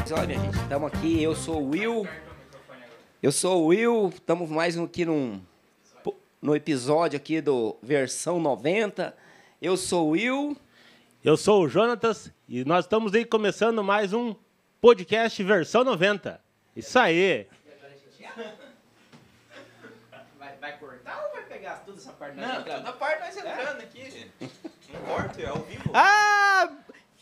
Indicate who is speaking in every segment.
Speaker 1: episódio, minha gente. Estamos aqui, eu sou o Will. Eu sou o Will, estamos mais um aqui num, no episódio aqui do versão 90. Eu sou o Will.
Speaker 2: Eu sou o Jonatas e nós estamos aí começando mais um podcast versão 90. Isso aí.
Speaker 3: Vai, vai cortar ou vai pegar toda essa parte?
Speaker 4: Não, toda parte nós entrando aqui, gente. Não corta, é ao vivo.
Speaker 3: Ah!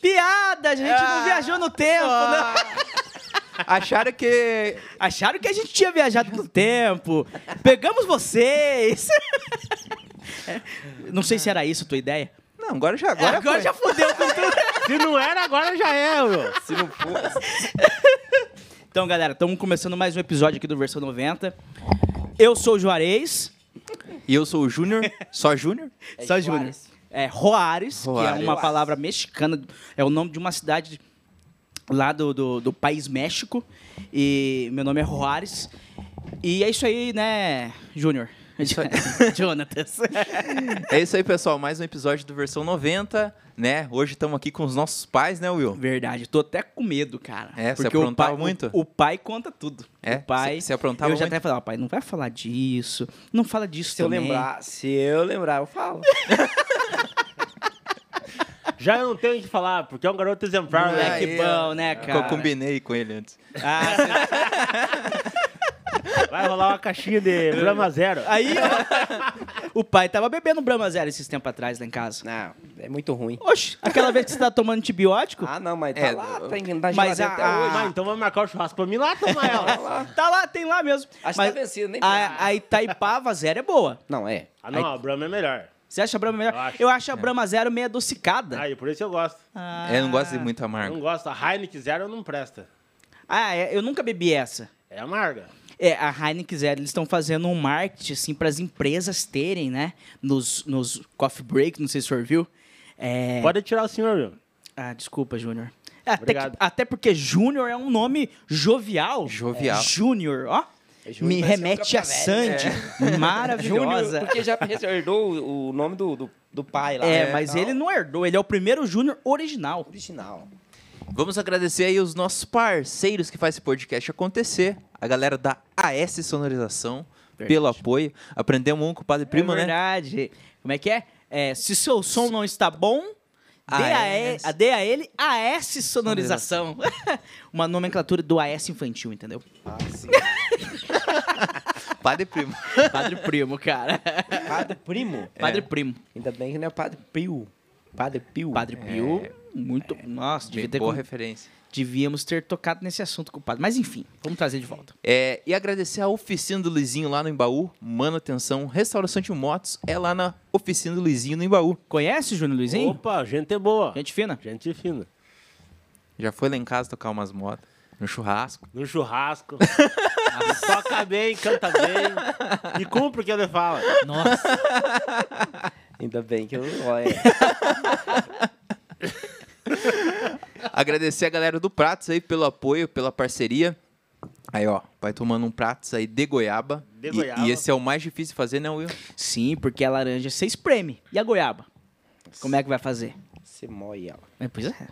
Speaker 3: Piada! A gente não
Speaker 4: Ah.
Speaker 3: viajou no tempo, né?
Speaker 4: Acharam que.
Speaker 3: Acharam que a gente tinha viajado no tempo. Pegamos vocês. Não sei se era isso a tua ideia.
Speaker 4: Não, agora já.
Speaker 3: Agora,
Speaker 4: Agora, foi.
Speaker 3: já fudeu com tudo.
Speaker 2: Se não era, agora já é, meu.
Speaker 1: Se não for,
Speaker 3: Então, galera, estamos começando mais um episódio aqui do Versão 90. Eu sou o Juarez.
Speaker 4: E eu sou o Júnior, só Júnior.
Speaker 1: É
Speaker 3: só
Speaker 1: Juarez.
Speaker 3: Júnior. É, Roares, que
Speaker 4: Juarez.
Speaker 3: é uma palavra mexicana. É o nome de uma cidade lá do, do, do país México. E meu nome é Roares. E é isso aí, né, Júnior? Jonatas.
Speaker 5: É isso aí, pessoal. Mais um episódio do Versão 90, né? Hoje estamos aqui com os nossos pais, né, Will?
Speaker 3: Verdade, tô até com medo, cara.
Speaker 5: É, você
Speaker 3: Porque o
Speaker 5: aprontava
Speaker 3: pai,
Speaker 5: muito?
Speaker 3: O, o pai conta tudo.
Speaker 5: É,
Speaker 3: o pai.
Speaker 5: você- você aprontava
Speaker 3: Eu já
Speaker 5: muito?
Speaker 3: até falava, pai, não vai falar disso. Não fala disso
Speaker 1: se eu
Speaker 3: também.
Speaker 1: lembrar, se eu lembrar, eu falo.
Speaker 2: Já não tenho o que falar, porque é um garoto exemplar,
Speaker 5: Não
Speaker 2: né?
Speaker 5: é.
Speaker 3: Moleque
Speaker 5: Aí,
Speaker 3: bom, né,
Speaker 5: Que eu
Speaker 3: cara?
Speaker 5: combinei com ele antes.
Speaker 3: Ah, você
Speaker 2: Vai rolar uma caixinha de Brahma Zero.
Speaker 3: Aí, ó, o pai tava bebendo Brahma Zero esses tempos atrás lá em casa.
Speaker 1: Não, é muito ruim.
Speaker 3: Oxe, aquela vez que você tá tomando antibiótico,
Speaker 1: Ah, não, mas tá
Speaker 5: É,
Speaker 1: lá, tá em, na
Speaker 3: mas
Speaker 1: geladeira
Speaker 3: a-
Speaker 1: até
Speaker 3: a-
Speaker 1: hoje.
Speaker 2: Ah, então vamos marcar o churrasco pra mim lá, tomar ela.
Speaker 3: tá lá, tem lá mesmo.
Speaker 1: Ah. Acho que tá vencido, nem
Speaker 3: a, a Itaipava Zero é boa.
Speaker 1: Não, é.
Speaker 2: Ah, não, a Brahma é melhor.
Speaker 3: Você acha a Brahma melhor?
Speaker 2: Eu acho.
Speaker 3: Eu acho a Brahma Zero meio adocicada.
Speaker 2: Aí, por isso eu gosto.
Speaker 3: Ah,
Speaker 5: É, Eu não gosto de muito
Speaker 2: Eu não
Speaker 5: amargo.
Speaker 2: gosto. A Heineken Zero não presta.
Speaker 3: Ah, é, eu nunca bebi essa.
Speaker 2: É amarga.
Speaker 3: É, a Heineken Zero, eles estão fazendo um marketing, assim, pras empresas terem, né? Nos, nos coffee break, não sei se o senhor viu. É...
Speaker 2: Pode tirar o senhor, meu.
Speaker 3: Ah, desculpa, Júnior. É, Até,
Speaker 2: Obrigado.
Speaker 3: que- até porque Júnior é um nome jovial.
Speaker 5: Jovial.
Speaker 3: É, Júnior, ó.
Speaker 1: Júnior
Speaker 3: Me
Speaker 1: parece
Speaker 3: remete
Speaker 1: um
Speaker 3: a Sandy.
Speaker 1: né?
Speaker 3: Maravilhosa.
Speaker 1: Júnior, porque já herdou o nome do, do, do pai lá.
Speaker 3: É,
Speaker 1: né?
Speaker 3: mas
Speaker 1: Então,
Speaker 3: ele não herdou. Ele é o primeiro Júnior original.
Speaker 1: Original.
Speaker 5: Vamos agradecer aí os nossos parceiros que fazem esse podcast acontecer. A galera da AS Sonorização, pelo apoio. Aprendemos um com o Padre Primo,
Speaker 3: é
Speaker 5: né?
Speaker 3: verdade. Como é que é? É, Se seu som não está bom, dê a, e,
Speaker 5: AS.
Speaker 3: a, dê a ele AS sonorização. Uma nomenclatura do AS infantil, entendeu?
Speaker 1: Ah, sim.
Speaker 5: Padre Primo.
Speaker 3: Padre Primo, cara.
Speaker 1: Padre Primo?
Speaker 3: Padre Primo.
Speaker 1: Ainda bem que não é Padre Pio. Padre Pio. É.
Speaker 3: Padre Pio, muito... Nossa, devia
Speaker 5: Bem
Speaker 3: ter...
Speaker 5: boa
Speaker 3: com-
Speaker 5: referência.
Speaker 3: Devíamos ter tocado nesse assunto, culpado. Mas enfim, vamos trazer de volta.
Speaker 5: É, e agradecer a oficina do Luizinho lá no Embaú, manutenção, restauração de motos, é lá na oficina do Luizinho no Embaú.
Speaker 3: Conhece o Júnior Luizinho?
Speaker 2: Opa, gente boa.
Speaker 3: Gente fina.
Speaker 2: Gente fina.
Speaker 5: Já foi lá em casa tocar umas motos, no churrasco.
Speaker 2: No churrasco. Toca bem, canta bem. E cumpre o que ele fala.
Speaker 3: Nossa.
Speaker 1: Ainda bem que eu. Olha,
Speaker 5: Agradecer a galera do Pratos aí pelo apoio, pela parceria. Aí, ó, vai tomando um Pratos aí de goiaba.
Speaker 2: De
Speaker 5: E-
Speaker 2: goiaba.
Speaker 5: E, esse é o mais difícil de fazer, né, Will?
Speaker 3: Sim, porque a laranja você espreme. E a goiaba? Como é que vai fazer?
Speaker 1: você moe ela.
Speaker 3: É, pois é.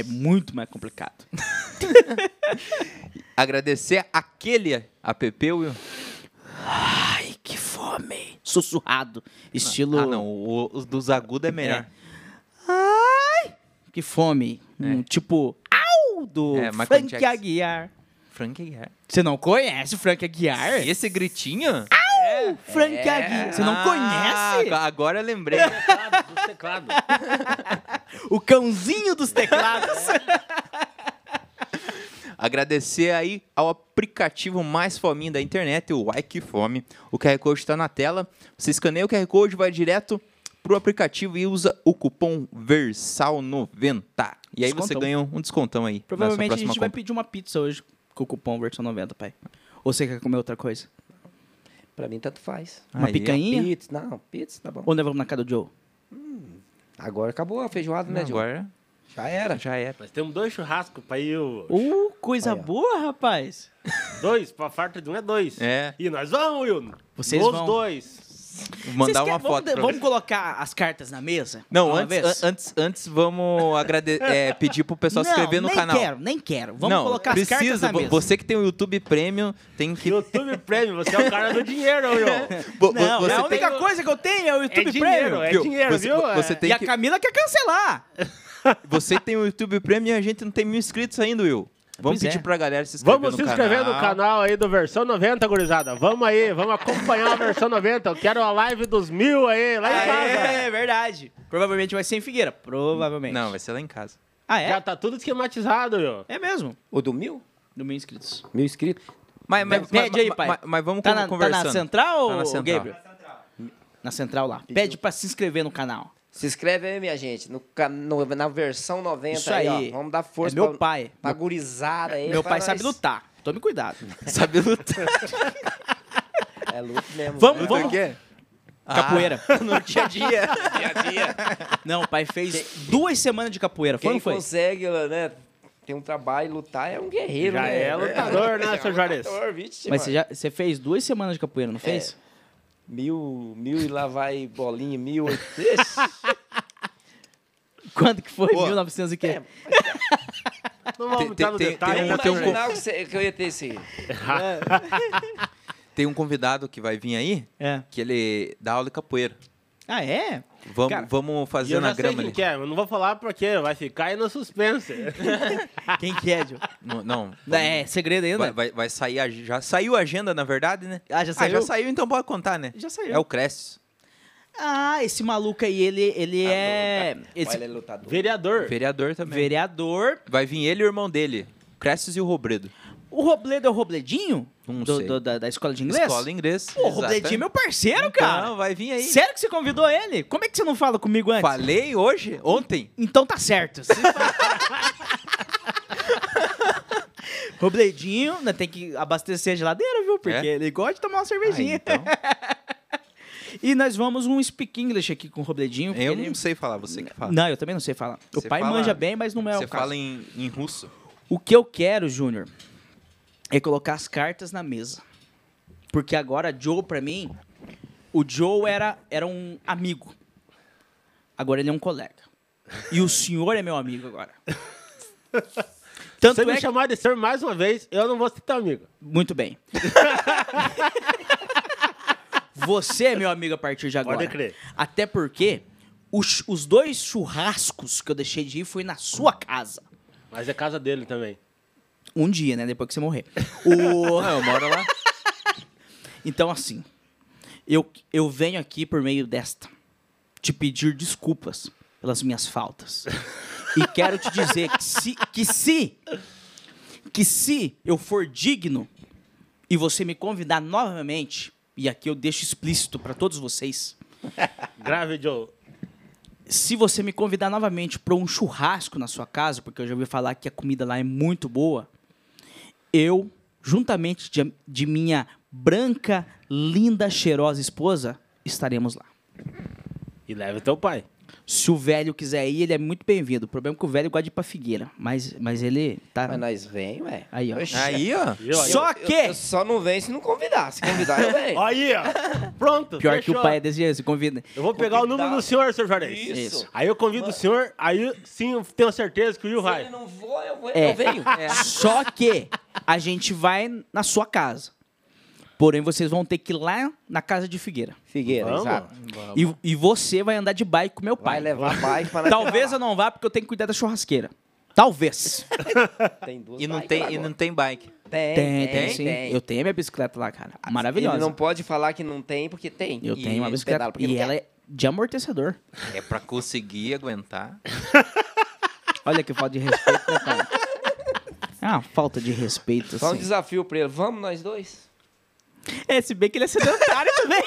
Speaker 3: É muito mais complicado.
Speaker 5: Agradecer aquele app, Will.
Speaker 3: Ai, que fome. Sussurrado. Estilo.
Speaker 5: Ah, não, o, o dos agudos é melhor.
Speaker 3: Que fome. Um tipo. Au! Do
Speaker 5: É, Michael
Speaker 3: Frank
Speaker 5: Jackson.
Speaker 3: Aguiar.
Speaker 5: Frank Aguiar.
Speaker 3: Você não conhece o Frank Aguiar?
Speaker 5: E esse gritinho?
Speaker 3: O Frank Aguiar. Você não
Speaker 5: Ah,
Speaker 3: conhece?
Speaker 5: Agora eu lembrei.
Speaker 2: Teclado, dos teclados.
Speaker 3: O cãozinho dos teclados.
Speaker 5: Agradecer aí ao aplicativo mais fominho da internet, o Ai Que Fome. O QR Code está na tela. Você escaneia o QR Code, vai direto pro aplicativo e usa o cupom VERSAL90. E aí você
Speaker 3: Descontão.
Speaker 5: ganha um descontão aí
Speaker 3: Provavelmente
Speaker 5: na
Speaker 3: a
Speaker 5: sua próxima
Speaker 3: gente vai
Speaker 5: compra.
Speaker 3: pedir uma pizza hoje com o cupom versão 90, pai. Ou você quer comer outra coisa?
Speaker 1: Pra mim, tanto faz.
Speaker 3: Uma
Speaker 5: Aí, ó.
Speaker 3: picanha?
Speaker 1: Pizza, não, pizza tá bom.
Speaker 3: Ou nós vamos na casa do Joe?
Speaker 1: Agora acabou a feijoada, né, Diogo?
Speaker 5: Agora
Speaker 1: Já era.
Speaker 5: já era.
Speaker 2: Nós temos dois churrascos pra ir. o-
Speaker 3: Uh, coisa
Speaker 1: Aí, ó.
Speaker 3: boa, rapaz.
Speaker 2: Dois, pra farta de um é dois.
Speaker 5: É.
Speaker 2: E nós vamos, Will.
Speaker 3: Vocês
Speaker 2: Os
Speaker 3: vão.
Speaker 2: dois.
Speaker 5: Mandar
Speaker 3: Vocês
Speaker 5: uma
Speaker 3: querem-
Speaker 5: foto
Speaker 3: Vamos,
Speaker 5: pra
Speaker 3: vamos
Speaker 5: vocês.
Speaker 3: colocar as cartas na mesa?
Speaker 5: Não,
Speaker 3: Uma
Speaker 5: antes,
Speaker 3: vez?
Speaker 5: an- antes, antes vamos agrade- é, pedir pro pessoal se
Speaker 3: Não,
Speaker 5: inscrever no
Speaker 3: nem
Speaker 5: canal.
Speaker 3: quero, nem quero. Vamos
Speaker 5: não,
Speaker 3: colocar
Speaker 5: precisa.
Speaker 3: as cartas na
Speaker 5: vo-
Speaker 3: mesa.
Speaker 5: Você que tem o YouTube Premium, tem que.
Speaker 2: YouTube Premium, você é o cara do dinheiro, João.
Speaker 5: vo- vo-
Speaker 3: Não,
Speaker 5: você
Speaker 3: é a
Speaker 5: tem-
Speaker 3: única coisa que eu tenho é o YouTube
Speaker 2: É dinheiro,
Speaker 3: Premium.
Speaker 2: é
Speaker 5: Viu?
Speaker 2: dinheiro,
Speaker 5: Você-
Speaker 2: viu?
Speaker 5: você
Speaker 2: É.
Speaker 5: tem-
Speaker 3: E a
Speaker 5: que-
Speaker 3: Camila quer cancelar.
Speaker 5: Você tem o YouTube Premium e a gente não tem mil inscritos ainda, Will. Vamos
Speaker 3: Pois é.
Speaker 5: pedir pra galera se inscrever
Speaker 2: Vamos se
Speaker 5: no
Speaker 2: inscrever no canal aí do Versão 90, gurizada. Vamos aí, vamos acompanhar a Versão 90. Eu quero a live dos mil aí,
Speaker 5: Ah,
Speaker 2: lá em casa.
Speaker 3: é verdade. Provavelmente vai ser em Figueira. Provavelmente.
Speaker 5: Não, vai ser lá em casa.
Speaker 3: Ah,
Speaker 2: Já
Speaker 3: é?
Speaker 2: tá tudo esquematizado, meu.
Speaker 3: É mesmo.
Speaker 1: O do mil?
Speaker 3: Do mil inscritos.
Speaker 1: Mil inscritos?
Speaker 5: Mas, mas,
Speaker 3: Pede
Speaker 5: mas-
Speaker 3: aí, pai.
Speaker 5: mas- mas vamos
Speaker 3: Tá
Speaker 5: con-
Speaker 3: na, tá
Speaker 5: conversando.
Speaker 3: na central,
Speaker 5: Tá na
Speaker 3: ô,
Speaker 5: central.
Speaker 3: Gabriel? Na central lá. Pede pra se inscrever no canal.
Speaker 1: Se inscreve aí, minha gente, no, ca- no- na versão 90
Speaker 3: Isso
Speaker 1: aí, ó.
Speaker 3: aí.
Speaker 1: Vamos dar força
Speaker 3: É meu
Speaker 1: pra,
Speaker 3: pai.
Speaker 1: pra gurizada aí.
Speaker 3: Meu
Speaker 1: pra
Speaker 3: pai
Speaker 1: nós.
Speaker 3: sabe lutar. Tome cuidado.
Speaker 5: Sabe lutar?
Speaker 1: É luto mesmo. né?
Speaker 3: Vamos,
Speaker 5: Luta o
Speaker 3: vamos.
Speaker 5: quê?
Speaker 3: Capoeira.
Speaker 5: Ah. No dia a dia.
Speaker 3: Não, o pai fez duas semanas de capoeira. Foi ou
Speaker 1: Quem
Speaker 3: não foi?
Speaker 1: consegue, né, ter um trabalho e lutar é um guerreiro,
Speaker 2: Já
Speaker 1: né?
Speaker 2: é lutador, né, seu Juarez?
Speaker 1: lutador, vixe,
Speaker 3: Mas
Speaker 1: mano.
Speaker 3: você, já, você fez duas semanas de capoeira,
Speaker 5: É.
Speaker 3: não fez?
Speaker 1: Mil, mil e lá vai bolinha, mil... Ixi,
Speaker 3: Quando que foi?
Speaker 5: Pô.
Speaker 3: 1900 e quê?
Speaker 1: É,
Speaker 2: Não vamos
Speaker 5: Tem-
Speaker 2: entrar no
Speaker 5: tem-
Speaker 3: tá
Speaker 2: detalhe.
Speaker 5: tem um-
Speaker 1: eu
Speaker 2: né,
Speaker 5: tem um-
Speaker 2: Juarez?
Speaker 1: imaginava que, você- que eu ia ter esse...
Speaker 5: Tem um convidado que vai vir aí,
Speaker 3: É.
Speaker 5: que ele dá aula de capoeira.
Speaker 3: Ah, é?
Speaker 5: Vamos,
Speaker 3: Cara,
Speaker 5: vamos
Speaker 2: E
Speaker 5: fazer
Speaker 2: eu
Speaker 5: na
Speaker 2: já sei
Speaker 5: grama ali.
Speaker 2: quem que é, mas não vou falar porque vai ficar aí no suspense.
Speaker 3: Quem que é, Gil?
Speaker 5: Não, não,
Speaker 3: É, segredo ainda.
Speaker 5: vai, vai- vai sair a, já saiu a agenda na verdade, né?
Speaker 3: Ah, já saiu?
Speaker 5: já saiu, então pode contar, né?
Speaker 3: Já saiu.
Speaker 5: É o Cresce,
Speaker 3: Ah, esse maluco aí, ele, ele é.
Speaker 1: Olha,
Speaker 3: Esse
Speaker 1: ele é lutador.
Speaker 2: Vereador.
Speaker 5: vereador também.
Speaker 3: vereador.
Speaker 5: Vai vir ele e o irmão dele, Cresces e o Robredo.
Speaker 3: O Robledo é o Robledinho?
Speaker 5: Não
Speaker 3: Do-
Speaker 5: sei.
Speaker 3: do- da, da escola de inglês?
Speaker 5: Escola inglês.
Speaker 3: Pô, o
Speaker 5: exatamente.
Speaker 3: Robledinho é meu parceiro, cara.
Speaker 5: Então, vai vir aí.
Speaker 3: Sério que você convidou ele? Como é que você não fala comigo antes?
Speaker 5: Falei hoje, ontem.
Speaker 3: Então tá certo. Se fa- Robledinho, né, tem que abastecer a geladeira, viu? Porque
Speaker 5: É?
Speaker 3: ele gosta de tomar uma
Speaker 5: Aí,
Speaker 3: cervejinha.
Speaker 5: então,
Speaker 3: E nós vamos um speak English aqui com o Robledinho. porque
Speaker 5: eu
Speaker 3: ele-
Speaker 5: não sei falar, você que fala.
Speaker 3: Não, eu também não sei falar. O
Speaker 5: Você
Speaker 3: pai
Speaker 5: fala-
Speaker 3: manja bem, mas não é
Speaker 5: você
Speaker 3: o caso.
Speaker 5: fala em, em russo.
Speaker 3: O que eu quero, Júnior, é colocar as cartas na mesa. Porque agora Joe, pra mim, o Joe era, era um amigo. Agora ele é um colega. E o senhor é meu amigo agora. Tanto
Speaker 2: Se
Speaker 3: é
Speaker 2: me
Speaker 3: que...
Speaker 2: chamar de ser mais uma vez, eu não vou ser teu amigo.
Speaker 3: Muito bem. Você é meu amigo a partir de agora.
Speaker 2: Pode crer.
Speaker 3: Até porque o chu- os dois churrascos que eu deixei de ir foi na sua casa.
Speaker 2: Mas é casa dele também.
Speaker 3: Um dia, né? Depois que você morrer. O...
Speaker 5: Não, eu moro lá.
Speaker 3: Então, assim, eu, eu venho aqui por meio desta te pedir desculpas pelas minhas faltas. e quero te dizer que se, que se que se eu for digno e você me convidar novamente, e aqui eu deixo explícito para todos vocês,
Speaker 2: Grave, Joe.
Speaker 3: se você me convidar novamente para um churrasco na sua casa, porque eu já ouvi falar que a comida lá é muito boa, eu, juntamente de, de minha branca, linda, cheirosa esposa, estaremos lá.
Speaker 2: E leve teu pai.
Speaker 3: Se o velho quiser ir, ele é muito bem-vindo. O problema é que o velho gosta de ir pra Figueira, mas, mas ele tá...
Speaker 1: Mas nós vem, ué.
Speaker 3: Aí, ó.
Speaker 1: Oxi.
Speaker 5: Aí, ó.
Speaker 2: Viu aí?
Speaker 3: Só
Speaker 1: Eu,
Speaker 3: que...
Speaker 1: eu só não venho se não convidar. Se convidar, eu venho.
Speaker 2: Aí, ó. Pronto.
Speaker 3: Pior que
Speaker 2: fechou.
Speaker 3: o pai é desse jeito, se convida.
Speaker 2: Eu vou pegar o número do senhor, seu Juarez.
Speaker 1: Isso. Isso.
Speaker 2: Aí eu convido o senhor, aí sim eu tenho certeza que o Will
Speaker 1: Se ele
Speaker 2: vai.
Speaker 1: não for, eu, vou,
Speaker 3: É.
Speaker 1: eu venho.
Speaker 3: Só que a gente vai na sua casa. Porém, vocês vão ter que ir lá na casa de Figueira.
Speaker 1: Figueira,
Speaker 2: Vamos?
Speaker 1: exato.
Speaker 2: Vamos.
Speaker 3: E, e você vai andar de bike com meu
Speaker 1: Vai
Speaker 3: pai.
Speaker 1: levar bike pra nós
Speaker 3: Talvez
Speaker 1: levar.
Speaker 3: eu não vá, porque eu tenho que cuidar da churrasqueira. Talvez.
Speaker 1: Tem duas
Speaker 5: E não,
Speaker 1: bikes lá
Speaker 5: tem, e
Speaker 1: agora.
Speaker 5: não tem bike.
Speaker 1: Tem,
Speaker 3: sim. Eu tenho minha bicicleta lá, cara. Maravilhosa.
Speaker 1: Ele não pode falar que não tem, porque tem.
Speaker 3: Eu
Speaker 5: E
Speaker 3: tenho uma
Speaker 1: eles
Speaker 3: bicicleta.
Speaker 1: pedalam porque
Speaker 3: E
Speaker 1: não
Speaker 3: ela é de amortecedor.
Speaker 5: É pra conseguir aguentar.
Speaker 3: Olha que falta de respeito, né, cara? É uma falta de respeito,
Speaker 1: Só um
Speaker 3: assim.
Speaker 1: desafio pra ele. Vamos nós dois?
Speaker 3: É, se bem que ele é sedentário também.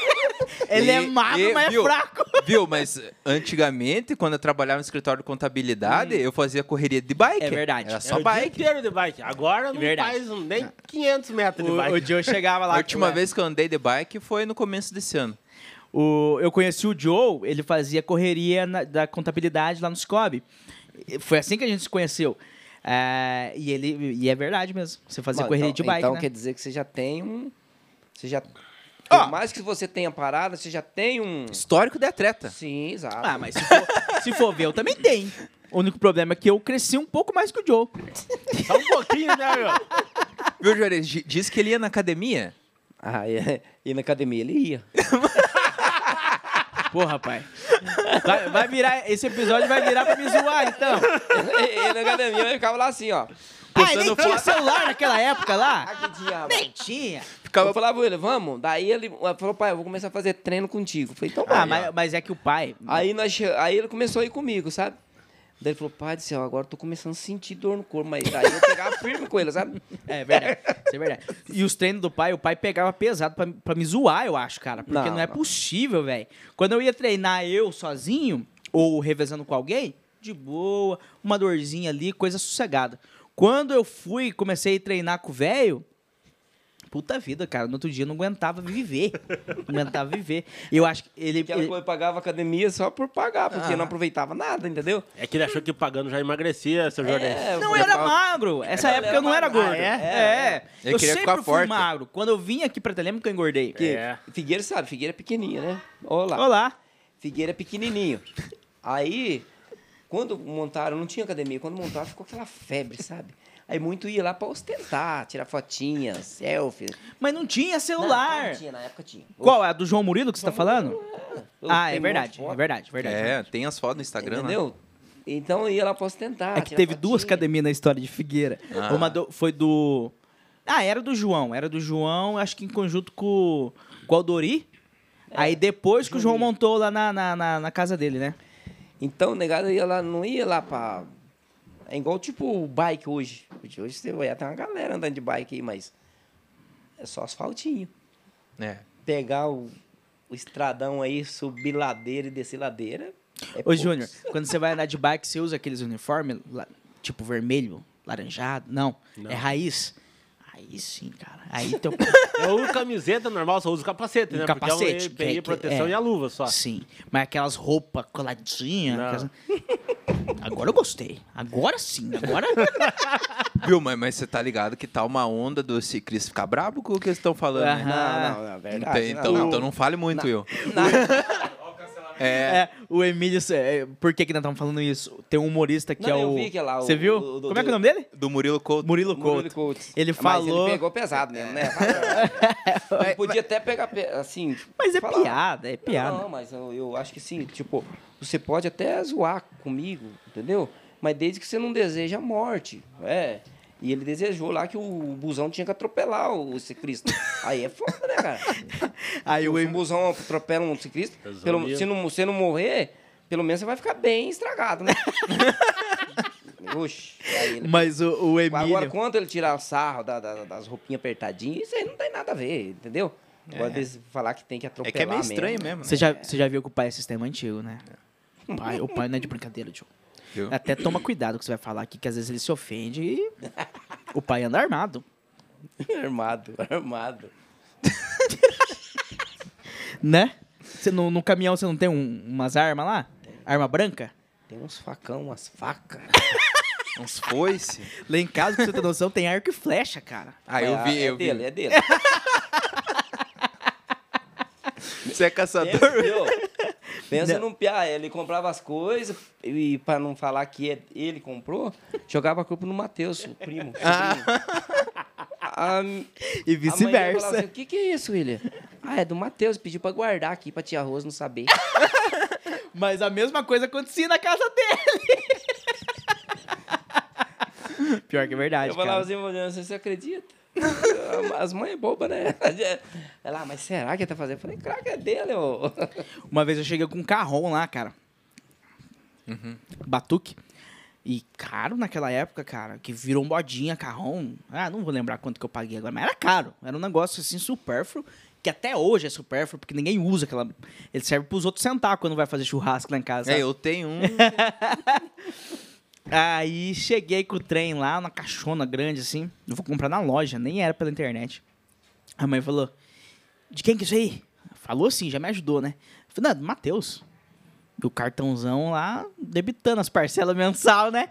Speaker 3: ele é
Speaker 5: E-
Speaker 3: magro,
Speaker 5: e,
Speaker 3: mas
Speaker 5: viu?
Speaker 3: é fraco.
Speaker 5: Viu, mas antigamente, quando eu trabalhava no escritório de contabilidade, eu fazia correria de bike.
Speaker 3: É verdade.
Speaker 5: Era
Speaker 2: Era o
Speaker 5: só
Speaker 2: dia
Speaker 5: bike.
Speaker 2: inteiro de bike. Agora não
Speaker 3: Verdade.
Speaker 2: faz um- nem 500 metros de
Speaker 3: O,
Speaker 2: bike.
Speaker 3: o Joe chegava lá. é.
Speaker 5: A última
Speaker 3: ué.
Speaker 5: vez que eu andei de bike foi no começo desse ano.
Speaker 3: O- eu conheci o Joe, ele fazia correria na- da contabilidade lá no Scob. E Foi assim que a gente se conheceu. É, e ele e é verdade mesmo. Você fazia
Speaker 1: Mano,
Speaker 3: correria
Speaker 1: então,
Speaker 3: de bike,
Speaker 1: Então
Speaker 3: né?
Speaker 1: quer dizer que você já tem um... Você já Por
Speaker 5: Ó.
Speaker 1: mais que você tenha parada, você já tem um.
Speaker 5: Histórico da treta.
Speaker 1: Sim, exato.
Speaker 3: Ah, mas se for, se for ver, eu também tenho. O único problema é que eu cresci um pouco mais que o Joe.
Speaker 2: Só um pouquinho, né, meu?
Speaker 5: Viu, Juarez? Di- Diz que ele ia na academia.
Speaker 1: Ah, é. E na academia ele ia.
Speaker 3: Pô, rapaz. Vai, vai virar, esse episódio vai virar pra me zoar, então.
Speaker 1: e na academia ele ficava lá assim, ó.
Speaker 3: Ah, nem tinha celular naquela época lá?
Speaker 1: Ah, que diabo.
Speaker 3: Nem tinha.
Speaker 1: Eu falava pra ele, vamos. Daí ele falou, pai, eu vou começar a fazer treino contigo. Eu falei, então vai.
Speaker 3: Ah, mas, mas é que o pai...
Speaker 1: Aí, nós, che- aí ele começou a ir comigo, sabe? Daí ele falou, pai do céu, agora eu tô começando a sentir dor no corpo. Mas daí eu pegava firme com ele, sabe?
Speaker 3: É verdade, isso é verdade. E os treinos do pai, o pai pegava pesado pra, pra me zoar, eu acho, cara. Porque
Speaker 1: Não,
Speaker 3: não, é
Speaker 1: não.
Speaker 3: possível, velho. Quando eu ia treinar eu sozinho, ou revezando com alguém, de boa, uma dorzinha ali, coisa sossegada. Quando eu fui e comecei a treinar com o velho, puta vida, cara. No outro dia eu não aguentava viver. Não aguentava viver. Eu acho que ele.
Speaker 1: Aquela
Speaker 3: ele-
Speaker 1: coisa, eu pagava academia só por pagar, porque não aproveitava nada, entendeu?
Speaker 2: É que ele achou que pagando já emagrecia, seu Jordan.
Speaker 3: Não,
Speaker 1: É, eu
Speaker 3: eu era
Speaker 1: pagava-
Speaker 3: magro. Essa
Speaker 1: Ele
Speaker 3: época eu não era
Speaker 1: magro.
Speaker 3: gordo.
Speaker 1: Ah,
Speaker 3: é?
Speaker 5: é. Ele
Speaker 3: Eu
Speaker 5: queria
Speaker 3: sempre
Speaker 5: ficar
Speaker 3: fui
Speaker 5: forte.
Speaker 3: magro. Quando eu vim aqui pra Telema que eu engordei.
Speaker 1: Porque
Speaker 2: É.
Speaker 1: Figueira sabe, Figueira é pequenininha, né? Olha lá.
Speaker 3: Olá.
Speaker 1: Figueira é pequenininho. Aí, quando montaram, não tinha academia, quando montaram ficou aquela febre, sabe? Aí muito ia lá pra ostentar, tirar fotinha, selfie.
Speaker 3: Mas não tinha
Speaker 1: Não,
Speaker 3: celular.
Speaker 1: não tinha, na época tinha.
Speaker 3: Qual? É a do João Murilo que você tá falando?
Speaker 1: Eu
Speaker 3: Ah,
Speaker 1: tenho
Speaker 3: é
Speaker 1: um monte de
Speaker 3: verdade,
Speaker 1: foto.
Speaker 3: é verdade, é verdade.
Speaker 5: É, tem as fotos no Instagram, né?
Speaker 1: Entendeu? Então ia lá pra ostentar.
Speaker 3: É que
Speaker 1: tirar
Speaker 3: teve duas
Speaker 1: fotinha.
Speaker 3: academias na história de Figueira.
Speaker 5: Ah.
Speaker 3: Uma do- foi do. Ah, era do João. Era do João, acho que em conjunto com, com o Aldori.
Speaker 1: É.
Speaker 3: Aí depois que o João montou lá na, na, na- na casa dele, né?
Speaker 1: Então, negado, ia lá, não ia lá pra. É igual tipo o bike hoje. Hoje hoje você vai até uma galera andando de bike aí, mas é só asfaltinho.
Speaker 5: É.
Speaker 1: Pegar o, o estradão aí, subir ladeira e descer ladeira. é
Speaker 3: Ô,
Speaker 1: poucos.
Speaker 3: Júnior, quando você vai andar de bike, você usa aqueles uniformes, la- tipo vermelho, laranjado? Não. É raiz? Aí sim, cara. Aí teu.
Speaker 2: Eu uso camiseta normal, só uso capacete,
Speaker 3: Um
Speaker 2: né?
Speaker 3: capacete,
Speaker 2: Porque é um EPI,
Speaker 3: que- que-
Speaker 2: proteção
Speaker 3: é.
Speaker 2: e a luva só.
Speaker 3: Sim. Mas aquelas roupas coladinhas.
Speaker 2: Não.
Speaker 3: aquelas- Agora eu gostei. Agora sim. Agora.
Speaker 5: Viu, mas, mas você tá ligado que tá uma onda do ciclista ficar brabo com o que eles estão falando, né?
Speaker 3: Aham.
Speaker 1: Não, não, não, é verdade.
Speaker 5: Então, então,
Speaker 1: não,
Speaker 5: então não fale muito, eu.
Speaker 3: É, o Emílio. cê- é, por que, que nós estamos falando isso? Tem um humorista que
Speaker 1: Não,
Speaker 3: é
Speaker 1: eu
Speaker 3: o.
Speaker 1: vi que é lá, o-
Speaker 3: Você viu?
Speaker 1: o- o-
Speaker 3: Como é que é
Speaker 1: do-
Speaker 3: o nome dele?
Speaker 5: Do Murilo Couto.
Speaker 3: Murilo Couto.
Speaker 1: Murilo Couto.
Speaker 3: Ele
Speaker 1: Mas
Speaker 3: falou.
Speaker 1: ele pegou pesado mesmo, né? Eu podia até pegar, pe- assim...
Speaker 3: Mas é
Speaker 1: falar.
Speaker 3: piada, é piada.
Speaker 1: Não, mas eu, eu acho que sim. Tipo, você pode até zoar comigo, entendeu? Mas desde que você não deseja a morte. É. E ele desejou lá que o busão tinha que atropelar o ciclista. Aí é foda, né, cara?
Speaker 3: Aí o
Speaker 1: Se um
Speaker 3: Emílio.
Speaker 1: busão atropela um ciclista,
Speaker 2: Resolvido.
Speaker 1: pelo, se não, você não morrer, pelo menos você vai ficar bem estragado, né? Oxe, aí ele...
Speaker 3: Mas o, o
Speaker 1: Agora,
Speaker 3: Emílio.
Speaker 1: quando ele tirar o sarro da- da- das roupinhas apertadinhas, isso aí não tem nada a ver, entendeu? Agora, eles falar que tem que
Speaker 5: É
Speaker 1: atropelar
Speaker 5: que é meio estranho
Speaker 1: mesmo.
Speaker 5: mesmo, né?
Speaker 3: Você já, você já viu que o pai é sistema antigo, né? O pai, o pai não é de brincadeira, tio.
Speaker 5: Viu?
Speaker 3: Até toma cuidado que você vai falar aqui, que às vezes ele se ofende e. O pai anda armado.
Speaker 1: Armado, armado.
Speaker 3: Né? Você, no, no caminhão você não tem um- umas armas lá? Arma branca?
Speaker 1: Tem uns facão, umas facas.
Speaker 5: Uns foice.
Speaker 3: Lá em casa, pra você ter noção, tem arco e flecha, cara.
Speaker 5: Ah, eu
Speaker 1: Mas,
Speaker 5: vi,
Speaker 1: é
Speaker 5: eu vi.
Speaker 1: dele, é dele.
Speaker 5: Você é
Speaker 1: Pensa,
Speaker 5: caçador?
Speaker 1: viu? Pensa num piá, ele comprava as coisas e pra não falar que é- ele comprou, jogava a culpa no Matheus, o primo. Ah. Amanhã eu falava
Speaker 3: E
Speaker 1: assim,
Speaker 3: vice-versa.
Speaker 1: o que, que é isso, William? Ah, é do Matheus, pediu pra guardar aqui pra tia Rose não saber.
Speaker 3: Mas a mesma coisa acontecia na casa dele. Pior que é verdade,
Speaker 1: Eu falava
Speaker 3: cara.
Speaker 1: assim, meu Deus, você acredita? As mães é boba, né? Ela, mas será que ele tá fazendo? Eu falei, craque, é dele, ô.
Speaker 3: Uma vez eu cheguei com um carrão lá, cara. Batuque. E caro naquela época, cara, que virou um modinha, carrão. Ah, não vou lembrar quanto que eu paguei agora, mas era caro. Era um negócio assim supérfluo, que até hoje é supérfluo, porque ninguém usa aquela. Ele serve pros outros sentar quando vai fazer churrasco lá em casa.
Speaker 5: É,
Speaker 3: sabe?
Speaker 5: eu tenho um.
Speaker 3: Aí cheguei com o trem lá, uma caixona grande assim. Eu vou comprar na loja, nem era pela internet. A mãe falou: De quem que é isso aí? Falou assim, já me ajudou, né? Eu falei: Não, do Matheus. E o cartãozão lá, debitando as parcelas mensal, né?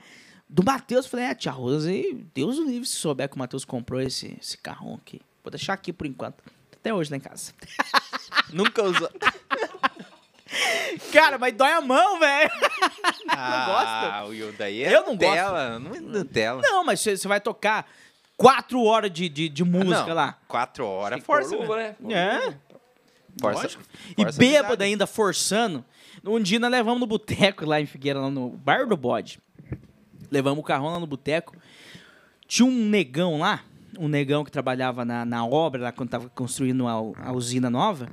Speaker 3: Do Matheus, eu falei: É, tia Rosa, e Deus o livre se souber que o Matheus comprou esse, esse carrão aqui. Vou deixar aqui por enquanto. Até hoje lá em casa.
Speaker 5: Nunca usou.
Speaker 3: Cara, mas dói a mão, velho.
Speaker 5: Ah, Will, daí é
Speaker 3: Eu não gosto.
Speaker 5: Nutella, não é Nutella.
Speaker 3: Não, mas você você vai tocar quatro horas de, de, de música
Speaker 5: Não,
Speaker 3: lá.
Speaker 5: Quatro horas,
Speaker 1: Tem
Speaker 5: força,
Speaker 1: coruba,
Speaker 5: velho.
Speaker 1: né?
Speaker 3: É.
Speaker 5: força,
Speaker 3: Lógico. E
Speaker 5: força
Speaker 3: bêbado
Speaker 5: amizade.
Speaker 3: ainda, forçando. Um dia nós levamos no boteco lá em Figueira, lá no Bar do Bode. Levamos o carrão lá no boteco. Tinha um negão lá, um negão que trabalhava na, na obra, lá quando tava construindo a, u- a usina nova,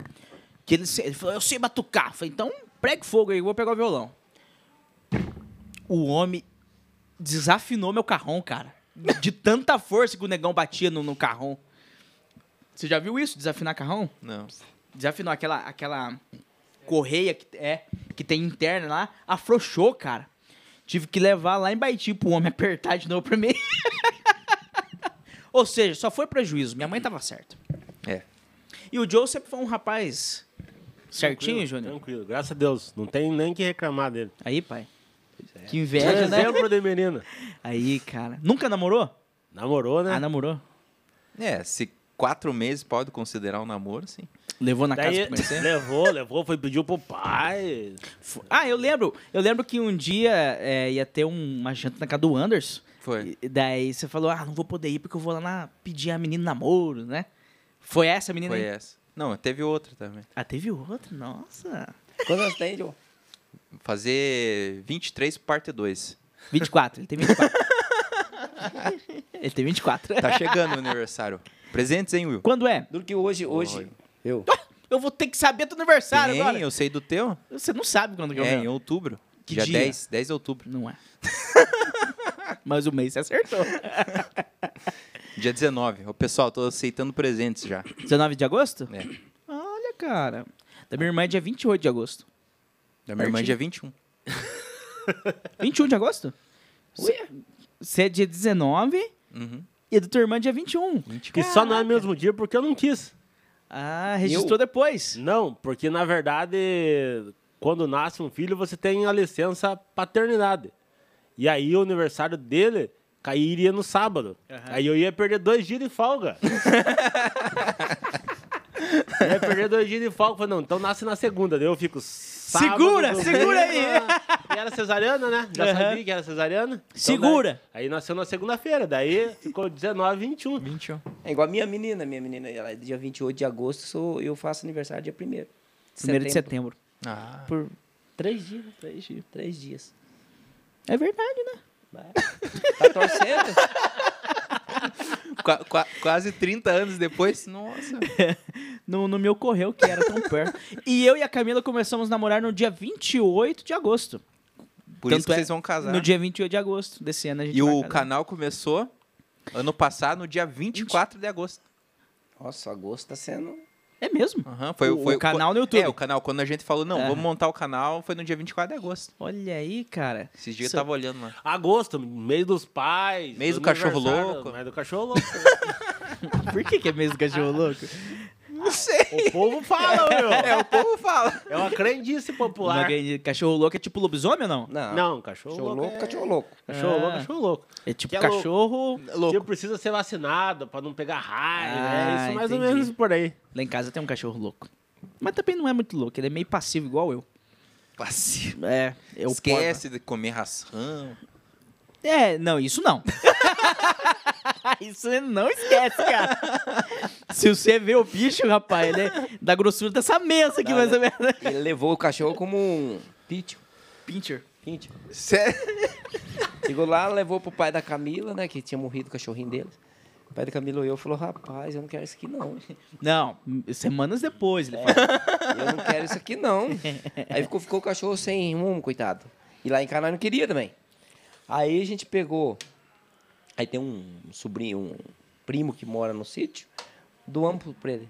Speaker 3: que ele, se- ele falou, eu sei batucar. Eu falei, então pregue fogo aí, eu vou pegar o violão. O homem desafinou meu carrão, cara. De tanta força que o negão batia no, no carrão. Você já viu isso, desafinar carrão?
Speaker 5: Não.
Speaker 3: desafinou aquela aquela correia que é que tem interna lá, afrouxou, cara. Tive que levar lá em Baiti pro homem apertar de novo pra mim. Ou seja, só foi prejuízo. Minha mãe tava certa.
Speaker 5: É.
Speaker 3: E o Joe sempre foi um rapaz certinho,
Speaker 2: Tranquilo,
Speaker 3: Júnior.
Speaker 2: Tranquilo, graças a Deus. Não tem nem que reclamar dele.
Speaker 3: Aí, pai. Que
Speaker 2: É,
Speaker 3: inveja, né?
Speaker 2: exemplo de menino.
Speaker 3: Aí, cara. Nunca namorou?
Speaker 2: Namorou, né?
Speaker 3: Ah, namorou.
Speaker 5: É, se quatro meses pode considerar um namoro, sim.
Speaker 3: Levou na casa
Speaker 2: Daí
Speaker 3: pra conhecer?
Speaker 2: levou, levou, foi pediu pro pai.
Speaker 3: Fo- Ah, eu lembro. Eu lembro que um dia é, ia ter um- uma janta na casa do Anders.
Speaker 5: Foi.
Speaker 3: E daí você falou, ah, não vou poder ir porque eu vou lá na- pedir a menina em namoro, né? Foi essa a menina?
Speaker 5: Foi
Speaker 3: aí?
Speaker 5: essa. Não, teve outra também.
Speaker 3: Ah, teve outra? Nossa.
Speaker 1: Quantos anos tem, Joe?
Speaker 5: Fazer 23 parte 2.
Speaker 3: 24, ele tem 24. ele tem 24.
Speaker 5: Tá chegando o aniversário. Presentes, hein, Will?
Speaker 3: Quando é?
Speaker 1: Duro que hoje, hoje, eu.
Speaker 3: Eu vou ter que saber do aniversário
Speaker 5: Tem,
Speaker 3: agora.
Speaker 5: eu sei do teu.
Speaker 3: Você não sabe quando que eu
Speaker 5: É,
Speaker 3: venho.
Speaker 5: em outubro.
Speaker 3: Que
Speaker 5: dia
Speaker 3: dia?
Speaker 5: 10, 10 de outubro.
Speaker 3: Não é. Mas o mês você acertou.
Speaker 5: Dia 19. Ô, pessoal, tô aceitando presentes já.
Speaker 3: 19 de agosto?
Speaker 5: É.
Speaker 3: Olha, cara. Da minha irmã é dia 28 de agosto.
Speaker 5: Da minha irmã, dia 21.
Speaker 3: 21 de agosto? Você é dia 19
Speaker 5: Uhum.
Speaker 3: e do tua irmã é dia 21.
Speaker 2: Que só não é no mesmo dia porque eu não quis.
Speaker 3: Ah, registrou depois.
Speaker 2: Não, porque na verdade, quando nasce um filho, você tem a licença paternidade. E aí o aniversário dele cairia no sábado. Aí eu ia perder dois dias de folga. Eu ia perder dois dias de folga. Falei, não, então nasce na segunda. Daí eu fico. sábado, Ah,
Speaker 3: Segura, segura aí.
Speaker 2: E era cesariana, né? Já
Speaker 3: Aham.
Speaker 2: sabia que era cesariana. Então,
Speaker 3: Segura.
Speaker 2: daí- aí nasceu na segunda-feira. Daí ficou 19, 21.
Speaker 5: 21.
Speaker 1: É igual a minha menina, minha menina, ela é dia 28 de agosto, sou, eu faço aniversário dia 1 de
Speaker 3: 1 de setembro.
Speaker 5: Ah,
Speaker 1: Por três dias, né? três dias. Três dias.
Speaker 3: É verdade, né?
Speaker 1: Vai. Tá torcendo?
Speaker 5: qua- qua- quase 30 anos depois. Nossa.
Speaker 3: Não, não me ocorreu que era tão perto. e eu e a Camila começamos a namorar no dia 28 de agosto.
Speaker 5: Por
Speaker 3: Tanto
Speaker 5: isso que
Speaker 3: é,
Speaker 5: vocês vão casar.
Speaker 3: No dia 28 de agosto desse ano a gente
Speaker 5: E
Speaker 3: vai
Speaker 5: o
Speaker 3: casar.
Speaker 5: canal começou ano passado, no dia 24 de agosto.
Speaker 1: Nossa, agosto tá sendo.
Speaker 3: É mesmo?
Speaker 5: Aham, foi,
Speaker 3: O-
Speaker 5: foi
Speaker 3: o canal no YouTube.
Speaker 5: É, o canal. Quando a gente falou, não,
Speaker 3: Aham.
Speaker 5: vamos montar o canal, foi no dia 24 de agosto.
Speaker 3: Olha aí, cara.
Speaker 5: Esses dias
Speaker 3: Isso-
Speaker 5: eu tava olhando lá.
Speaker 2: Agosto, mês dos pais.
Speaker 5: Mês do cachorro
Speaker 2: aniversário,
Speaker 5: louco.
Speaker 2: Mês do cachorro louco.
Speaker 3: Por que, que é mesmo cachorro louco?
Speaker 5: Não sei.
Speaker 2: O povo fala, meu.
Speaker 5: É, o povo fala.
Speaker 2: É uma crendice
Speaker 3: Uma
Speaker 2: popular.
Speaker 3: grande- Cachorro louco é tipo lobisomem ou não?
Speaker 1: Não.
Speaker 2: Não, cachorro,
Speaker 1: Cachorro
Speaker 2: louco.
Speaker 1: louco,
Speaker 2: é-
Speaker 1: cachorro louco.
Speaker 2: Cachorro
Speaker 3: Ah.
Speaker 2: louco, cachorro louco.
Speaker 3: É tipo
Speaker 2: Que é louco.
Speaker 3: cachorro.
Speaker 2: Que
Speaker 5: Louco.
Speaker 2: precisa ser vacinado pra não pegar raiva.
Speaker 3: Ah,
Speaker 2: é isso mais ou
Speaker 3: entendi.
Speaker 2: menos por aí.
Speaker 3: Lá em casa tem um cachorro louco. Mas também não é muito louco, ele é meio passivo igual eu.
Speaker 5: Passivo.
Speaker 3: É, eu
Speaker 5: Esquece de comer ração.
Speaker 3: É, não, isso não. isso não esquece, cara. Se você vê o bicho, rapaz, ele é da grossura dessa mesa aqui, mais ou menos.
Speaker 1: Ele levou o cachorro como um pitch.
Speaker 3: Pincher.
Speaker 1: Pinch.
Speaker 5: Sério?
Speaker 1: Chegou lá, levou pro pai da Camila, né? Que tinha morrido o cachorrinho dele. O pai da Camila olhou e falou: Rapaz, eu não quero isso aqui não.
Speaker 3: Não, semanas depois ele falou.
Speaker 1: Eu não quero isso aqui não. Aí ficou, ficou o cachorro sem rumo, coitado. E lá em Canaã não queria também. Aí a gente pegou. Aí tem um sobrinho, um primo que mora no sítio. Doamos pro- pra ele.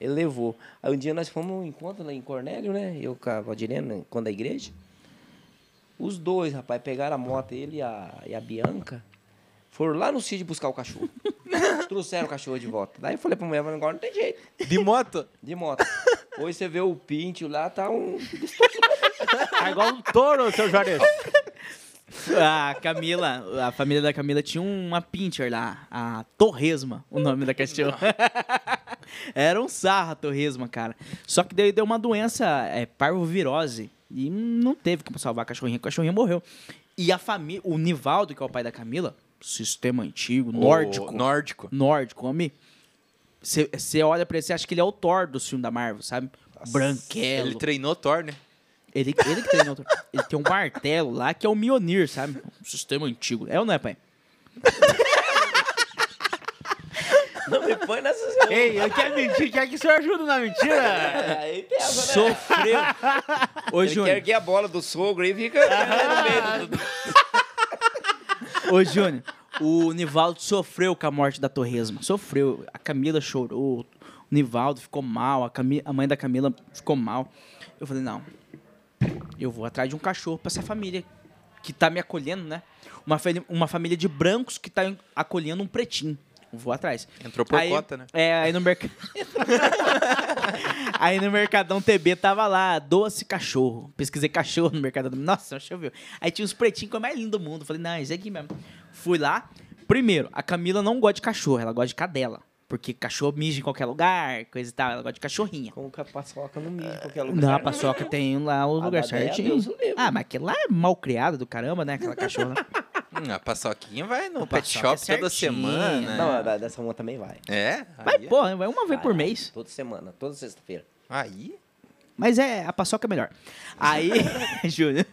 Speaker 1: Ele levou. Aí um dia nós fomos num encontro lá em Cornélio, né? Eu com a Valdirena, enquanto da igreja. Os dois, rapaz, pegaram a moto, ele e a, e a Bianca. Foram lá no sítio buscar o cachorro. Trouxeram o cachorro de volta. Daí eu falei pra mulher, "Mas agora não tem jeito.
Speaker 5: é De moto?
Speaker 1: De moto. Hoje você vê o Pinto lá, tá um.
Speaker 2: Tá igual um touro, seu Juarez.
Speaker 3: A Camila, a família da Camila tinha uma pincher lá, a Torresma, o nome da cachorra. Era um sarro a torresma, cara. Só que daí deu uma doença, é, parvovirose. E não teve como salvar a cachorrinha, a cachorrinha morreu. E a família, o Nivaldo, que é o pai da Camila, sistema antigo, nórdico.
Speaker 5: O nórdico.
Speaker 3: Nórdico, homem. Você olha pra ele, você acha que ele é o Thor do filme da Marvel, sabe? Branquelo.
Speaker 5: Ele treinou Thor, né?
Speaker 3: Ele, ele que tem outro- Ele tem um martelo lá que é o Mionir, sabe? Um sistema antigo. É ou não é, pai?
Speaker 1: Não me põe nessa... É,
Speaker 2: Ei, eu quero mentir, quer que o senhor ajuda na mentira?
Speaker 1: Aí pesa, né?
Speaker 3: Sofreu. Ô,
Speaker 1: Ele quer
Speaker 3: Júnior.
Speaker 1: erguer a bola do sogro e fica... no meio do-
Speaker 3: Ô, Júnior. O Nivaldo sofreu com a morte da Torresma. Sofreu. A Camila chorou. O Nivaldo ficou mal. A, Cami- a mãe da Camila ficou mal. Eu falei, não. Eu vou atrás de um cachorro pra essa família que tá me acolhendo, né? Uma, fami- uma família de brancos que tá acolhendo um pretinho. Eu Vou atrás.
Speaker 5: Entrou por
Speaker 3: Aí-
Speaker 5: cota, né?
Speaker 3: É, aí no mercado. aí no Mercadão TB tava lá, doce cachorro. Pesquisei cachorro no Mercadão. Nossa, choveu. Aí tinha uns pretinhos que é o mais lindo do mundo. Falei, não, esse aqui mesmo. Fui lá. Primeiro, a Camila não gosta de cachorro, ela gosta de cadela. Porque cachorro mija em qualquer lugar, coisa e tal. Ela gosta de cachorrinha.
Speaker 1: Com a paçoca no meio, em qualquer lugar.
Speaker 3: Não, a paçoca tem lá é o
Speaker 1: A
Speaker 3: lugar
Speaker 1: da Déa,
Speaker 3: certinho.
Speaker 1: Deus o livre.
Speaker 3: Ah, mas aquele lá é mal criado do caramba, né? Aquela cachorra. lá.
Speaker 5: Hum, a paçoquinha vai no
Speaker 3: A
Speaker 5: pet
Speaker 3: paçoca
Speaker 5: shop
Speaker 3: é
Speaker 5: toda
Speaker 3: certinha.
Speaker 5: semana.
Speaker 1: Não, a da- dessa uma também vai.
Speaker 5: É?
Speaker 3: Vai,
Speaker 5: aí, é-
Speaker 3: pô, vai uma vez por
Speaker 1: Vai,
Speaker 3: mês.
Speaker 1: Toda semana, toda sexta-feira.
Speaker 5: aí?
Speaker 3: Mas é, a paçoca é melhor. Aí, Júlio,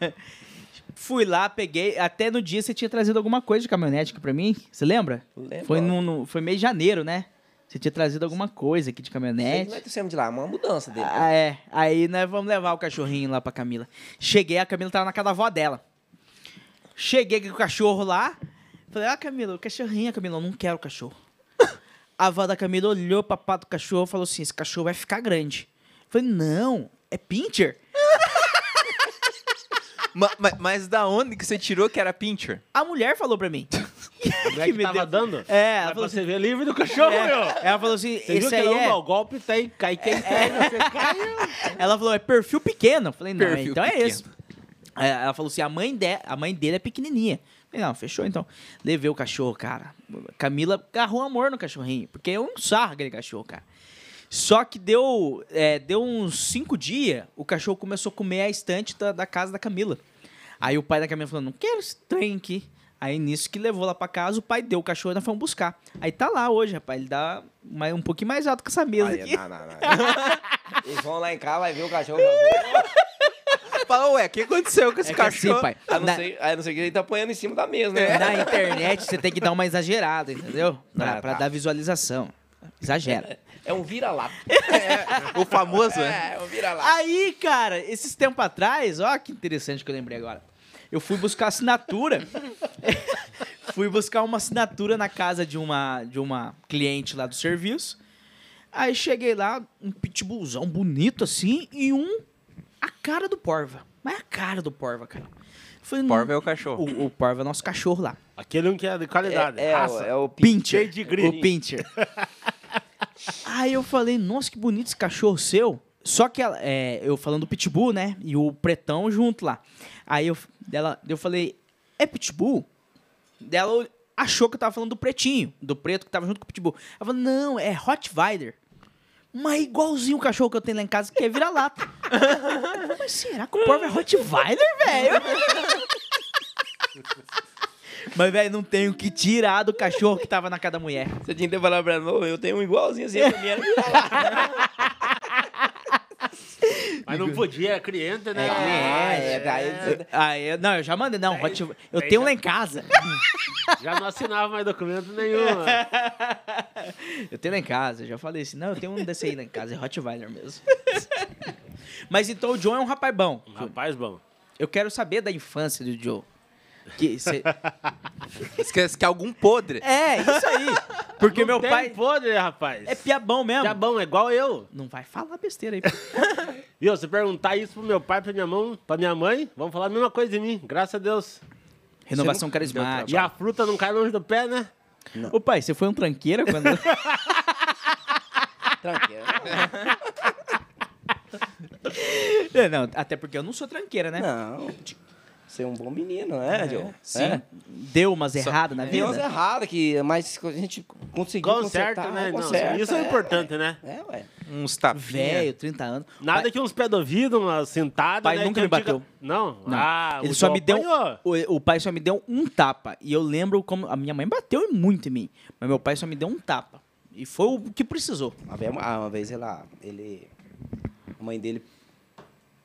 Speaker 3: fui lá, peguei. Até no dia você tinha trazido alguma coisa de caminhonete aqui pra mim. Você lembra?
Speaker 1: Lembro.
Speaker 3: Foi, no, no- foi meio de janeiro, né? Você tinha trazido alguma coisa aqui de
Speaker 1: Nós
Speaker 3: caminhonete.
Speaker 1: trouxemos de lá, é uma mudança dele.
Speaker 3: Ah, é. Aí nós vamos levar o cachorrinho lá pra Camila. Cheguei, a Camila tava na casa da avó dela. Cheguei com o cachorro lá. Falei, ah, Camila, o cachorrinho, Camila, eu não quero o cachorro. a avó da Camila olhou pra pá do cachorro e falou assim: esse cachorro vai ficar grande. Eu falei, não, é pincher.
Speaker 5: Ma- ma- mas da onde que você tirou que era pincher?
Speaker 3: A mulher falou pra mim.
Speaker 2: Como é que tava dando?
Speaker 3: É, ela
Speaker 2: Mas
Speaker 3: falou
Speaker 2: pra
Speaker 3: assim.
Speaker 2: você ver livre do cachorro,
Speaker 3: é,
Speaker 2: meu.
Speaker 3: ela falou assim,
Speaker 2: Você viu
Speaker 3: esse
Speaker 2: que
Speaker 3: aí
Speaker 2: não,
Speaker 3: é.
Speaker 2: o golpe tá aí, cai quem pega, você cai.
Speaker 3: Ela falou, é perfil pequeno. Eu falei, não,
Speaker 5: Perfil
Speaker 3: então é
Speaker 5: pequeno.
Speaker 3: esse. Aí Ela falou assim, a mãe, de, a mãe dele é pequenininha. Eu Falei, não, fechou então. Levei o cachorro, cara. Camila agarrou amor no cachorrinho, porque é um sarro aquele cachorro, cara. Só que deu, é, deu uns cinco dias, o cachorro começou a comer a estante da, da casa da Camila. Aí o pai da Camila falou, não quero esse trem aqui. Aí nisso que levou lá pra casa, o pai deu o cachorro e nós fomos buscar. Aí tá lá hoje, rapaz, ele dá mais- um pouquinho mais alto que essa mesa
Speaker 1: Aí,
Speaker 5: é
Speaker 3: aqui.
Speaker 1: não, não, não. Eles vão lá em casa, vai ver o cachorro. vai-
Speaker 5: Fala, ué, o que aconteceu com esse
Speaker 3: É que assim,
Speaker 5: cachorro?
Speaker 3: pai,
Speaker 1: Ah, não
Speaker 3: na- É.
Speaker 1: sei, ah, não sei o que ele tá apanhando em cima da mesa, né?
Speaker 3: Na internet você tem que dar uma exagerada, entendeu? Pra,
Speaker 1: Ah,
Speaker 3: pra
Speaker 1: tá.
Speaker 3: dar visualização. Exagera.
Speaker 1: É um vira-lata.
Speaker 5: o famoso, né?
Speaker 1: É, é um vira-lata.
Speaker 3: Aí, cara, esses tempos atrás, ó que interessante que eu lembrei agora. Eu fui buscar assinatura. fui buscar uma assinatura na casa de uma, de uma cliente lá do serviço. Aí cheguei lá, um pitbullzão bonito assim, e um. A cara do Porva. Mas é a cara do Porva, cara. Falei, não,
Speaker 5: Porva é o cachorro.
Speaker 3: o, o Porva é nosso cachorro lá.
Speaker 2: Aquele um que é de qualidade,
Speaker 1: É, é, o-
Speaker 2: raça.
Speaker 1: é o pinto.
Speaker 3: Pincher.
Speaker 2: Pedigree.
Speaker 3: O Pincher. Aí eu falei, nossa, que bonito esse cachorro seu. Só que ela, é, eu falando do Pitbull, né? E o Pretão junto lá. Aí eu, dela, eu falei, é Pitbull? Dela ol- achou que eu tava falando do Pretinho, do Preto que tava junto com o Pitbull. Ela falou, não, é Rottweiler. Mas igualzinho o cachorro que eu tenho lá em casa, que é vira-lata. Mas será que o Porvo é Rottweiler, velho? Mas, velho, não tenho o que tirar do cachorro que tava na casa da mulher.
Speaker 1: Você tinha que ter falado pra mim, "Ô, eu tenho um igualzinho assim, pra mim era vira-lata.
Speaker 2: Mas não podia, é cliente, né?
Speaker 1: Ah, é, daí você-
Speaker 3: Ah, eu, não, eu já mandei. Não, Hot, eu tenho lá em casa.
Speaker 2: Já não assinava mais documento nenhum. né?
Speaker 3: Eu tenho lá em casa, eu já falei assim. Não, eu tenho um desse aí lá em casa, é Rottweiler mesmo. Mas então o John é um rapaz bom.
Speaker 2: Rapaz, bom.
Speaker 3: Eu quero saber da infância do John. Que cê-
Speaker 5: Esquece que é algum podre.
Speaker 3: É, isso aí. Porque
Speaker 2: Não
Speaker 3: meu
Speaker 2: tem
Speaker 3: pai
Speaker 2: podre, rapaz.
Speaker 3: é piabão mesmo.
Speaker 2: Tá bom, é igual eu.
Speaker 3: Não vai falar besteira aí.
Speaker 2: Viu, se perguntar isso pro meu pai, pra minha mãe, pra minha mãe, vão falar a mesma coisa de mim, graças a Deus.
Speaker 3: Renovação
Speaker 2: E
Speaker 3: carismática.
Speaker 2: a fruta não cai longe do pé, né?
Speaker 3: Ô pai, você foi um tranqueira quando.
Speaker 1: Tranquilo.
Speaker 3: É, não, até porque eu não sou tranqueira, né?
Speaker 1: Não. Você é um bom menino, né, é, Diogo?
Speaker 3: Sim. né? Deu umas erradas na
Speaker 1: Tem umas
Speaker 3: vida.
Speaker 1: erradas que, mas a gente conseguiu
Speaker 2: Conserta,
Speaker 1: consertar,
Speaker 2: né? Não,
Speaker 1: conserta,
Speaker 2: isso é importante, né?
Speaker 1: É, ué.
Speaker 5: Uns tapinha.
Speaker 3: Velho, 30 anos.
Speaker 2: Nada que uns pé do ouvido, uma sentada.
Speaker 3: Pai
Speaker 2: né,
Speaker 3: nunca
Speaker 2: que
Speaker 3: me
Speaker 2: eu diga-
Speaker 3: bateu.
Speaker 2: Não.
Speaker 3: Não.
Speaker 2: Ah,
Speaker 3: ele
Speaker 2: o
Speaker 3: só
Speaker 2: João
Speaker 3: me deu.
Speaker 2: apanhou.
Speaker 3: O, o pai só me deu um tapa. E eu lembro como. A minha mãe bateu muito em mim. Mas meu pai só me deu um tapa. E foi o que precisou.
Speaker 1: Uma vez, ah, uma vez, sei lá, ele. A mãe dele.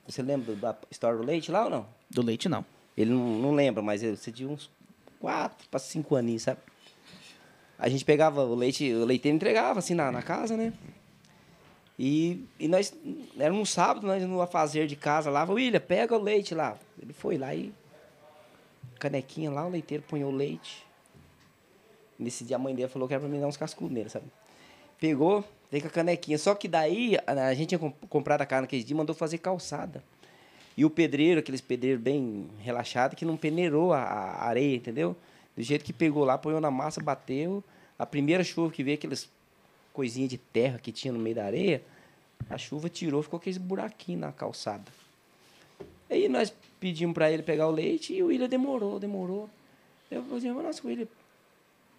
Speaker 1: Você lembra da história do leite lá ou não?
Speaker 3: Do leite, não.
Speaker 1: Ele não, não lembra, mas ele- você tinha uns 4 para 5 aninhos, sabe? A gente pegava o leite, o leiteiro entregava assim na, na casa, né? E, e nós, era um sábado, nós no afazer de casa lá, falou, William, pega o leite lá. Ele foi lá e canequinha lá, o leiteiro punhou o leite. Nesse dia a mãe dele falou que era pra mim dar uns cascudos nele, sabe? Pegou, veio com a canequinha. Só que daí a, a gente tinha comp- comprado a carne naquele dia e mandou fazer calçada. E o pedreiro, aqueles pedreiros bem relaxados, que não peneirou a, a areia, entendeu? Do jeito que pegou lá, põe na massa, bateu. A primeira chuva que veio, aquelas coisinhas de terra que tinha no meio da areia, a chuva tirou, ficou aqueles buraquinhos na calçada. Aí nós pedimos para ele pegar o leite e o William demorou, demorou. Eu falei, assim, nossa, William.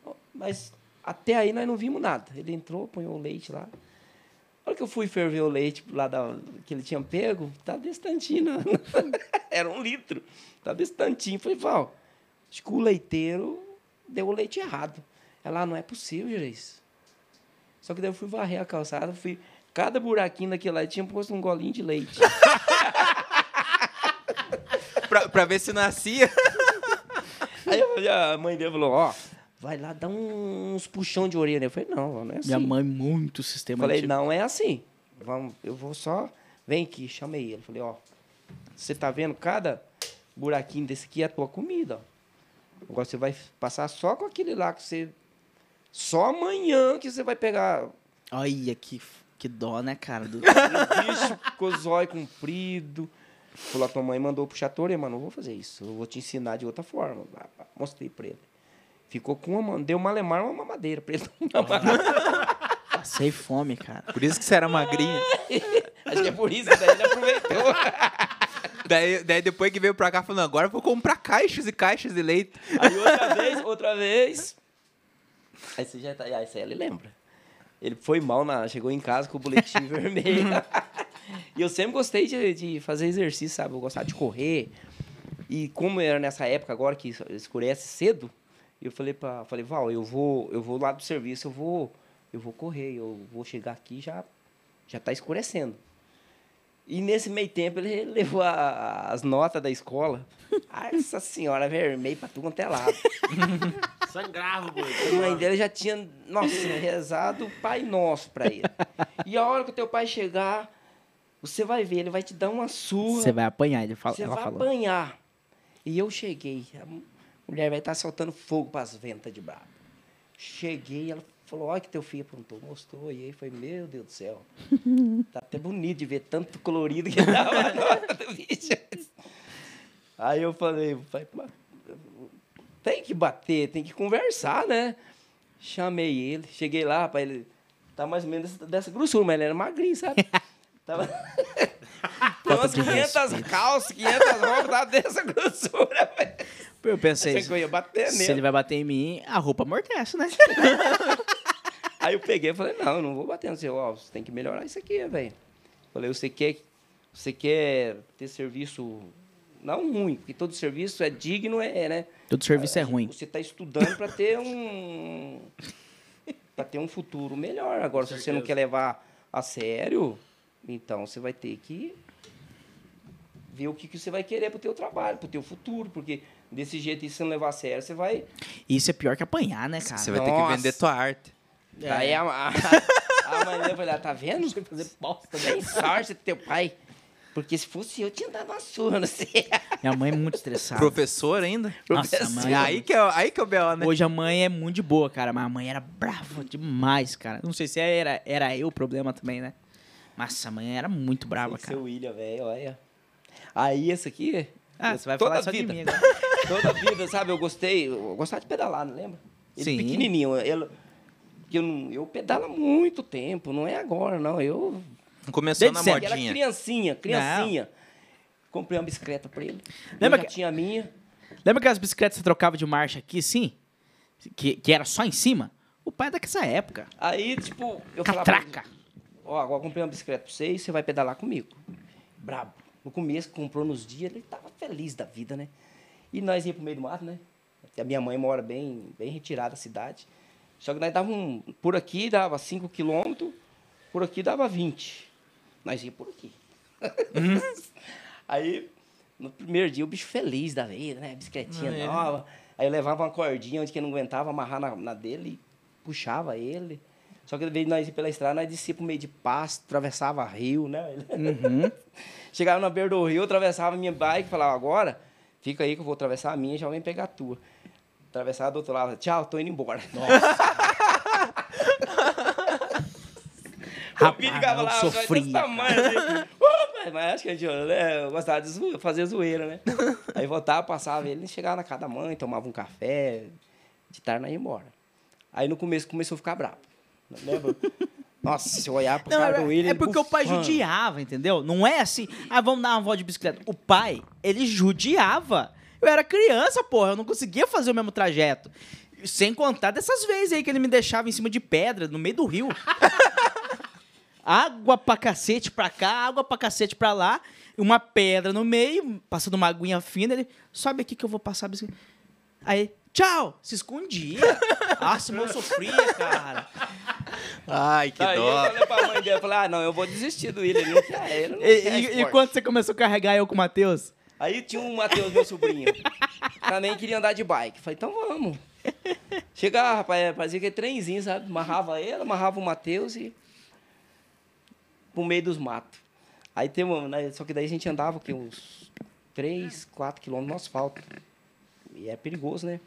Speaker 1: ó, Mas até aí nós não vimos nada. Ele entrou, punhou o leite lá. Na hora que eu fui ferver o leite lá da, que ele tinha pego, tá desse tantinho. né? Era um litro. Tá desse tantinho. Falei, Val, acho que o leiteiro deu o leite errado. Ela, não é possível, Gereis. Só que daí eu fui varrer a calçada, fui... Cada buraquinho daquele lá tinha posto um golinho de leite.
Speaker 5: Pra, pra ver se nascia.
Speaker 1: Aí eu falei, a mãe dele falou, ó, vai lá dar uns puxão de orelha. Eu falei, não, Val, não é assim.
Speaker 3: Minha mãe, muito sistema
Speaker 1: Falei,
Speaker 3: antigo.
Speaker 1: não é assim. Vamos, eu vou só. Vem aqui, chamei ele. Falei, ó. Você tá vendo cada buraquinho desse aqui é a tua comida, ó. Agora você vai passar só com aquele lá que você. Só amanhã que você vai pegar.
Speaker 3: Olha que, que dó, né, cara?
Speaker 1: O
Speaker 3: Do...
Speaker 1: um bicho ficou zóio comprido. Falou, a tua mãe mandou puxar a tua orelha, mano. Não vou fazer isso. Eu vou te ensinar de outra forma. Lá, pá, Mostrei pra ele. Ficou com uma. Deu uma lemar uma mamadeira pra ele tomar.
Speaker 3: Passei fome, cara.
Speaker 5: Por isso que você era magrinha.
Speaker 1: Acho que é por isso que daí ele aproveitou.
Speaker 5: Daí, daí depois que veio pra cá falando, agora eu vou comprar caixas e caixas de leite.
Speaker 1: Aí outra vez, outra vez. Aí você já tá. Aí você ele lembra. Ele foi mal, na, chegou em casa com o boletim vermelho. e eu sempre gostei de, de fazer exercício, sabe? Eu gostava de correr. E como era nessa época agora que escurece cedo, eu falei para falei, Val, eu vou, eu vou lá do serviço, eu vou, eu vou correr, eu vou chegar aqui já já tá escurecendo. E nesse meio tempo ele levou a- as notas da escola. Ah, Essa senhora vermelha pra tudo quanto é lado.
Speaker 3: um-
Speaker 2: Sangrava, pô.
Speaker 1: A mãe dele já tinha, nossa, rezado o Pai Nosso pra ele. E a hora que o teu pai chegar, você vai ver, ele vai te dar uma surra.
Speaker 3: Você vai apanhar, ele fala,
Speaker 1: Você
Speaker 3: ela
Speaker 1: vai
Speaker 3: falou.
Speaker 1: apanhar. E eu cheguei. A mu- mulher vai estar soltando fogo para as ventas de brabo. Cheguei, ela falou: Olha que teu filho aprontou. Mostrou. E aí foi: Meu Deus do céu. tá até bonito de ver tanto colorido que tava a nota do bicho. Aí eu falei: "Vai, mas Tem que bater, tem que conversar, né? Chamei ele. Cheguei lá, rapaz, ele tá mais ou menos dessa, dessa grossura, mas ele era magrinho, sabe? Tava. Tem umas 500 calças, 500 roupas, tá dessa grossura, velho.
Speaker 3: Eu pensei,
Speaker 1: Achei que eu ia bater
Speaker 3: se
Speaker 1: nele.
Speaker 3: ele vai bater em mim, a roupa amortece, né?
Speaker 1: Aí eu peguei e falei, não, eu não vou bater no seu, ó, você tem que melhorar isso aqui, velho. Falei, você quer, você quer ter serviço não ruim, porque todo serviço é digno, é, né?
Speaker 3: Todo serviço é ruim.
Speaker 1: Você tá estudando pra ter um... pra ter um futuro melhor. Agora, se você não quer levar a sério, então você vai ter que ver o que, que você vai querer pro teu trabalho, pro teu futuro, porque desse jeito, se você não levar a sério, você vai...
Speaker 3: Isso é pior que apanhar, né, cara?
Speaker 5: Ah, Você vai ter que
Speaker 1: Nossa.
Speaker 5: vender tua arte.
Speaker 1: Daí a, a, a mãe dele falou, tá vendo? Você vai fazer bosta, nem sorte do teu pai. Porque se fosse eu, tinha dado uma surra, não sei.
Speaker 3: Minha mãe é muito estressada.
Speaker 5: Tá. Professor ainda?
Speaker 3: Nossa, mãe.
Speaker 5: É aí que é, aí que é o B.O., né?
Speaker 3: Hoje a mãe é muito de boa, cara, mas a mãe era brava demais, cara. Não sei se era, era eu o problema também, né? Mas a mãe era muito brava, cara.
Speaker 1: Seu William, velho, olha. Aí, esse aqui...
Speaker 3: Ah,
Speaker 1: eu-
Speaker 3: você vai
Speaker 1: toda
Speaker 3: falar
Speaker 1: a
Speaker 3: só de
Speaker 1: vida,
Speaker 3: mim agora.
Speaker 1: Toda a vida, sabe? Eu gostei, eu gostava de pedalar, não lembra? Ele
Speaker 3: Sim.
Speaker 1: pequenininho, ele... Eu, não- eu pedalo há muito tempo, não é agora, não. Eu
Speaker 5: Começou
Speaker 3: Desde
Speaker 5: na
Speaker 3: sempre.
Speaker 1: Era
Speaker 5: modinha.
Speaker 1: criancinha, criancinha. Comprei uma bicicleta pra ele.
Speaker 3: Lembra
Speaker 1: eu já
Speaker 3: que-
Speaker 1: tinha a minha.
Speaker 3: Lembra aquelas bicicletas que você trocava de marcha aqui, sim? Que, que era só em cima? O pai é dessa época.
Speaker 1: Aí, tipo, eu falava.
Speaker 3: Catraca.
Speaker 1: Ó, agora eu comprei uma bicicleta pra você e você vai pedalar comigo. Brabo. No começo, comprou nos dias, ele tava feliz da vida, né? E nós ia pro meio do mato, né? A minha mãe mora bem, bem retirada da cidade. Só que nós dava um... Por aqui dava 5 quilômetros, por aqui dava 20. Nós ia por aqui. Aí, no primeiro dia, o bicho feliz da vida, né? Bicicletinha nova. Aí eu levava uma cordinha onde que não aguentava amarrar na, na dele e puxava ele. Só que veio nós ir pela estrada, nós descia pro meio de pasto, atravessava rio, né? Chegava na beira do rio, atravessava minha bike, falava, agora, fica aí que eu vou atravessar a minha, já vem pegar a tua. Atravessava do outro lado, tchau, tô indo embora. o filho ficava
Speaker 3: não,
Speaker 1: lá, "Então
Speaker 3: sofria,
Speaker 1: desse tamanho, assim. Uh, mas acho que a gente né, eu gostava de zoe- fazer zoeira, né? Aí voltava, passava, ele chegava na casa da mãe, tomava um café, de tarde nós ia embora. Aí no começo começou a ficar bravo. Lembra? Nossa, se eu olhar pro
Speaker 3: Não,
Speaker 1: cara do
Speaker 3: é,
Speaker 1: William.
Speaker 3: é porque o pai
Speaker 1: bufando.
Speaker 3: judiava, entendeu? Não é assim, ah, vamos dar uma volta de bicicleta. O pai, ele judiava. Eu era criança, porra, eu não conseguia fazer o mesmo trajeto. Sem contar dessas vezes aí que ele me deixava em cima de pedra, no meio do rio. água pra cacete pra cá, água pra cacete pra lá, uma pedra no meio, passando uma aguinha fina, ele sobe aqui que eu vou passar a bicicleta. Aí, tchau! Se escondia. Nossa, o meu sofria, cara.
Speaker 5: Ai, que
Speaker 1: Aí eu
Speaker 5: dó.
Speaker 1: falei pra mãe dela, eu falei, ah, não, eu vou desistir do William, ele não quer, ele não
Speaker 3: E,
Speaker 1: quer
Speaker 3: e- e
Speaker 1: esporte.
Speaker 3: quando você começou a carregar eu com o Matheus?
Speaker 1: Aí tinha um Matheus, meu sobrinho, também queria andar de bike. Falei, então vamos. Chegava, rapaz, é, fazia aquele trenzinho, sabe? Amarrava ele, amarrava o Matheus e... Pro meio dos matos. Aí tem uma... né, Só que daí a gente andava, o quê? Uns 3, 4 quilômetros no asfalto. E é perigoso, né?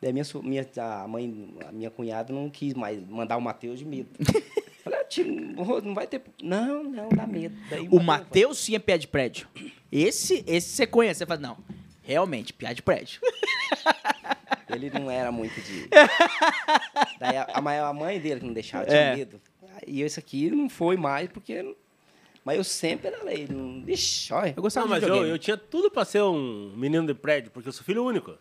Speaker 1: Daí minha, so- minha, a mãe, a minha cunhada não quis mais mandar o Matheus de medo. Falei, ah, tio, não vai ter... Não, não, dá medo. Daí
Speaker 3: O
Speaker 1: Matheus-
Speaker 3: Matheus sim é piada de prédio. Esse, esse você conhece. Você fala, não, realmente, piada de prédio.
Speaker 1: Ele não era muito de. Daí a, a mãe- a mãe dele que não deixava, tinha
Speaker 3: É.
Speaker 1: medo. E isso aqui não foi mais, porque. Mas eu sempre era lei. Não... Ixi, olha.
Speaker 3: Eu gostava
Speaker 2: Não,
Speaker 3: de
Speaker 2: mas eu,
Speaker 3: videogame.
Speaker 2: eu tinha tudo pra ser um menino de prédio, porque eu sou filho único.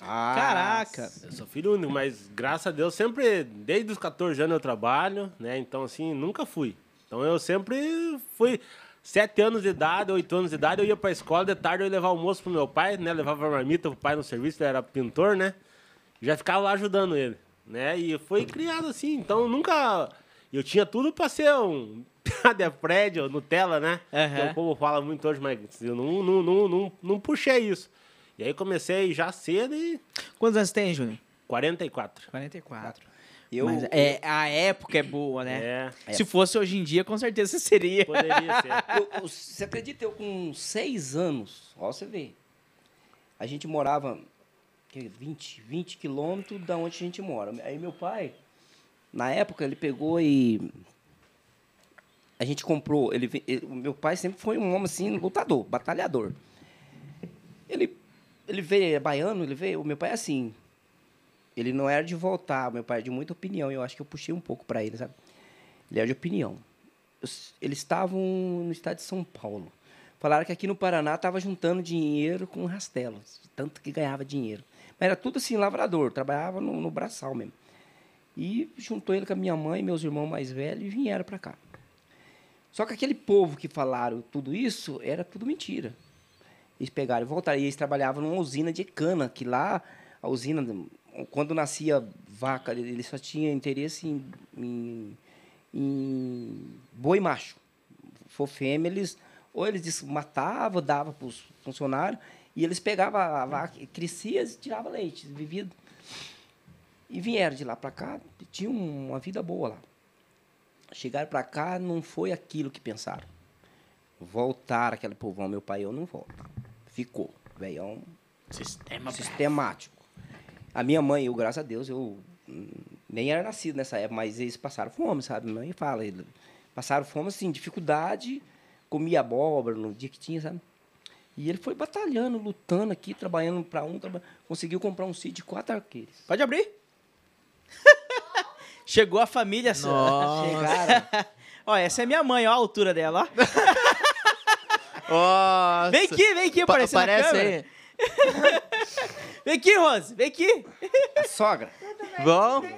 Speaker 3: Caraca.
Speaker 2: Eu sou filho único, mas graças a Deus, sempre, desde os 14 anos eu trabalho, né? Então, assim, nunca fui. Então, eu sempre fui. Sete anos de idade, oito anos de idade, eu ia pra escola, de tarde eu ia levar almoço pro meu pai, né? Levava marmita pro pai no serviço, ele era pintor, né? Já ficava lá ajudando ele, né? E foi criado assim, então nunca... Eu tinha tudo pra ser um piada prédio, Nutella, né? Que
Speaker 3: Aham.
Speaker 2: o povo fala muito hoje, mas eu não, não, não, não, não puxei isso. E aí comecei já cedo e
Speaker 3: Quantos anos tem, Júnior?
Speaker 2: 44.
Speaker 3: 44.
Speaker 1: Eu,
Speaker 3: Mas é, a época é boa, né?
Speaker 2: É,
Speaker 3: Se fosse hoje em dia, com certeza você seria.
Speaker 2: poderia ser.
Speaker 1: eu- eu- você acredita, eu com seis anos, ó, você vê. A gente morava que, 20, 20 quilômetros da onde a gente mora. Aí meu pai, na época, ele pegou e. A gente comprou. Ele, ve- ele- o meu pai sempre foi um homem assim, lutador, batalhador. Ele, ele veio, ele é baiano, ele veio. O meu pai é assim. Ele não era de voltar, meu pai é de muita opinião. Eu acho que eu puxei um pouco pra ele, sabe? Ele era de opinião. Os- Eles estavam no estado de São Paulo. Falaram que aqui no Paraná estava juntando dinheiro com rastelo, tanto que ganhava dinheiro. Mas era tudo assim, lavrador, trabalhava no, no braçal mesmo. E juntou ele com a minha mãe, meus irmãos mais velhos, e vieram pra cá. Só que aquele povo que falaram tudo isso, era tudo mentira. Eles pegaram e voltaram. E eles trabalhavam numa usina de cana, que lá, a usina, quando nascia vaca, ele ele só tinha interesse em, em, em boi macho. For fêmea, eles, ou eles des- matavam, davam para os funcionários, e eles pegavam a vaca, crescia e tirava leite, vivido. E vieram de lá para cá, tinham uma vida boa lá. Chegaram para cá, não foi aquilo que pensaram. Voltaram aquele povão, meu pai, eu não volto. Ficou, velhão,
Speaker 3: Sistema
Speaker 1: sistemático. A minha mãe, eu, graças a Deus, eu hum, nem era nascido nessa época, mas eles passaram fome, sabe? Minha mãe fala, ele- passaram fome, assim, dificuldade, comia abóbora no dia que tinha, sabe? E ele foi batalhando, lutando aqui, trabalhando para um, traba- conseguiu comprar um sítio de quatro arqueiros.
Speaker 3: Pode abrir. Chegou a família. só.
Speaker 5: Nossa.
Speaker 1: Chegaram,
Speaker 3: Ó, essa é minha mãe, ó a altura dela, ó.
Speaker 5: Nossa.
Speaker 3: Vem aqui, vem aqui,
Speaker 5: Pa-
Speaker 3: aparecendo na
Speaker 5: aparece
Speaker 3: câmera.
Speaker 5: aí.
Speaker 3: Vem aqui, Rose, vem aqui.
Speaker 1: A sogra.
Speaker 5: Vamos.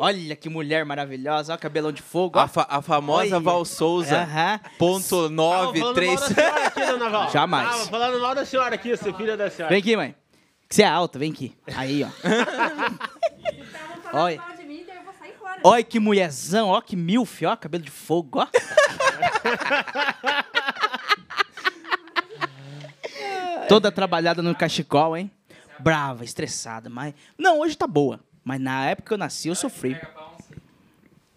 Speaker 3: Olha que mulher maravilhosa, ó, cabelão de fogo. ó.
Speaker 5: A, fa- a famosa
Speaker 3: Olha.
Speaker 5: Val Souza,
Speaker 3: Aham.
Speaker 5: ponto
Speaker 2: Tava falando mal da
Speaker 5: 93.
Speaker 2: senhora aqui, dona Val.
Speaker 3: Jamais.
Speaker 2: Tava falando mal da senhora aqui, seu filho da senhora.
Speaker 3: Vem aqui, mãe. Que você é alta, vem aqui. Aí, ó.
Speaker 6: Estavam
Speaker 3: Olha.
Speaker 6: falando mal de mim, daí eu vou sair fora.
Speaker 3: Olha que mulherzão, ó que milf, ó, cabelo de fogo, ó. Toda trabalhada no cachecol, hein? Brava, estressada, mas... Não, hoje tá boa. Mas na época que eu nasci, eu sofri.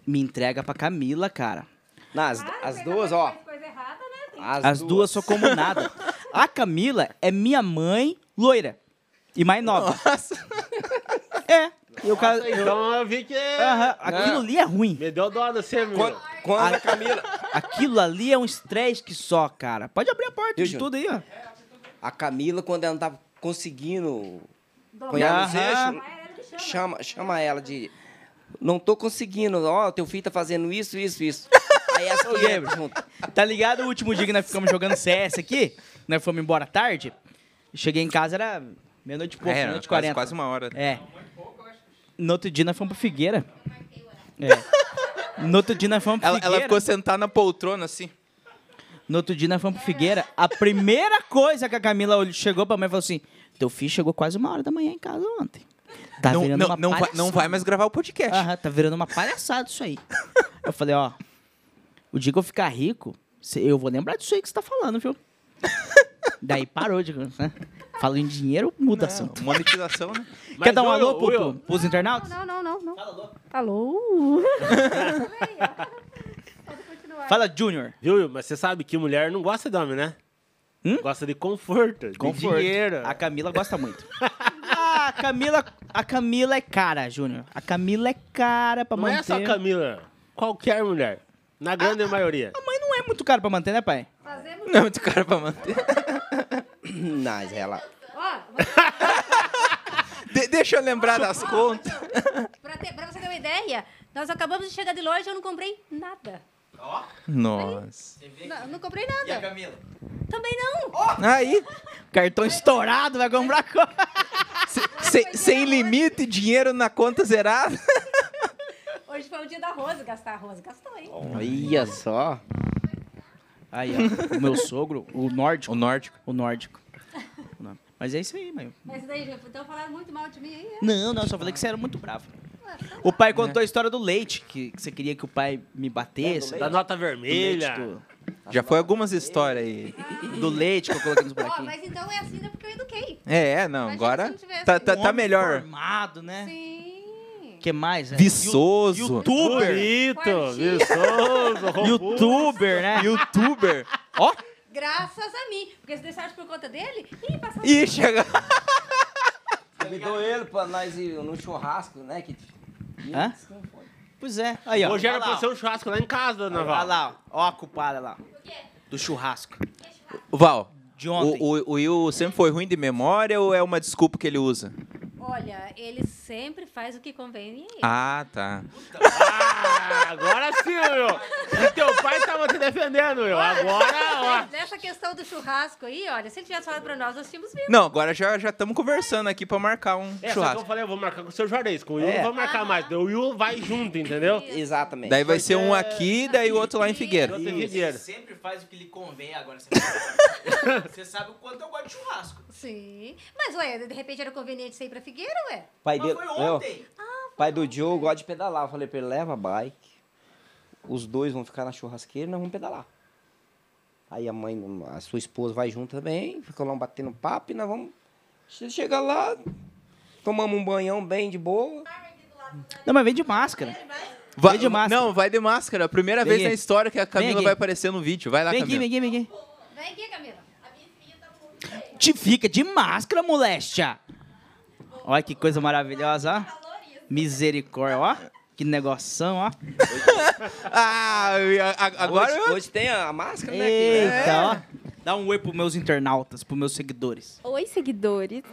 Speaker 3: Me entrega pra Camila, cara.
Speaker 1: Nas,
Speaker 6: Para,
Speaker 1: as
Speaker 6: pega
Speaker 1: duas,
Speaker 6: pra
Speaker 1: ó. Ah,
Speaker 6: fazer Ah, Coisa errada, né? Tem
Speaker 1: As,
Speaker 3: As duas só como nada. A Camila é minha mãe loira. E mais nova. É. E o cara... eu-
Speaker 2: Então eu vi que.
Speaker 3: Aham,
Speaker 5: Né?
Speaker 3: aquilo ali é ruim.
Speaker 2: Me deu dó da você, meu.
Speaker 1: Quando, quando a Camila.
Speaker 3: Aquilo ali é um estresse que só, cara. Pode abrir a porta
Speaker 1: Viu,
Speaker 3: de
Speaker 1: Júnior?
Speaker 3: tudo aí, ó.
Speaker 1: A Camila, quando ela não tava conseguindo
Speaker 6: dó.
Speaker 1: apanhar
Speaker 3: Aham.
Speaker 1: no
Speaker 6: é
Speaker 1: seixo, chama, chama
Speaker 7: É.
Speaker 1: ela de. Não tô conseguindo, ó, teu filho tá fazendo isso, isso, isso. Aí essa que
Speaker 3: lembro.
Speaker 1: entra junto.
Speaker 3: Tá ligado o último dia que nós ficamos jogando CS aqui? Nós fomos embora tarde. Cheguei em casa, era meia-noite e pouco,
Speaker 5: É, era
Speaker 3: meia-noite e
Speaker 5: quase,
Speaker 3: quarenta.
Speaker 5: quase uma hora.
Speaker 3: É.
Speaker 5: né?
Speaker 3: No outro dia nós fomos pra Figueira. É. No outro dia nós fomos pra
Speaker 5: Ela,
Speaker 3: Figueira.
Speaker 5: ela ficou sentada na poltrona, assim.
Speaker 3: No outro dia nós fomos pro Figueira. A primeira coisa que a Camila olhou- chegou pra mãe e falou assim: Teu filho chegou quase uma hora da manhã em casa ontem. Tá
Speaker 5: não,
Speaker 3: virando
Speaker 5: não,
Speaker 3: uma
Speaker 5: não, vai,
Speaker 3: palhaçada."
Speaker 5: não vai mais gravar o podcast.
Speaker 3: Aham, tá virando uma palhaçada isso aí. Eu falei, ó, o dia que eu ficar rico, cê- eu vou lembrar disso aí que você tá falando, viu? Daí parou de. Né? Fala em dinheiro, muda
Speaker 5: Ah,
Speaker 3: assunto.
Speaker 5: Monetização, né?
Speaker 2: Mas,
Speaker 3: Quer dar um
Speaker 2: ô,
Speaker 3: alô
Speaker 2: ô,
Speaker 3: pro,
Speaker 2: Will,
Speaker 3: pro, pros internautas?
Speaker 6: Não, não, não, não. Alô? Pode continuar.
Speaker 3: Fala, Junior.
Speaker 2: Viu, Will? Mas você sabe que mulher não gosta de homem, né?
Speaker 3: Hum?
Speaker 2: Gosta de conforto, de dinheiro.
Speaker 3: A Camila gosta muito. Ah, a Camila, a Camila é cara, Júnior. A Camila é cara pra
Speaker 2: Não
Speaker 3: manter.
Speaker 2: é só Camila. Qualquer mulher. Na grande
Speaker 3: Ah,
Speaker 2: maioria.
Speaker 3: A mãe não é muito cara pra manter, né, pai?
Speaker 6: Fazemos.
Speaker 5: Não é muito caro pra manter.
Speaker 1: Mas ela.
Speaker 6: Ó,
Speaker 5: De- deixa eu lembrar das contas.
Speaker 6: pra, ter- pra você ter uma ideia, nós acabamos de chegar de loja e eu não comprei nada.
Speaker 5: Nossa.
Speaker 6: Não, não comprei nada.
Speaker 4: Camila?
Speaker 6: Também não.
Speaker 5: Aí,
Speaker 3: Cartão estourado, vai comprar coisa.
Speaker 5: se- se- sem limite, dinheiro na conta zerada.
Speaker 6: Hoje foi o dia da Rose gastar a Rose. Gastou, hein?
Speaker 1: Olha só.
Speaker 3: Aí, ó, o meu sogro, o nórdico.
Speaker 5: O nórdico.
Speaker 3: O nórdico. O nome. Mas é isso aí, mãe.
Speaker 6: Mas daí, gente, então falaram muito mal de mim aí. é?
Speaker 3: Não, não, só falei que você era muito bravo. O pai contou a história do leite, que, que você queria que o pai me batesse.
Speaker 2: Da nota vermelha.
Speaker 3: Do,
Speaker 5: Já foi algumas histórias aí.
Speaker 3: do leite que eu coloquei nos
Speaker 6: Ó,
Speaker 3: buraquinhos.
Speaker 6: mas então é assim, né? Porque eu eduquei.
Speaker 5: É, é, não.
Speaker 6: Mas
Speaker 5: Agora
Speaker 6: se não tivesse-
Speaker 5: tá, tá,
Speaker 3: Um
Speaker 5: tá
Speaker 3: homem
Speaker 5: melhor.
Speaker 3: Formado,
Speaker 1: É.
Speaker 3: né?
Speaker 6: Sim.
Speaker 3: O que mais? né?
Speaker 5: Viçoso.
Speaker 3: Youtuber.
Speaker 2: Bonito,
Speaker 6: Quartinho.
Speaker 2: viçoso, robusto.
Speaker 3: Youtuber, né?
Speaker 5: Youtuber.
Speaker 3: Ó,
Speaker 6: Graças a mim. Porque se deixasse por conta dele, ih, passava.
Speaker 5: Ih, chega.
Speaker 1: Convidou ele pra nós ir num churrasco, né? Que...
Speaker 3: Hã? pois é. Aí, ó.
Speaker 2: Hoje era
Speaker 3: Olha lá,
Speaker 2: pra ser
Speaker 3: ó.
Speaker 2: um churrasco lá em casa, dona
Speaker 3: Olha
Speaker 2: Val.
Speaker 3: lá, ó. Ó a culpada lá. Do churrasco.
Speaker 5: Val,
Speaker 3: De ontem.
Speaker 5: o, o, o Will sempre foi ruim de memória ou é uma desculpa que ele usa?
Speaker 6: Olha, ele sempre faz o que convém. E
Speaker 5: Ah, tá.
Speaker 2: Ah, agora sim, meu. E teu pai tava te defendendo, meu. Agora, ó.
Speaker 6: Mas Nessa questão do churrasco aí, olha, se ele tivesse falado pra nós, nós tínhamos vindo.
Speaker 5: Não, agora já estamos conversando aqui pra marcar um
Speaker 2: É, só que eu
Speaker 5: churrasco.
Speaker 2: falei, eu vou marcar com o seu Juarez. Com o Will
Speaker 1: É.
Speaker 2: não vou marcar mais. O Will vai junto, entendeu?
Speaker 3: É
Speaker 1: Exatamente.
Speaker 5: Daí vai ser um aqui, daí o outro lá em Figueira.
Speaker 2: Tem dinheiro.
Speaker 7: sempre faz o que lhe convém agora. Você sabe, você sabe o quanto eu gosto de churrasco.
Speaker 6: Sim. Mas, ué, de repente era conveniente sair pra Figueira, ué?
Speaker 1: pai
Speaker 7: Mas
Speaker 1: dele.
Speaker 7: foi
Speaker 1: eu-
Speaker 7: ontem.
Speaker 1: pai do Joe gosta de pedalar. Eu falei pra ele, leva a bike. Os dois vão ficar na churrasqueira e nós vamos pedalar. Aí a mãe, a sua esposa vai junto também, fica lá batendo papo e nós vamos. Che- Chega lá, tomamos um banhão bem de boa.
Speaker 3: Não, mas vem de máscara.
Speaker 5: Vai
Speaker 3: Vem de máscara.
Speaker 5: Não, vai de máscara. Primeira
Speaker 3: Vem
Speaker 5: vez na
Speaker 3: aqui.
Speaker 5: história que a Camila
Speaker 3: aqui.
Speaker 5: vai aparecer no vídeo. Vai lá,
Speaker 3: Vem aqui,
Speaker 5: Camila.
Speaker 3: vem aqui, vem aqui.
Speaker 6: Vem aqui, Camila. tá
Speaker 3: Te fica de máscara, moléstia. Olha que coisa maravilhosa, ó. Misericórdia, ó. Que negocinho, ó.
Speaker 5: Ah, e a- a- agora
Speaker 1: hoje,
Speaker 5: eu-
Speaker 1: hoje tem a
Speaker 5: é
Speaker 1: máscara, né?
Speaker 3: É.
Speaker 1: que-
Speaker 3: Eita, ó. Dá um oi pros meus internautas, pros meus seguidores.
Speaker 6: Oi, seguidores.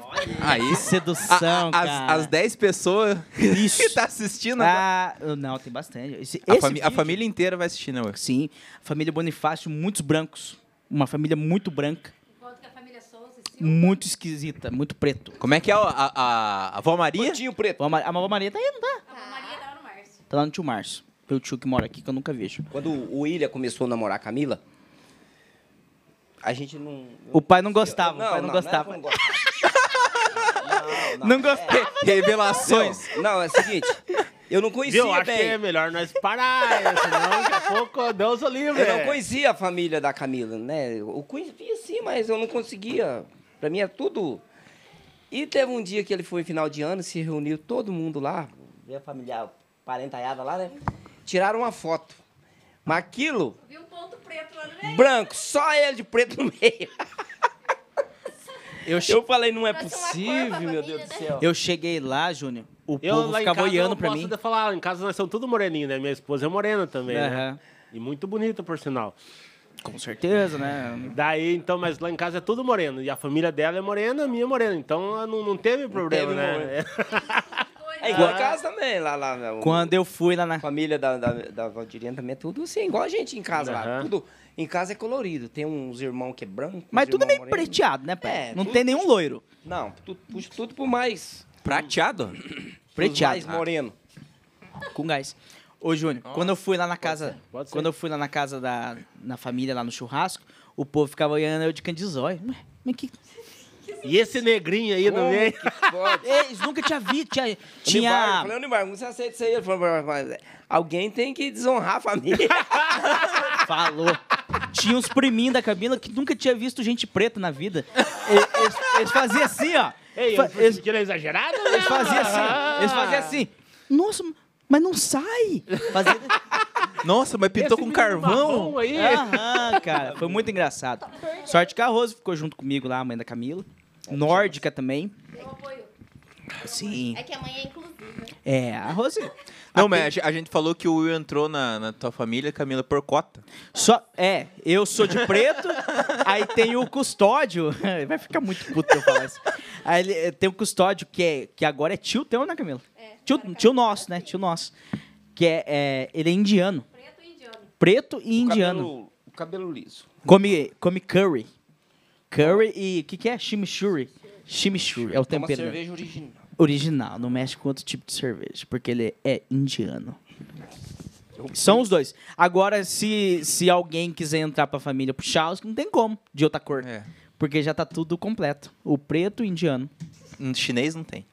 Speaker 5: Aí
Speaker 3: Sedução,
Speaker 5: a- a-
Speaker 3: cara.
Speaker 5: as, as 10 pessoas que tá assistindo. agora-
Speaker 3: Ah, não, tem bastante. Esse,
Speaker 5: a,
Speaker 3: esse
Speaker 5: fami- a
Speaker 3: vídeo-
Speaker 5: família inteira vai assistir, né, Will?
Speaker 3: Sim, família Bonifácio, muitos brancos. uma família muito branca,
Speaker 6: Enquanto que a família Souza e Silva.
Speaker 3: muito esquisita, muito preto.
Speaker 5: Como é que é a, a, a- a avó Maria?
Speaker 1: Pontinho preto.
Speaker 3: A Maria, a Vó Maria tá indo, tá?
Speaker 6: A Maria tá lá no Márcio.
Speaker 3: Tá lá no tio Márcio, meu tio que mora aqui, que eu nunca vejo.
Speaker 1: Quando o William começou a namorar a Camila, a gente não.
Speaker 3: O pai não gostava, o pai não, gostava.
Speaker 1: Não, é
Speaker 3: Não,
Speaker 1: era que eu não gostava. não, não.
Speaker 3: gostei.
Speaker 5: Revelações.
Speaker 1: Não, não, é o seguinte, eu não conhecia
Speaker 2: Viu? Acho que é
Speaker 1: bem.
Speaker 2: melhor nós parar, né? senão daqui a pouco Deus o livre.
Speaker 1: Eu não conhecia a família da Camila, né? Eu conhecia sim, mas eu não conseguia. Pra mim era tudo. E teve um dia que ele foi final de ano, se reuniu todo mundo lá, minha família, parentaiada lá, né? Tiraram uma foto. Mas aquilo,
Speaker 6: Viu um ponto preto lá no meio.
Speaker 1: branco, só ele de preto no meio. Eu, falei, não é
Speaker 6: Pra ser uma cor pra
Speaker 1: possível, meu
Speaker 6: família,
Speaker 1: Deus do
Speaker 6: né?
Speaker 1: céu.
Speaker 3: Eu cheguei lá, Júnior, o
Speaker 2: Eu
Speaker 3: povo
Speaker 2: lá em
Speaker 3: ficava
Speaker 2: casa
Speaker 3: olhando
Speaker 2: eu
Speaker 3: pra
Speaker 2: posso
Speaker 3: mim.
Speaker 2: até falar, lá em casa nós somos tudo moreninho, né? Minha esposa é morena também, né?
Speaker 3: Aham.
Speaker 2: E muito bonita, por sinal.
Speaker 3: Com certeza, né?
Speaker 2: Daí, então, mas lá em casa é tudo moreno. E a família dela é morena, a minha é morena. Então não, não teve problema,
Speaker 1: teve
Speaker 2: né?
Speaker 1: É igual em casa também, lá, lá. lá, o-
Speaker 3: Quando eu fui lá na...
Speaker 1: A família da, da, da Valdirina também é tudo assim, igual a gente em casa lá.
Speaker 2: Aham.
Speaker 1: Tudo, em casa é colorido. Tem uns irmãos que é branco.
Speaker 3: Mas
Speaker 1: uns
Speaker 3: tudo é
Speaker 1: irmão
Speaker 3: meio
Speaker 1: moreno.
Speaker 3: preteado, né, pai?
Speaker 1: É,
Speaker 3: não
Speaker 1: tudo
Speaker 3: tem nenhum loiro.
Speaker 1: Não, tu, puxa tudo pro mais.
Speaker 5: Prateado?
Speaker 1: pros
Speaker 3: Preteado.
Speaker 1: mais moreno.
Speaker 3: Com gás. Ô, Júnior, quando eu fui lá na casa.
Speaker 2: pode ser.
Speaker 3: Quando eu fui lá na casa da na família, lá no churrasco, o povo ficava olhando eu de candizói. Ué, mas que.
Speaker 2: E esse negrinho aí no
Speaker 1: Como
Speaker 2: meio.
Speaker 1: que pode?
Speaker 3: Eles nunca tinha visto. Tinha.
Speaker 1: Nibargo, eu
Speaker 3: tinha...
Speaker 1: falei, Nibargo, você aceita isso aí? Ele falou, "Mas, mas, alguém tem que desonrar a família.
Speaker 3: Falou. Tinha uns priminhos da Camila que nunca tinha visto gente preta na vida. Eles, eles- eles faziam assim, ó.
Speaker 2: Ei,
Speaker 3: Fa-
Speaker 2: eu
Speaker 3: eles,
Speaker 2: eles... exagerado? né?
Speaker 3: eles faziam assim. Eles faziam assim. Nossa, mas não sai. Fazia...
Speaker 5: Nossa, mas
Speaker 2: Esse
Speaker 5: pintou com
Speaker 2: menino
Speaker 5: carvão.
Speaker 2: marrom aí.
Speaker 3: É. Aham, cara. Foi muito engraçado. Sorte que a Rose ficou junto comigo lá, a mãe da
Speaker 2: É,
Speaker 3: Camila. Nórdica também.
Speaker 6: Eu apoio.
Speaker 3: Sim.
Speaker 6: É que amanhã é inclusiva.
Speaker 3: É, Ah, a Rose.
Speaker 5: Não, mas a ge- a gente falou que o Will entrou na, na tua família, Camila, por cota.
Speaker 3: Só, é, eu sou de preto, aí tem o custódio. Vai ficar muito puto se eu falar isso. Aí ele- eh, tem o custódio, que, é, que agora é tio teu, né, Camila?
Speaker 6: É,
Speaker 3: Tio,
Speaker 6: cara,
Speaker 3: tio nosso, né? Tio nosso. Que é, é, ele é indiano.
Speaker 6: Preto e indiano.
Speaker 3: Preto e
Speaker 1: O
Speaker 3: indiano.
Speaker 1: cabelo- O cabelo liso.
Speaker 3: Come, come curry. Curry e. O que, que é? Chimichurri. Chimichurri. É o
Speaker 1: Toma
Speaker 3: tempero. dele.
Speaker 1: cerveja original.
Speaker 3: original, não mexe com outro tipo de cerveja, porque ele é indiano. São os dois. Agora, se, se alguém quiser entrar pra família pro Charles, não tem como, de outra cor.
Speaker 5: É.
Speaker 3: Porque já tá tudo completo. O preto e o indiano.
Speaker 5: Hum, Chinês não tem.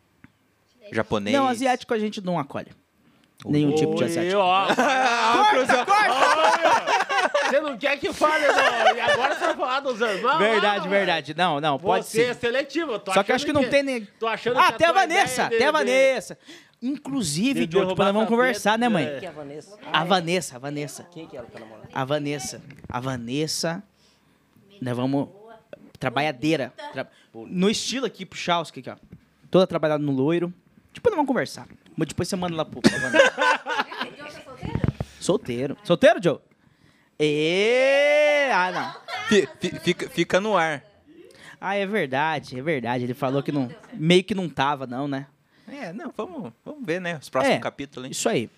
Speaker 5: Japonês.
Speaker 3: Não, asiático a gente não acolhe. Nenhum tipo de
Speaker 2: Oi,
Speaker 3: asiático.
Speaker 2: ó. Você não quer que fale, não. E agora você vai falar dos irmãos?
Speaker 3: Verdade,
Speaker 2: não, é?
Speaker 3: verdade. Não, não, pode
Speaker 2: Você é
Speaker 3: ser.
Speaker 2: seletivo. eu tô
Speaker 3: Só que eu
Speaker 2: achando
Speaker 3: acho que não tem nem.
Speaker 2: Tô achando
Speaker 3: ah,
Speaker 2: que
Speaker 3: até a
Speaker 2: tua
Speaker 3: Vanessa,
Speaker 2: ideia é de-
Speaker 3: até a
Speaker 2: de-
Speaker 3: Vanessa. Inclusive,
Speaker 2: de
Speaker 3: Diogo,
Speaker 2: derrubar
Speaker 3: depois nós vamos
Speaker 2: essa
Speaker 3: conversar, né, mãe?
Speaker 2: pedra.
Speaker 1: Que é a Vanessa?
Speaker 3: A Vanessa, a Vanessa.
Speaker 1: Quem que ela tá namorando?
Speaker 3: A Vanessa. A Vanessa. Nós vamos. Trabalhadeira. Tra- No estilo aqui pro Charles, que aqui, ó. Toda trabalhada no loiro. Tipo, nós vamos conversar. Mas depois você manda lá pro pra Vanessa.
Speaker 6: O Diogo tá solteiro?
Speaker 3: Solteiro. Solteiro, Joe? E... Ah, não.
Speaker 5: Fi- fi- fica, fica no ar.
Speaker 3: Ah, é verdade, é verdade. Ele falou que não. Meio que não tava, não, né?
Speaker 5: É, não, vamos, vamos ver, né? Os próximos
Speaker 3: É.
Speaker 5: capítulos, hein?
Speaker 3: Isso aí.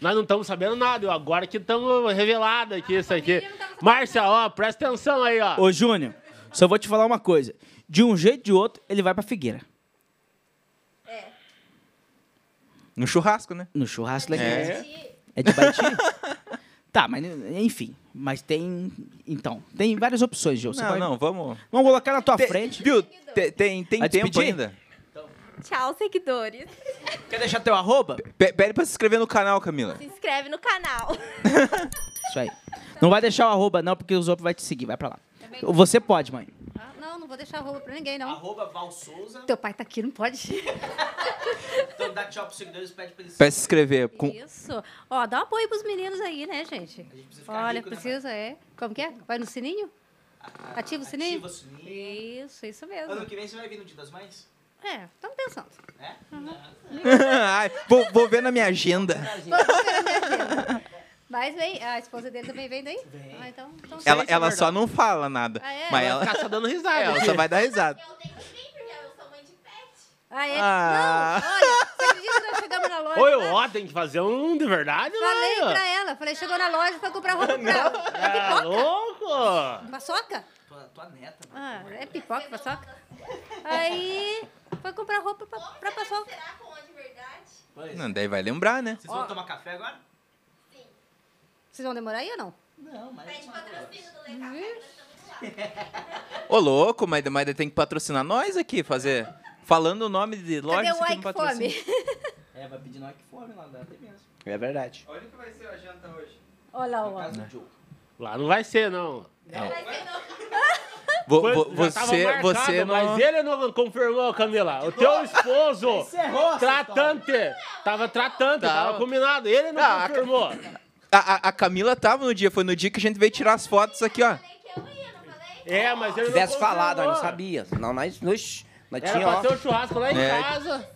Speaker 2: Nós não estamos sabendo nada. eu Agora que estamos revelado aqui isso aqui.
Speaker 6: família não tava sabendo.
Speaker 2: Márcia, ó, presta atenção aí, ó.
Speaker 3: Ô, Júnior, só vou te falar uma coisa. De um jeito ou de outro, ele vai pra Figueira.
Speaker 5: No churrasco, né?
Speaker 3: No churrasco legal.
Speaker 5: É.
Speaker 6: Gente,
Speaker 3: É de Baiti? tá, mas enfim. Mas tem. Então, tem várias opções, Gil. Você
Speaker 5: não,
Speaker 3: pode-
Speaker 5: não, vamos.
Speaker 3: Vamos colocar na tua
Speaker 5: Te-
Speaker 3: frente.
Speaker 5: Viu? Te- tem tem
Speaker 3: Vai
Speaker 5: tempo
Speaker 3: despedir?
Speaker 5: ainda.
Speaker 8: Tchau, seguidores.
Speaker 3: Quer deixar teu arroba?
Speaker 5: Pe- pede pra se inscrever no canal, Camila.
Speaker 8: Se inscreve no canal.
Speaker 3: Isso aí. Não vai deixar o arroba, não, porque os outros vão te seguir. Vai pra lá.
Speaker 6: Também.
Speaker 3: Você pode, mãe.
Speaker 6: ah, Não, não vou deixar roupa pra ninguém, não.
Speaker 7: Arroba Val Souza.
Speaker 6: Teu pai tá aqui, não pode.
Speaker 7: Então dá tchau pros seguidores, pede pra eles.
Speaker 5: Pra se inscrever. Com...
Speaker 6: Isso. Ó, dá um apoio pros meninos aí, né, gente?
Speaker 7: A gente precisa ficar
Speaker 6: Olha,
Speaker 7: rico, né, Ah,
Speaker 6: precisa, é. Como que é? Vai no sininho? Ativa o sininho?
Speaker 7: Ativa o sininho.
Speaker 6: Isso, isso mesmo.
Speaker 7: Ano que vem você vai vir no Dia das Mães?
Speaker 6: É, estamos pensando.
Speaker 7: É?
Speaker 5: Ai, vou, vou ver na minha agenda.
Speaker 6: né, Mas vem, a esposa dele também vem daí? Vem. Ah, então, então
Speaker 5: Ela,
Speaker 3: é
Speaker 6: sim.
Speaker 5: ela só não fala nada.
Speaker 6: Ah, é?
Speaker 5: Mas
Speaker 2: Ela
Speaker 5: ela,
Speaker 2: tá só dando risada.
Speaker 5: ela
Speaker 2: aqui.
Speaker 5: só vai dar risada.
Speaker 8: Eu tenho que vir porque eu sou mãe de pet.
Speaker 6: Ah, é?
Speaker 5: Ah.
Speaker 6: Não, olha, você acredita que nós chegamos Chegamos na loja.
Speaker 2: Oi,
Speaker 6: lá,
Speaker 2: ó, tem que fazer um de verdade,
Speaker 6: Falei
Speaker 2: mano.
Speaker 6: pra ela, falei, chegou na loja, foi comprar roupa pra
Speaker 2: Tá
Speaker 6: ela. É pipoca?
Speaker 2: louco!
Speaker 6: Paçoca?
Speaker 7: Tua, tua neta, mano.
Speaker 6: Ah, é pipoca, paçoca? Aí foi comprar roupa pra, pra paçoca.
Speaker 8: Será com de verdade?
Speaker 7: Pois.
Speaker 5: Não, daí vai lembrar, né?
Speaker 7: Vocês vão tomar café agora?
Speaker 6: Vocês vão demorar aí ou não?
Speaker 7: Não, mas.
Speaker 8: Pede patrocínio do Leca.
Speaker 5: Ô, louco, mas, mas tem que patrocinar nós aqui, fazer... Falando o nome de
Speaker 6: Cadê
Speaker 5: loja,
Speaker 6: o
Speaker 5: você que não
Speaker 6: Ike
Speaker 5: patrocina.
Speaker 6: Fome?
Speaker 7: É, vai pedir no que fome lá, dá até mesmo.
Speaker 1: É verdade.
Speaker 4: Olha o que vai ser a janta hoje.
Speaker 6: Olha lá, ó.
Speaker 3: né?
Speaker 7: Caso do Joe.
Speaker 2: Lá não vai ser, não.
Speaker 5: Vo-
Speaker 2: Foi-
Speaker 5: vo-
Speaker 2: já tava
Speaker 5: você,
Speaker 2: marcado,
Speaker 5: você não...
Speaker 2: Mas ele não confirmou, Camila. O teu esposo,
Speaker 6: é
Speaker 7: Encerrou
Speaker 2: tratante, tava tratante,
Speaker 5: Tava.
Speaker 2: tava combinado. Ele não
Speaker 5: Ah,
Speaker 2: confirmou.
Speaker 5: A, a- a Camila tava no dia, foi no dia que a gente veio tirar as fotos aqui, ó.
Speaker 8: Falei que eu ia, não falei?
Speaker 2: É, mas ele
Speaker 1: Se
Speaker 2: não
Speaker 1: tivesse
Speaker 2: confirmou.
Speaker 1: falado, nós não sabia. Não, nós, nós, nós
Speaker 2: Era
Speaker 1: tinha,
Speaker 2: pra
Speaker 1: ó.
Speaker 2: ter um churrasco lá em
Speaker 5: É.
Speaker 2: casa.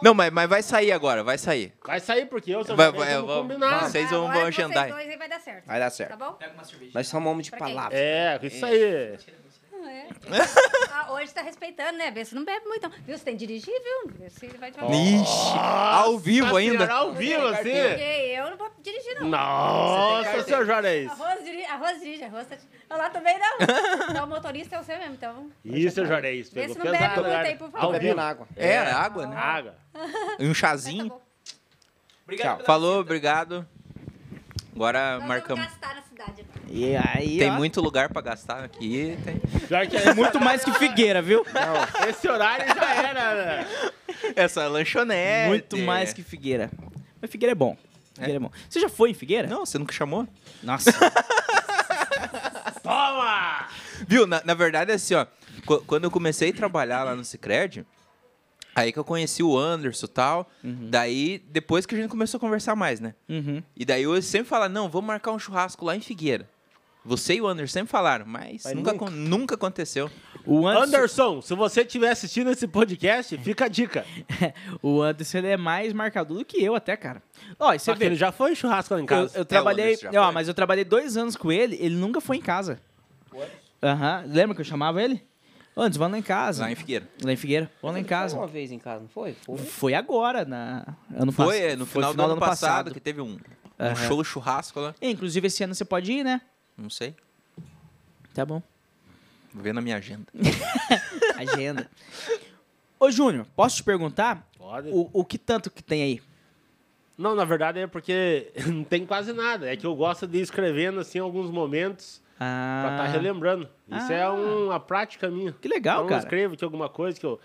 Speaker 5: Não, mas, mas vai sair agora, vai sair.
Speaker 2: Vai sair, porque eu sou
Speaker 5: Vai-
Speaker 2: vai,
Speaker 5: vai- é,
Speaker 2: vai,
Speaker 5: vamos-
Speaker 2: combinado.
Speaker 5: vamos. Vocês vão-
Speaker 6: Ah, Agora
Speaker 5: vão
Speaker 6: com vocês
Speaker 5: agendar aí.
Speaker 6: dois aí vai dar certo.
Speaker 1: Vai dar
Speaker 6: Tá
Speaker 1: certo.
Speaker 6: bom?
Speaker 7: Pega uma cerveja.
Speaker 1: Nós somos homens de
Speaker 6: Pra quem?
Speaker 1: palavra.
Speaker 2: É, isso aí.
Speaker 6: É. Ah, hoje tá respeitando, né? Vê se não bebe muito. não. Viu? Você tem que dirigir, viu? Vê se ele vai devagar.
Speaker 5: Ixi, ao vivo
Speaker 2: Nossa
Speaker 5: ainda.
Speaker 2: senhora, Tá assim, Ao vivo,
Speaker 6: Porque
Speaker 2: assim.
Speaker 6: eu não vou dirigir, não.
Speaker 2: Nossa, seu Juarez.
Speaker 6: A Rose dirige, a Rose dirige, a Rose tá... Eu lá também não. Então o motorista é o seu mesmo, então...
Speaker 2: Isso, seu Juarez.
Speaker 6: Vê
Speaker 2: Pegou
Speaker 6: se não bebe
Speaker 2: pesado.
Speaker 6: muito
Speaker 2: agora.
Speaker 6: aí, por favor.
Speaker 2: Ao
Speaker 6: Tá
Speaker 1: Bebendo
Speaker 2: vivo.
Speaker 1: água.
Speaker 5: É, água, né?
Speaker 2: Água.
Speaker 5: E um
Speaker 6: Mas tá
Speaker 5: chazinho.
Speaker 6: bom.
Speaker 7: Obrigado
Speaker 1: Tchau.
Speaker 7: pela
Speaker 5: Falou,
Speaker 7: visita.
Speaker 5: obrigado. Agora
Speaker 6: Nós
Speaker 5: marcamos.
Speaker 6: vamos gastar na cidade.
Speaker 3: E aí,
Speaker 5: Tem
Speaker 3: ó,
Speaker 5: muito lugar pra gastar aqui. tem-
Speaker 2: Pior que é
Speaker 3: Muito mais que Figueira, viu?
Speaker 2: Esse horário já era, né?
Speaker 5: Essa lanchonete.
Speaker 3: Muito mais que Figueira. Mas Figueira é bom. Figueira é, bom. Você já foi em Figueira?
Speaker 5: Não, você nunca chamou?
Speaker 3: Nossa.
Speaker 2: Toma!
Speaker 5: Viu? Na, na verdade, é assim, ó. qu- Quando eu comecei a trabalhar lá no Cicred, aí que eu conheci o Anderson e tal. Daí, depois que a gente começou a conversar mais, né?
Speaker 3: Uhum.
Speaker 5: E daí eu sempre falo, não, vamos marcar um churrasco lá em Figueira. Você e o Anderson sempre falaram, mas,
Speaker 1: Mas
Speaker 5: nunca,
Speaker 1: nunca.
Speaker 5: con- nunca aconteceu.
Speaker 3: O Anderson,
Speaker 2: Anderson, se você estiver assistindo esse podcast, fica a dica.
Speaker 3: o Anderson ele é mais marcador do que eu até, cara. Ó, e você
Speaker 2: Só que
Speaker 3: vê,
Speaker 2: ele já foi churrasco lá em
Speaker 3: eu,
Speaker 2: casa.
Speaker 3: eu trabalhei,
Speaker 5: Anderson já
Speaker 3: ó,
Speaker 5: foi?
Speaker 3: mas eu trabalhei dois anos com ele, ele nunca foi em casa. Aham, lembra que eu chamava ele? Ô, Anderson, vamos lá em casa.
Speaker 5: Lá em Figueira.
Speaker 3: Lá em Figueira, vamos lá em
Speaker 1: Ele foi
Speaker 3: casa.
Speaker 1: Uma vez em casa, não foi? Foi.
Speaker 3: Foi agora, na ano
Speaker 5: Foi,
Speaker 3: pass-
Speaker 5: é, no final, do ano passado, que teve um, um
Speaker 3: Aham.
Speaker 5: show churrasco lá.
Speaker 3: É, Inclusive esse ano você pode ir, né?
Speaker 5: Não sei.
Speaker 3: Tá bom.
Speaker 5: Vou ver na minha agenda.
Speaker 3: Agenda. Ô, Júnior, posso te perguntar
Speaker 2: Pode.
Speaker 3: o, o que tanto que tem aí?
Speaker 2: Não, na verdade é porque não tem quase nada. É que eu gosto de ir escrevendo assim alguns momentos
Speaker 3: Ah,
Speaker 2: pra estar relembrando. Isso é
Speaker 3: Ah.
Speaker 2: uma prática minha.
Speaker 3: Que legal,
Speaker 2: então,
Speaker 3: cara.
Speaker 2: Eu escrevo que alguma coisa que eu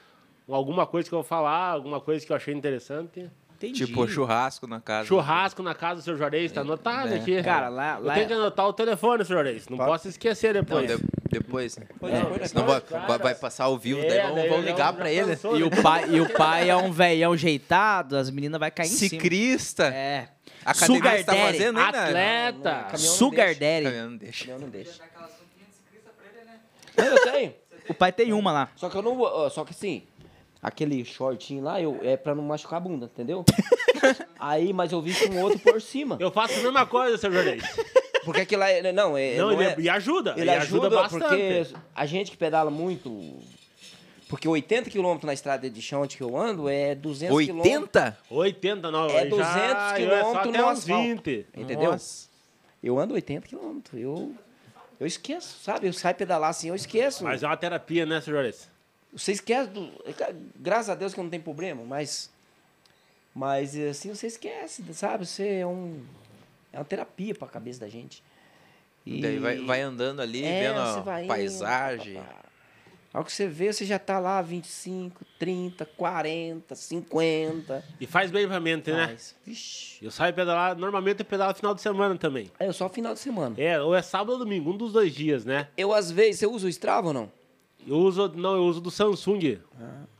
Speaker 2: alguma coisa que eu vou falar, alguma coisa que eu achei interessante.
Speaker 3: entendi.
Speaker 5: Tipo, churrasco na casa.
Speaker 2: Churrasco na casa do seu Juarez, tá anotado
Speaker 5: né?
Speaker 2: aqui.
Speaker 3: Cara, lá-
Speaker 2: Eu
Speaker 3: lá
Speaker 2: tenho
Speaker 3: é-
Speaker 2: que anotar o telefone, seu Juarez. Não
Speaker 1: Tá.
Speaker 2: posso esquecer
Speaker 5: Não,
Speaker 2: depois.
Speaker 5: Então, de- depois, né?
Speaker 1: Foi depois da
Speaker 5: Senão vai, vai, vai passar ao vivo,
Speaker 2: É,
Speaker 5: daí vamos,
Speaker 2: daí um
Speaker 5: vamos
Speaker 2: já-
Speaker 5: ligar
Speaker 2: já
Speaker 5: pra ele.
Speaker 2: cansou. né?
Speaker 3: E o pai, e o pai é um velhão jeitado, as meninas vai cair em cima.
Speaker 5: Cicrista.
Speaker 3: É.
Speaker 5: A academia
Speaker 3: Sugar
Speaker 5: que você tá
Speaker 3: daddy,
Speaker 5: fazendo, hein, né?
Speaker 2: Atleta.
Speaker 1: Não, não, caminhão
Speaker 3: Sugar
Speaker 1: deixa.
Speaker 3: Daddy.
Speaker 5: Não deixa.
Speaker 1: Eu não deixo.
Speaker 4: Aquela sopinha de ciclista pra ele, né?
Speaker 1: Não, eu tenho.
Speaker 3: O pai tem uma lá.
Speaker 1: Só que eu não vou. ó, Só que assim, aquele shortinho lá eu, é pra não machucar a bunda, entendeu? Aí, mas eu vi com um outro por cima.
Speaker 2: Eu faço a mesma coisa, seu Juarez.
Speaker 1: Porque aquilo lá. é- Não, é.
Speaker 2: Não,
Speaker 1: Não,
Speaker 2: ele
Speaker 1: é-
Speaker 2: e ajuda.
Speaker 1: Ele ajuda,
Speaker 2: bastante.
Speaker 1: porque a gente que pedala muito. Porque 80 quilômetros na estrada de chão onde que eu ando é 200 quilômetros.
Speaker 5: 80?
Speaker 2: 80 não,
Speaker 1: É
Speaker 2: aí já,
Speaker 1: 200 quilômetros
Speaker 2: é
Speaker 1: no
Speaker 2: só até uns
Speaker 1: asfalto.
Speaker 2: 20.
Speaker 1: Entendeu?
Speaker 5: Nossa.
Speaker 1: Eu ando 80 quilômetros. Eu, eu esqueço, sabe? Eu saio pedalar assim, eu esqueço.
Speaker 2: Mas é uma terapia, né, senhor Juarez?
Speaker 1: Você esquece do. é Graças a Deus que eu não tenho problema, mas. Mas assim, você esquece, sabe? Você é um. É uma terapia pra cabeça da gente. E-
Speaker 5: Daí vai, vai andando ali,
Speaker 1: É,
Speaker 5: vendo
Speaker 1: você
Speaker 5: a
Speaker 1: vai indo,
Speaker 5: paisagem.
Speaker 1: pá, pá, pá. A hora que você vê, você já tá lá 25, 30, 40, 50.
Speaker 2: E faz bem pra mente, né?
Speaker 1: Mas, vixi.
Speaker 2: Eu saio pedalar, normalmente eu pedalo final de semana também.
Speaker 1: É só final de semana.
Speaker 2: É, ou é sábado ou domingo, um dos dois dias, né?
Speaker 1: Eu, às vezes, você usa o Strava ou não?
Speaker 2: Eu uso, não, eu uso do Samsung.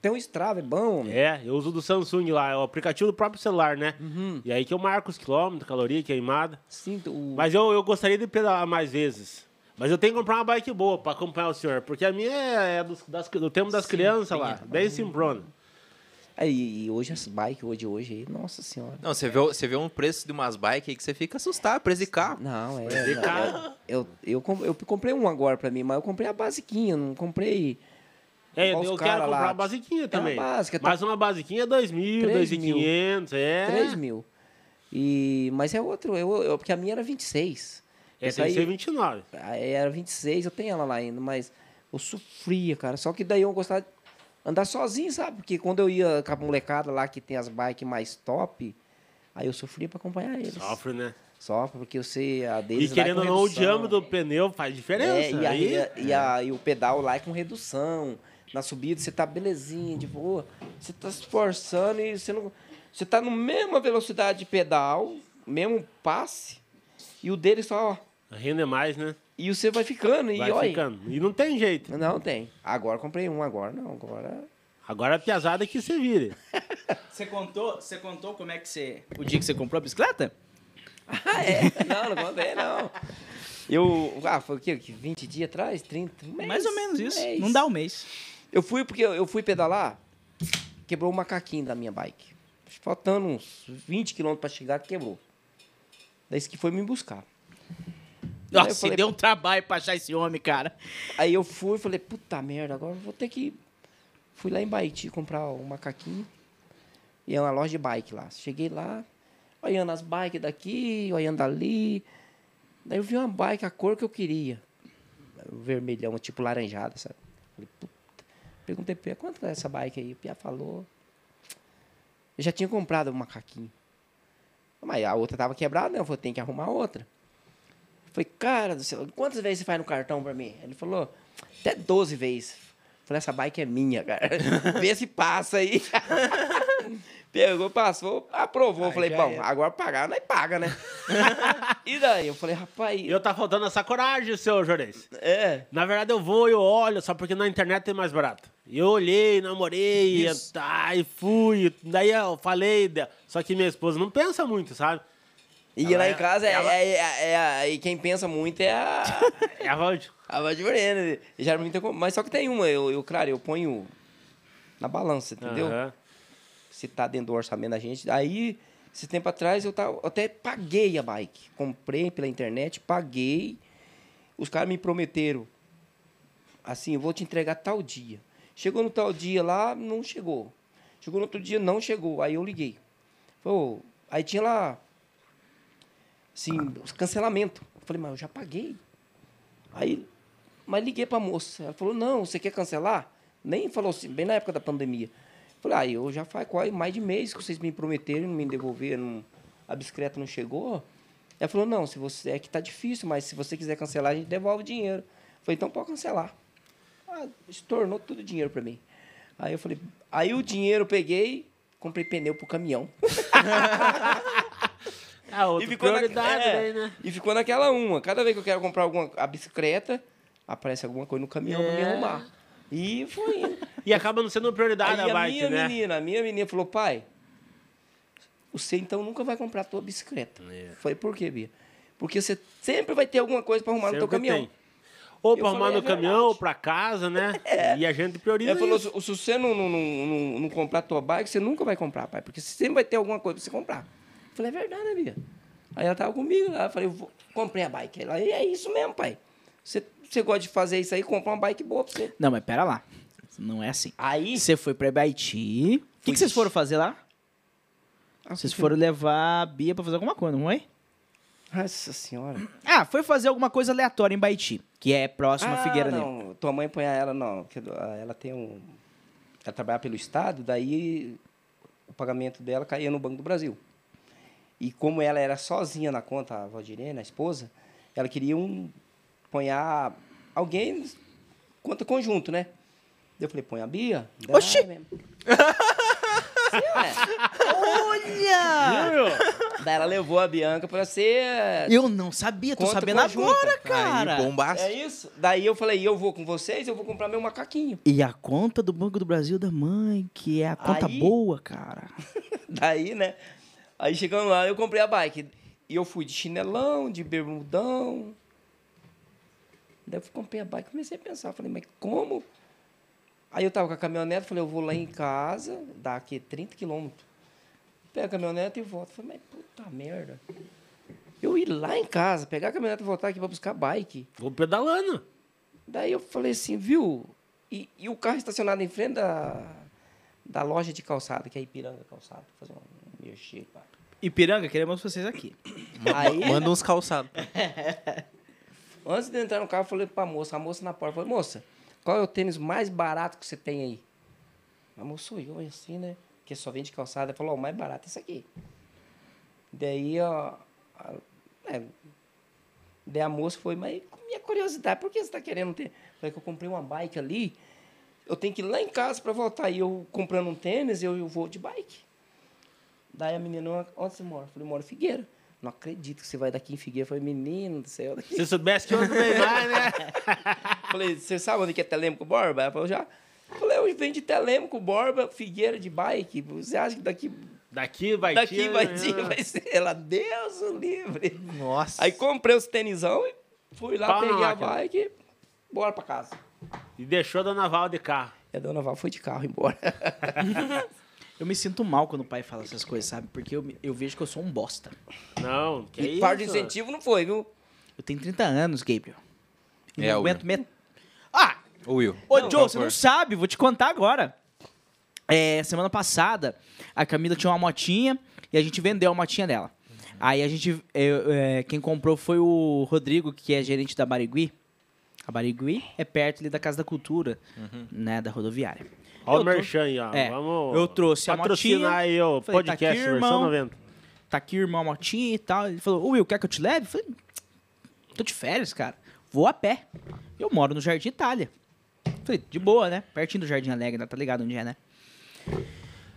Speaker 1: Tem um Strava, é bom, homem.
Speaker 2: Ah. É, eu uso do Samsung lá, é o aplicativo do próprio celular, né?
Speaker 1: Uhum.
Speaker 2: E aí que eu marco os quilômetros, caloria queimada.
Speaker 1: Sinto o.
Speaker 2: Mas eu, eu gostaria de pedalar mais vezes. Mas eu tenho que comprar uma bike boa pra acompanhar o senhor, porque a minha é, é dos- das- do tempo das crianças lá, bem simprona.
Speaker 1: Aí, e hoje as bikes, hoje, hoje, aí, nossa senhora.
Speaker 5: Não, você vê, o- você vê um preço de umas bikes aí que você fica assustado, preço de carro.
Speaker 1: Não, é.
Speaker 2: de
Speaker 1: não,
Speaker 2: carro.
Speaker 1: é- eu, eu, com- eu comprei um agora pra mim, mas eu comprei a basiquinha, não comprei
Speaker 2: É,
Speaker 1: Igual
Speaker 2: eu
Speaker 1: os
Speaker 2: quero
Speaker 1: cara
Speaker 2: comprar
Speaker 1: lá.
Speaker 2: uma basiquinha
Speaker 1: Tem uma
Speaker 2: também.
Speaker 1: básica, tá-
Speaker 2: Mas uma basiquinha é 2 mil,
Speaker 1: Três
Speaker 2: 2.500, é.
Speaker 1: 3 tipo, mil. E, mas é outro, eu, eu- porque a minha era 26.
Speaker 2: É,
Speaker 1: Essa
Speaker 2: tem que
Speaker 1: aí-
Speaker 2: ser 29.
Speaker 1: Aí Era 26, eu tenho ela lá ainda, mas eu sofria, cara. Só que daí eu gostava de andar sozinho, sabe? Porque quando eu ia com a molecada lá que tem as bikes mais top, aí eu sofria pra acompanhar eles. Sofre.
Speaker 2: Sofre, né?
Speaker 1: porque você, a
Speaker 2: E
Speaker 1: deles lá é
Speaker 2: querendo
Speaker 1: com
Speaker 2: ou não, o
Speaker 1: redução.
Speaker 2: diâmetro do pneu faz diferença.
Speaker 1: É, e, a-
Speaker 2: aí,
Speaker 1: e a- e a- e o pedal lá é com redução. Na subida você tá belezinha, de boa. Você tá se esforçando e você não. Você tá na mesma velocidade de pedal, mesmo passe, e o dele só. ó,
Speaker 2: rende mais, né?
Speaker 1: E você vai ficando, e
Speaker 2: Vai
Speaker 1: olha.
Speaker 2: ficando. E não tem jeito.
Speaker 1: Não tem. Agora eu comprei um, agora não, agora.
Speaker 2: Agora a piazada é que você vire.
Speaker 7: Você contou, você contou como é que você.
Speaker 3: O dia que você comprou a bicicleta?
Speaker 1: Ah, é? não, não contei, não. Eu. Ah, foi o quê? Que 20 dias atrás? 30? Um mês,
Speaker 3: Mais ou menos É isso.
Speaker 1: um mês.
Speaker 3: Não dá um mês.
Speaker 1: Eu fui porque eu eu fui pedalar, quebrou o macaquinho da minha bike. Faltando uns 20 quilômetros pra chegar, quebrou. Daí esse que foi me buscar.
Speaker 3: Nossa,
Speaker 1: eu falei-
Speaker 3: deu um trabalho pra achar esse homem, cara.
Speaker 1: Aí eu fui e falei, puta merda, agora eu vou ter que. Fui lá em Baiti comprar o macaquinho. E é uma loja de bike lá. Cheguei lá, olhando as bikes daqui, olhando ali. Daí eu vi uma bike, a cor que eu queria. O vermelhão, tipo laranjada, sabe? Falei, puta. Perguntei pro Pia, quanto é essa bike aí? O Pia falou. Eu já tinha comprado o macaquinho. Mas a outra tava quebrada, né? Eu falei, tem que arrumar outra. Falei, cara do céu, quantas vezes você faz no cartão pra mim? Ele falou, até 12 vezes. Falei, essa bike é minha, cara. Vê se passa aí. Pegou, passou, aprovou. falei, bom, agora pagar, nós paga, né? e daí? Eu falei, rapaz.
Speaker 2: E eu tá faltando essa coragem, seu Jorês.
Speaker 1: É.
Speaker 2: Na verdade, eu vou e eu olho, só porque na internet é mais barato. E eu olhei, namorei,
Speaker 3: Isso.
Speaker 2: e, tá, e fui. Daí eu falei, de- só que minha esposa não pensa muito, sabe?
Speaker 1: E lá em casa, é, é- é- é a- e quem pensa muito é a,
Speaker 2: É a Valdir.
Speaker 1: a Vade Morena. Geralmente eu com- mas só que tem uma, eu, eu, claro, eu ponho na balança, entendeu?
Speaker 2: Aham.
Speaker 1: se tá dentro do orçamento da gente. Aí, esse tempo atrás, eu, tava, eu até paguei a bike. Comprei pela internet, paguei. Os caras me prometeram, assim, eu vou te entregar tal dia. Chegou no tal dia lá, não chegou. Chegou no outro dia, não chegou. Aí eu liguei. Pô, aí tinha lá, assim, os cancelamento. Eu falei, mas eu já paguei. Aí, mas liguei pra moça. Ela falou, não, você quer cancelar? Nem falou assim, bem na época da pandemia. Eu Falei, ah, eu já faz quase mais de mês que vocês me prometeram, não me devolveram, não- a bicicleta não chegou. Ela falou, não, se você é que tá difícil, mas se você quiser cancelar, a gente devolve o dinheiro. Eu Falei, então pode cancelar. Ah, se tornou tudo dinheiro pra mim. Aí eu falei, aí o dinheiro eu peguei, comprei pneu pro caminhão.
Speaker 2: Ah, outra prioridade
Speaker 1: é,
Speaker 2: daí, né?
Speaker 1: E ficou naquela uma. Cada vez que eu quero comprar alguma a bicicleta, aparece alguma coisa no caminhão pra me
Speaker 2: É.
Speaker 1: arrumar. E foi indo.
Speaker 2: E acaba não sendo prioridade
Speaker 1: Aí
Speaker 2: a
Speaker 1: a
Speaker 2: bike,
Speaker 1: minha
Speaker 2: né?
Speaker 1: menina, a minha menina falou, pai, você então nunca vai comprar a tua bicicleta.
Speaker 2: É.
Speaker 1: Falei, por quê, Bia? Porque você sempre vai ter alguma coisa pra arrumar no teu
Speaker 2: Sempre
Speaker 1: caminhão.
Speaker 2: tem. Ou pra
Speaker 1: Eu
Speaker 2: arrumar
Speaker 1: falei,
Speaker 2: no
Speaker 1: é
Speaker 2: caminhão,
Speaker 1: verdade. É.
Speaker 2: ou pra casa, né? E a gente prioriza
Speaker 1: Ela falou,
Speaker 2: isso.
Speaker 1: se se você não, não, não, não, não comprar a tua bike, você nunca vai comprar, pai. Porque você sempre vai ter alguma coisa pra você comprar. Eu falei, é verdade, né, Bia? Aí ela tava comigo lá, eu falei, eu vou- comprei a bike. Ela, é isso mesmo, pai. Você, você gosta de fazer isso aí, compra uma bike boa pra você.
Speaker 3: Não, mas pera lá. Não é assim.
Speaker 1: Aí,
Speaker 3: Você foi pra Ibaiti. O que, que vocês foram fazer lá? Vocês foram levar a Bia pra fazer alguma coisa, não foi?
Speaker 1: nossa senhora.
Speaker 3: Ah, foi fazer alguma coisa aleatória em Baiti, que é próximo à
Speaker 1: Ah,
Speaker 3: Figueira Negra.
Speaker 1: não. Tua mãe põe ela, não. porque ah, Ela tem um. Ela trabalha pelo Estado, daí o pagamento dela caía no Banco do Brasil. E como ela era sozinha na conta, a Valdirene, a esposa, ela queria um. ponhar alguém. conta conjunto, né? Eu falei, põe a Bia. Daí,
Speaker 3: Oxi!
Speaker 1: "Ah, é mesmo." Sim, ué.
Speaker 3: Olha!
Speaker 1: Daí ela levou a Bianca pra ser.
Speaker 3: Eu não sabia, tô
Speaker 1: Conta
Speaker 3: sabendo
Speaker 1: conjunta.
Speaker 3: agora, cara.
Speaker 5: Aí, bombaço.
Speaker 1: É isso? Daí eu falei, eu vou com vocês, eu vou comprar meu macaquinho.
Speaker 3: E a conta do Banco do Brasil da mãe, que é a conta
Speaker 1: Aí-
Speaker 3: boa, cara.
Speaker 1: Daí, né? Aí chegando lá, eu comprei a bike. E eu fui de chinelão, de bermudão. Daí eu fui, comprei a bike comecei a pensar. Falei, mas como? Aí eu tava com a caminhonete, falei, eu vou lá em casa, dá aqui 30 quilômetros. Pega a caminhonete e volto. Falei, mas puta merda. Eu ir lá em casa, pegar a caminhonete e voltar aqui pra buscar a bike.
Speaker 2: Vou pedalando.
Speaker 1: Daí eu falei assim, viu? e, e o carro estacionado em frente da, da loja de calçado, que é Ipiranga Calçado. Vou fazer um merchan, pá.
Speaker 3: Ipiranga, queremos vocês aqui.
Speaker 1: Aí,
Speaker 5: Manda uns calçados.
Speaker 1: antes de entrar no carro, eu falei pra moça, a moça na porta, eu falei, moça, qual é o tênis mais barato que você tem aí? A moça olhou assim, né? Porque só vende calçada. Ela falou, ó, o mais barato é esse aqui. Daí, ó. a- é, daí a moça foi, mas com minha curiosidade, por que você tá querendo ter? Falei que eu comprei uma bike ali. Eu tenho que ir lá em casa pra voltar. E eu comprando um tênis, eu, eu vou de bike. Daí a menina, onde você mora? Eu falei, eu moro em Figueira. Não acredito que você vai daqui em Figueira. Eu falei, menino do céu, daqui
Speaker 2: Se soubesse que eu também mais, né?
Speaker 1: Falei, você sabe onde que é Telêmico Borba? Ela falou, já. Falei, eu venho de Telêmico Borba, Figueira de bike. Você acha que daqui,
Speaker 2: Daqui vai
Speaker 1: daqui
Speaker 2: ter,
Speaker 1: vai,
Speaker 2: né?
Speaker 1: ter, vai ser? Ela, Deus o livre.
Speaker 5: Nossa.
Speaker 1: Aí comprei os tenisão e fui lá,
Speaker 2: Pau na
Speaker 1: peguei a
Speaker 2: máquina.
Speaker 1: bike e bora pra casa.
Speaker 2: E deixou a dona Val de carro.
Speaker 1: E a dona Val foi de carro embora.
Speaker 3: Eu me sinto mal quando o pai fala essas coisas, sabe? Porque eu, me- eu vejo que eu sou um bosta.
Speaker 2: Não, que
Speaker 1: e
Speaker 2: isso?
Speaker 1: par de incentivo não foi, viu?
Speaker 3: Eu tenho 30 anos, Gabriel. E
Speaker 5: É,
Speaker 3: não aguento
Speaker 5: Will.
Speaker 3: met... Ah!
Speaker 5: Will. é
Speaker 3: Ô,
Speaker 5: por
Speaker 3: Joe, você
Speaker 5: favor.
Speaker 3: não sabe, vou te contar agora. É, semana passada, a Camila tinha uma motinha e a gente vendeu a motinha dela. Aí a gente. é, é, quem comprou foi o Rodrigo, que é gerente da Barigui. A Barigui é perto ali da Casa da Cultura, né? Da rodoviária.
Speaker 2: Uhum. Olha
Speaker 3: Eu
Speaker 2: o
Speaker 3: tô-
Speaker 2: merchan aí, ó.
Speaker 3: É,
Speaker 2: Vamos
Speaker 3: eu trouxe a
Speaker 2: patrocinar
Speaker 3: motinha,
Speaker 2: aí o
Speaker 3: falei, tá
Speaker 2: podcast
Speaker 3: aqui,
Speaker 2: versão
Speaker 3: irmão.
Speaker 2: 90.
Speaker 3: tá aqui, irmão, a motinha e tal. Ele falou, ô Will, quer que eu te leve? Eu falei, tô de férias, cara. Vou a pé. Eu moro no Jardim Itália. Eu Falei, de boa, né? Pertinho do Jardim Alegre, né? tá ligado onde é, né?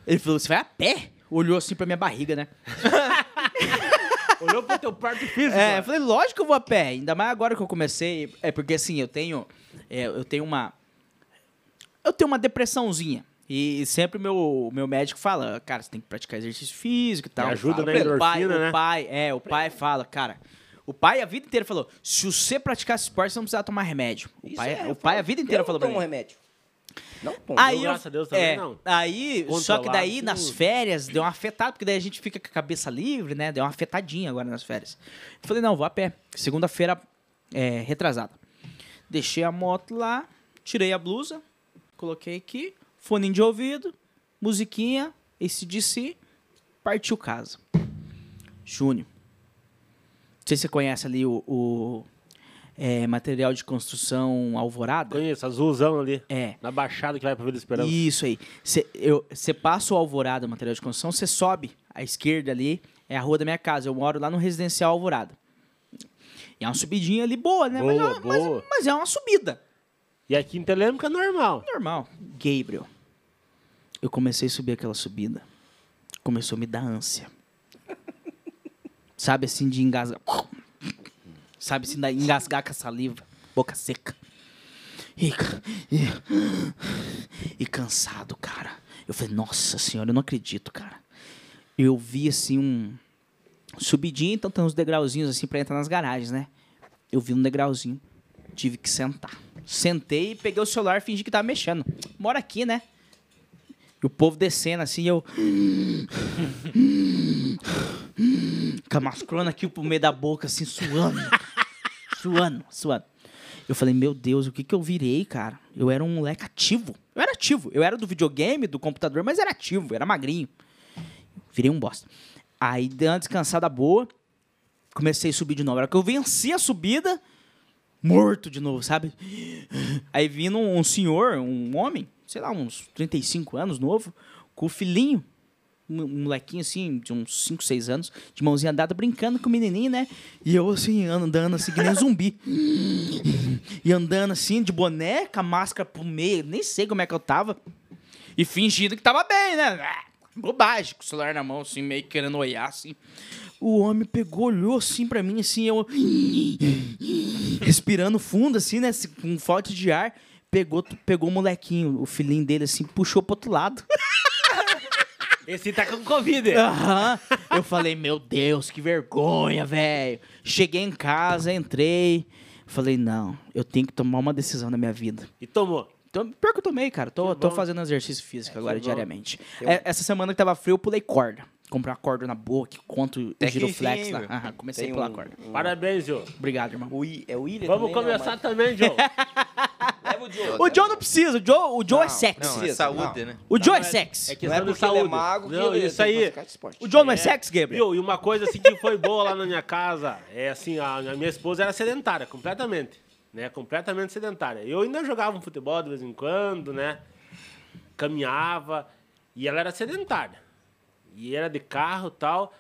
Speaker 3: Ele falou, você vai a pé? Olhou assim pra minha barriga, né?
Speaker 2: Olhou pro teu parto físico.
Speaker 3: É,
Speaker 2: ó.
Speaker 3: eu falei, lógico que eu vou a pé. Ainda mais agora que eu comecei. É porque assim, eu tenho. é, eu tenho uma. Eu tenho uma depressãozinha. E sempre o meu, o meu médico fala, cara, você tem que praticar exercício físico e tal.
Speaker 2: Que ajuda,
Speaker 3: Fala
Speaker 2: né,
Speaker 3: pra ele. O pai,
Speaker 2: endorfina,
Speaker 3: o
Speaker 2: né?
Speaker 3: pai, é, o pai fala, cara. O pai a vida inteira falou: se você praticar esse esporte, você não precisa tomar remédio. O, pai,
Speaker 1: é,
Speaker 3: é-
Speaker 1: eu
Speaker 3: o pai a
Speaker 1: falo,
Speaker 3: vida inteira
Speaker 1: eu
Speaker 3: falou pra Ah,
Speaker 1: não
Speaker 3: mim.
Speaker 1: tomo remédio. Não tomo.
Speaker 3: Aí
Speaker 2: Eu,
Speaker 3: eu- é,
Speaker 2: graças a Deus, também não.
Speaker 3: Aí, só que
Speaker 2: Controlado
Speaker 3: daí
Speaker 2: tudo.
Speaker 3: nas férias deu uma afetada, porque daí a gente fica com a cabeça livre, né? Deu uma afetadinha agora nas férias. Eu falei, não, vou a pé. Segunda-feira é, retrasada. Deixei a moto lá, tirei a blusa, coloquei aqui, fone de ouvido, musiquinha, esse DC, partiu casa. Júnior. Não sei se você conhece ali o, o, é, material de construção Alvorada.
Speaker 2: Conheço, azulzão ali.
Speaker 3: É.
Speaker 2: Na baixada que vai pra Vila Esperança.
Speaker 3: Isso aí. Você passa o Alvorada, o material de construção, você sobe à esquerda ali, é a rua da minha casa. Eu moro lá no residencial Alvorada. E é uma subidinha ali boa, né? mas, é
Speaker 2: Boa,
Speaker 3: uma- mas-
Speaker 2: boa.
Speaker 3: mas é uma subida.
Speaker 2: E aqui em Telêmica é normal.
Speaker 3: Normal. Gabriel, eu comecei a subir aquela subida. Começou a me dar ânsia. Sabe assim, de engasgar. Sabe assim, da- engasgar com a saliva. Boca seca. E, ca- e- e cansado, cara. Eu falei, nossa senhora, eu não acredito, cara. Eu vi assim um. Subidinha, então tem uns degrauzinhos assim pra entrar nas garagens, né? Eu vi um degrauzinho. Tive que sentar. Sentei e peguei o celular e fingi que tava mexendo. Mora aqui, né? E o povo descendo assim, eu. Camascrona aqui pro meio da boca, assim, suando. suando, suando. Eu falei, meu Deus, o que que eu virei, cara? Eu era um moleque ativo. Eu era ativo. Eu era do videogame, do computador, mas era ativo, era magrinho. Virei um bosta. Aí dei uma descansada boa, comecei a subir de novo. A hora que eu venci a subida, morto de novo, sabe? Aí vindo um senhor, um homem, sei lá, uns 35 anos, novo, com o filhinho, um um molequinho assim, de uns 5, 6 anos, de mãozinha dada, brincando com o menininho, né? E eu assim, andando assim, que nem zumbi. e andando assim, de boneca, máscara pro meio, nem sei como é que eu tava. E fingindo que tava bem, né? Ah, Bobagem, com o celular na mão, assim, meio querendo olhar, assim. O homem pegou, olhou assim pra mim, assim, eu. Respirando fundo, assim, né? se- Com falta de ar. Pegou, pegou o molequinho, o filhinho dele, assim, puxou pro outro lado.
Speaker 2: Esse tá com
Speaker 3: É.
Speaker 2: Covid.
Speaker 3: Aham. Eu falei, meu Deus, que vergonha, velho. Cheguei em casa, entrei. Falei, não, eu tenho que tomar uma decisão na minha vida.
Speaker 2: E tomou.
Speaker 3: Então, pior que eu tomei, cara. Tô,
Speaker 2: Que
Speaker 3: tô
Speaker 2: bom.
Speaker 3: fazendo exercício físico agora
Speaker 2: bom.
Speaker 3: diariamente. É, Essa semana que tava frio, eu pulei corda. Comprei uma corda na boca, conto o
Speaker 5: que
Speaker 3: giroflex
Speaker 5: enfim,
Speaker 3: lá.
Speaker 5: meu.
Speaker 3: Aham, comecei
Speaker 1: Tem
Speaker 3: a pular
Speaker 1: um-
Speaker 3: corda.
Speaker 2: Parabéns, Jô.
Speaker 3: Obrigado, irmão.
Speaker 1: O I- é o William
Speaker 2: Vamos
Speaker 1: também, né,
Speaker 2: começar também, Jô.
Speaker 1: Leva o Diogo. né?
Speaker 3: O Joe não precisa, o Joe, o Joe é
Speaker 1: Não,
Speaker 3: sexy.
Speaker 5: Não, é
Speaker 1: Precisa,
Speaker 5: saúde, né?
Speaker 3: O Joe é
Speaker 2: Não, é-
Speaker 3: sexy.
Speaker 2: É questão
Speaker 1: Não é
Speaker 2: de
Speaker 1: porque
Speaker 2: saúde.
Speaker 1: ele é mago que
Speaker 2: não,
Speaker 1: ele
Speaker 2: isso
Speaker 1: tem que
Speaker 2: aí.
Speaker 1: praticar esse esporte.
Speaker 3: O Joe não é
Speaker 2: É.
Speaker 3: sexy, Gabriel?
Speaker 2: Viu, e uma coisa assim que foi boa lá na minha casa, é assim, a, a minha esposa era sedentária, completamente. Né? Completamente sedentária. Eu ainda jogava um futebol de vez em quando, né? Caminhava. E ela era sedentária. E era de carro e tal.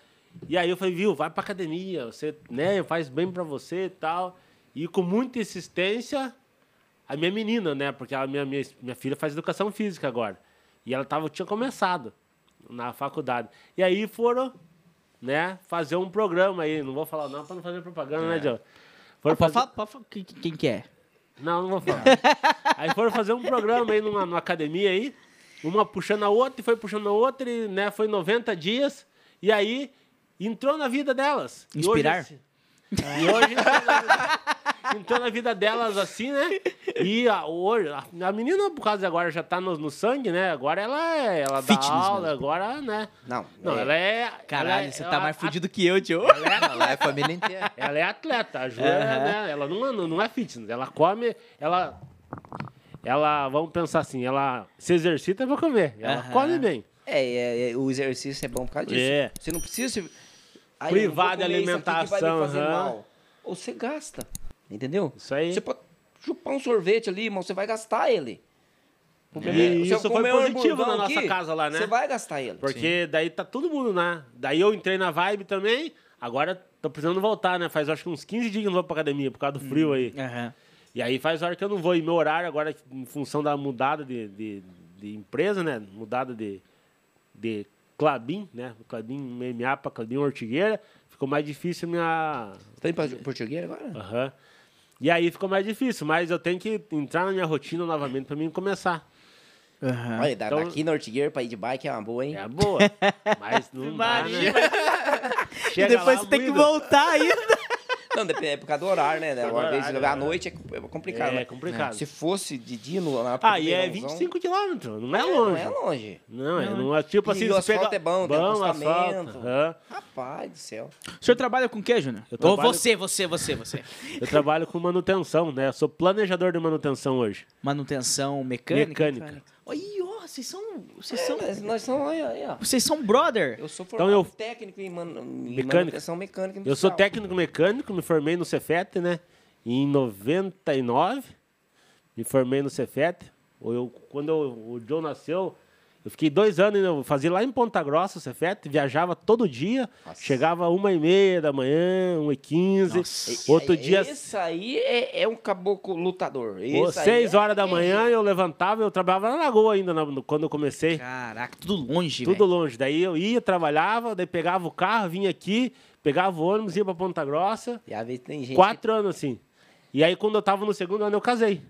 Speaker 2: E aí eu falei, viu, vai pra academia, você, né, faz bem pra você e tal. E com muita insistência, a minha menina, né? Porque a minha, minha, minha filha faz educação física agora. E ela tava, tinha começado na faculdade. E aí foram, né, fazer um programa aí. Não vou falar não pra não fazer propaganda, né, Diogo? Foram
Speaker 3: Ah, pode
Speaker 2: fazer-
Speaker 3: falar- pode falar quem- quem que é?
Speaker 2: Não, não vou falar. aí foram fazer um programa aí numa, numa academia aí. Uma puxando a outra e foi puxando a outra, e, né? Foi 90 dias. E aí entrou na vida delas. E hoje,
Speaker 3: Inspirar?
Speaker 2: assim, E hoje, entrou na vida delas assim, né? E a, hoje, a, a menina, por causa de agora, já tá no, no sangue, né? Agora ela é. Ela dá
Speaker 3: Fitness
Speaker 2: aula,
Speaker 3: mesmo.
Speaker 2: agora, né?
Speaker 1: Não,
Speaker 2: Não,
Speaker 1: é-
Speaker 2: ela é. ela é-
Speaker 3: Caralho, você tá
Speaker 2: ela-
Speaker 3: mais fudido que eu, Joe.
Speaker 5: Ela lá é a família inteira.
Speaker 2: ela é atleta, a Ju é,
Speaker 3: Aham.
Speaker 2: né, ela não, não, não é fitness, ela come, ela, ela, vamos pensar assim, ela se exercita pra comer, ela
Speaker 3: Aham.
Speaker 2: come bem.
Speaker 1: É, é, é, o exercício é bom por causa disso.
Speaker 2: É.
Speaker 1: Você não precisa se... Ai, eu não vou
Speaker 2: Privar de
Speaker 1: comer isso aqui que vai me
Speaker 2: alimentação,
Speaker 1: fazer
Speaker 2: aham.
Speaker 1: mal. Ou você gasta, entendeu?
Speaker 2: Isso aí.
Speaker 1: Você pode chupar um sorvete ali, mas você vai gastar ele. O
Speaker 2: E
Speaker 1: se eu
Speaker 2: É, isso foi
Speaker 1: comer um
Speaker 2: positivo na
Speaker 1: hamburgão
Speaker 2: nossa casa lá, né?
Speaker 1: Você vai gastar ele.
Speaker 2: Porque daí tá todo mundo, né? Daí eu entrei na vibe também, agora tô precisando voltar, né? Faz acho que uns 15 dias que eu não vou pra academia, por causa do frio aí.
Speaker 3: Aham.
Speaker 2: E aí faz hora que eu não vou. E meu horário agora, em função da mudada de, de, de empresa, né? Mudada de, de Clabin, né? Clabin MMA pra Clabin Ortigueira. Ficou mais difícil minha...
Speaker 1: Você tá indo pra Português agora?
Speaker 2: Aham. E aí ficou mais difícil. Mas eu tenho que entrar na minha rotina novamente pra mim começar.
Speaker 3: Aham.
Speaker 1: Olha, da-
Speaker 2: Então-
Speaker 1: daqui no Ortigueira pra ir de bike é uma boa, hein?
Speaker 2: É a boa. Mas não dá, né?
Speaker 3: E
Speaker 2: Chega
Speaker 3: depois
Speaker 2: lá,
Speaker 3: você tem que
Speaker 2: moído.
Speaker 3: voltar ainda.
Speaker 1: Não, depende, é por causa do horário, né?
Speaker 2: do
Speaker 1: Uma vez
Speaker 2: horário,
Speaker 1: à
Speaker 2: né?
Speaker 1: noite é complicado.
Speaker 2: É,
Speaker 1: né?
Speaker 2: complicado.
Speaker 1: Se fosse de dia no, na época
Speaker 2: Ah,
Speaker 1: do
Speaker 2: e é
Speaker 1: verãozão,
Speaker 2: 25 quilômetros. Não é
Speaker 1: Não
Speaker 2: longe.
Speaker 1: é longe.
Speaker 2: Não, é, não é tipo
Speaker 1: E
Speaker 2: assim...
Speaker 1: o
Speaker 2: você
Speaker 1: asfalto
Speaker 2: pega-
Speaker 1: é bom, tem acostamento.
Speaker 2: asfalto, aham.
Speaker 1: Rapaz do céu.
Speaker 3: O senhor trabalha com o quê, Júnior?
Speaker 2: Eu
Speaker 3: Ou
Speaker 2: trabalho-
Speaker 3: você, você, você, você.
Speaker 2: Eu trabalho com manutenção, né? Eu sou planejador de manutenção hoje.
Speaker 3: Manutenção mecânica?
Speaker 2: Mecânica.
Speaker 3: Oi, ó, vocês são. Vocês
Speaker 1: É,
Speaker 3: são.
Speaker 1: mas nós somos aí, aí, ó.
Speaker 3: Vocês são brother?
Speaker 1: Eu sou formado
Speaker 2: Então, eu-
Speaker 1: técnico em, manu... em
Speaker 2: Mecânica.
Speaker 1: manutenção mecânica.
Speaker 2: Eu sou
Speaker 1: industrial.
Speaker 2: técnico mecânico, me formei no Cefet, né? Em 99, me formei no Cefet. Ou Eu, quando eu- o John nasceu, eu fiquei dois anos, né? eu fazia lá em Ponta Grossa o Cefet, viajava todo dia, chegava uma e meia da manhã, uma e quinze, outro
Speaker 1: É,
Speaker 2: dia...
Speaker 1: Esse aí é, é um caboclo lutador. Esse
Speaker 2: Pô,
Speaker 1: aí
Speaker 2: seis
Speaker 1: é-
Speaker 2: horas da manhã eu levantava, eu trabalhava na Lagoa ainda na- no- quando eu comecei.
Speaker 3: Caraca, tudo longe,
Speaker 2: Tudo longe. Daí eu ia, trabalhava, daí pegava o carro, vinha aqui, pegava o ônibus, ia pra Ponta Grossa.
Speaker 1: E às vezes tem gente.
Speaker 2: Quatro anos assim. E aí, quando eu tava no segundo ano, eu casei.
Speaker 3: velho.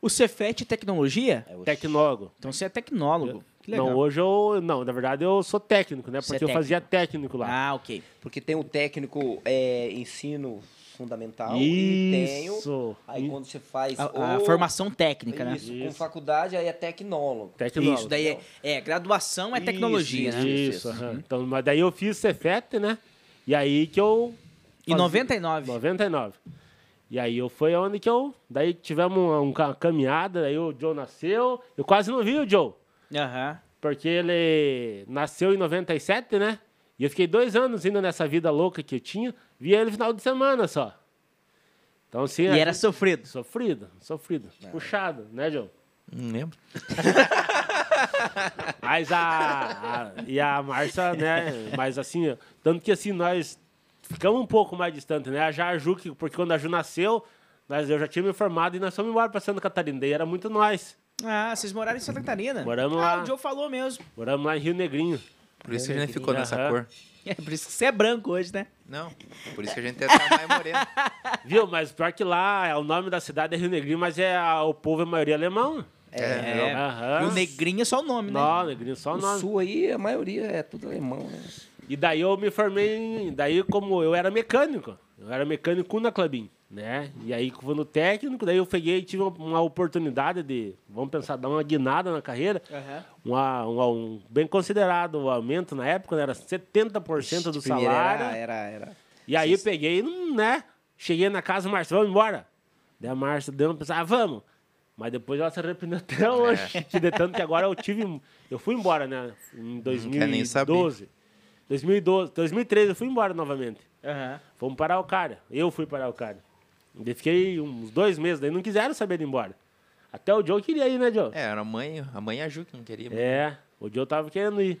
Speaker 3: O Cefet é tecnologia?
Speaker 2: Tecnólogo.
Speaker 3: Então você é tecnólogo. Que legal.
Speaker 2: Não, hoje eu. Não, na verdade eu sou técnico, né?
Speaker 3: Você
Speaker 2: Porque
Speaker 3: é
Speaker 2: eu fazia técnico lá.
Speaker 3: Ah, ok.
Speaker 1: Porque tem o técnico é, ensino fundamental e tem o.
Speaker 2: Isso.
Speaker 1: Aí quando você faz.
Speaker 3: A, a
Speaker 1: ou-
Speaker 3: formação técnica, né?
Speaker 1: Isso, com faculdade, aí é tecnólogo.
Speaker 2: Tecnólogo. Então,
Speaker 3: Isso daí é, é, graduação é
Speaker 1: Isso,
Speaker 3: tecnologia,
Speaker 1: isso,
Speaker 3: né?
Speaker 2: Isso, aham. Então, mas daí eu fiz Cefet, né? E aí que eu.
Speaker 3: Em 99.
Speaker 2: 99. E aí eu foi onde que eu. Daí tivemos uma, um ca- caminhada, daí o Joe nasceu. Eu quase não vi o Joe.
Speaker 3: Aham.
Speaker 2: Porque ele nasceu em 97, né? E eu fiquei dois anos indo nessa vida louca que eu tinha. Via ele no final de semana só. Então, assim...
Speaker 3: E
Speaker 2: a
Speaker 3: era É.
Speaker 2: gente-
Speaker 3: sofrido.
Speaker 2: Sofrido, sofrido. Puxado, né, João?
Speaker 5: Não lembro.
Speaker 2: Mas a, a- E a Marcia, né? Mas assim, ó, tanto que assim, nós ficamos um pouco mais distante, né? Já a Ju, que- porque quando a Ju nasceu, nós, eu já tinha me formado e nós fomos embora pra Santa Catarina. Daí era muito nós.
Speaker 3: Ah, vocês moraram em Santa Catarina?
Speaker 2: Moramos
Speaker 3: ah,
Speaker 2: lá.
Speaker 3: o Joe falou mesmo.
Speaker 2: Moramos lá em Rio Negrinho.
Speaker 5: Por isso que a gente ficou nessa
Speaker 2: Aham.
Speaker 5: cor.
Speaker 3: É por isso que você é branco hoje, né?
Speaker 5: Não. Por isso que a gente é tá mais moreno.
Speaker 2: Viu? Mas pior que lá, é, o nome da cidade é Rio Negrinho, mas é a- o povo é maioria alemão.
Speaker 5: É.
Speaker 2: Aham.
Speaker 3: E o negrinho é só o nome, né?
Speaker 2: Não, Negrinho, só
Speaker 1: O
Speaker 2: o nome.
Speaker 1: sul aí, a maioria é tudo alemão, né?
Speaker 2: E daí eu me formei, em- daí como eu era mecânico, eu era mecânico na Clubin, né? E aí quando no técnico, daí eu peguei e tive uma, uma oportunidade de, vamos pensar, dar uma guinada na carreira.
Speaker 3: Aham.
Speaker 2: Uma- uma- um bem considerado o aumento na época, né? era 70% do
Speaker 1: Primeiro
Speaker 2: salário.
Speaker 1: Era, era, era.
Speaker 2: E aí eu peguei, hum, né? Cheguei na casa, Márcio, vamos embora. Daí a Márcia deu uma pensada, ah, vamos. Mas depois ela se arrependeu
Speaker 5: É.
Speaker 2: até hoje. Que de tanto que agora eu tive. Eu fui embora, né? Em
Speaker 5: quer nem saber.
Speaker 2: 2012. 2012, 2013 eu fui embora novamente.
Speaker 7: Aham.
Speaker 2: Fomos parar o cara. Eu fui parar o cara. Daí fiquei uns dois meses, daí não quiseram saber de ir embora. Até o Joe queria ir, né, Joe?
Speaker 5: É, era a mãe, a mãe e a Ju que não queria. né?
Speaker 2: É, o Joe tava querendo ir.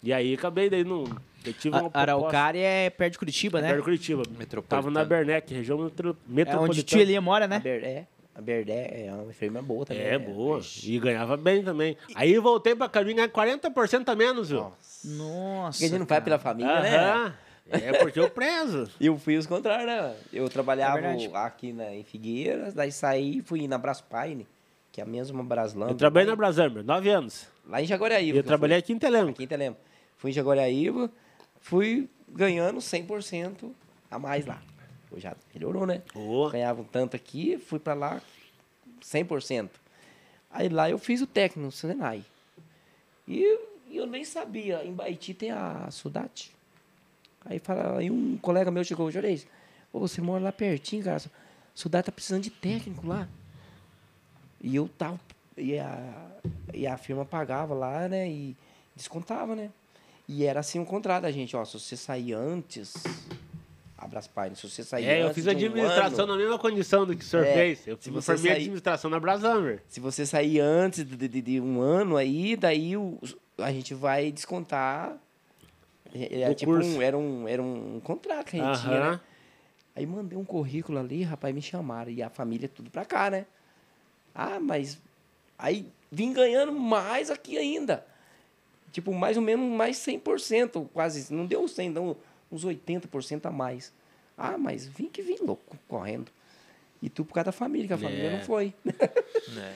Speaker 2: E aí acabei daí não. Eu tive uma
Speaker 3: A- Araucária é perto de Curitiba, né?
Speaker 2: Perto de Curitiba.
Speaker 5: Metropolitana.
Speaker 2: Tava na Bernec, região metro,
Speaker 7: É
Speaker 2: metropolitana.
Speaker 7: onde o tio Elia mora,
Speaker 4: A
Speaker 7: né?
Speaker 4: Berdé, é, a Berdé é uma enferma boa também.
Speaker 2: É,
Speaker 4: né?
Speaker 2: boa.
Speaker 4: Ixi.
Speaker 2: E ganhava bem também. Aí eu voltei pra é Caminho, ganhava 40% a menos, viu?
Speaker 7: Nossa.
Speaker 4: Porque a gente não faz pela família, né?
Speaker 2: Aham. É porque eu preso.
Speaker 1: Eu fui os contrários, né? Eu trabalhava
Speaker 7: É verdade.
Speaker 1: aqui na, em Figueiras, daí saí e fui na Braspine, que é a mesma Braslândia.
Speaker 2: Eu trabalhei na Brasâmbara, nove anos.
Speaker 1: Lá em
Speaker 2: E
Speaker 1: Jaguariúna.
Speaker 2: eu trabalhei aqui em Telemco.
Speaker 1: Aqui em Telemo. Fui em Jaguariúna, fui ganhando 100% a mais lá. Hoje já melhorou, né?
Speaker 2: Ô.
Speaker 1: Ganhava um tanto aqui, fui pra lá 100%. Aí lá eu fiz o técnico no Senai. E eu nem sabia, em Baiti tem a Sudate. Aí, fala, aí um colega meu chegou, Jorez, ô, você mora lá pertinho, cara, Sudate tá precisando de técnico lá. E eu tava. E a, e a firma pagava lá, né? E descontava, né? E era assim um contrato da gente, ó. Se você sair antes. Abraço, pai. Se você sair
Speaker 2: É,
Speaker 1: antes.
Speaker 2: eu fiz
Speaker 1: de um
Speaker 2: administração
Speaker 1: ano,
Speaker 2: na mesma condição do que o senhor
Speaker 1: É,
Speaker 2: fez. Eu
Speaker 1: se
Speaker 2: me
Speaker 1: você
Speaker 2: formei em
Speaker 1: sair-
Speaker 2: administração na Brasâmbara.
Speaker 1: Se você sair antes de, de- de um ano aí, daí o- a gente vai descontar. É, é
Speaker 2: Do
Speaker 1: tipo
Speaker 2: curso.
Speaker 1: um- era, um, era um contrato que a gente tinha, né?
Speaker 2: Aham.
Speaker 1: Aí mandei um currículo ali, rapaz, me chamaram. E a família tudo pra cá, né? Ah, mas. Aí vim ganhando mais aqui ainda. Tipo, mais ou menos mais 100%, quase. Não deu 100, deu uns 80% a mais. Ah, mas vim que vim louco, correndo. E tu por causa da família, que a família não foi.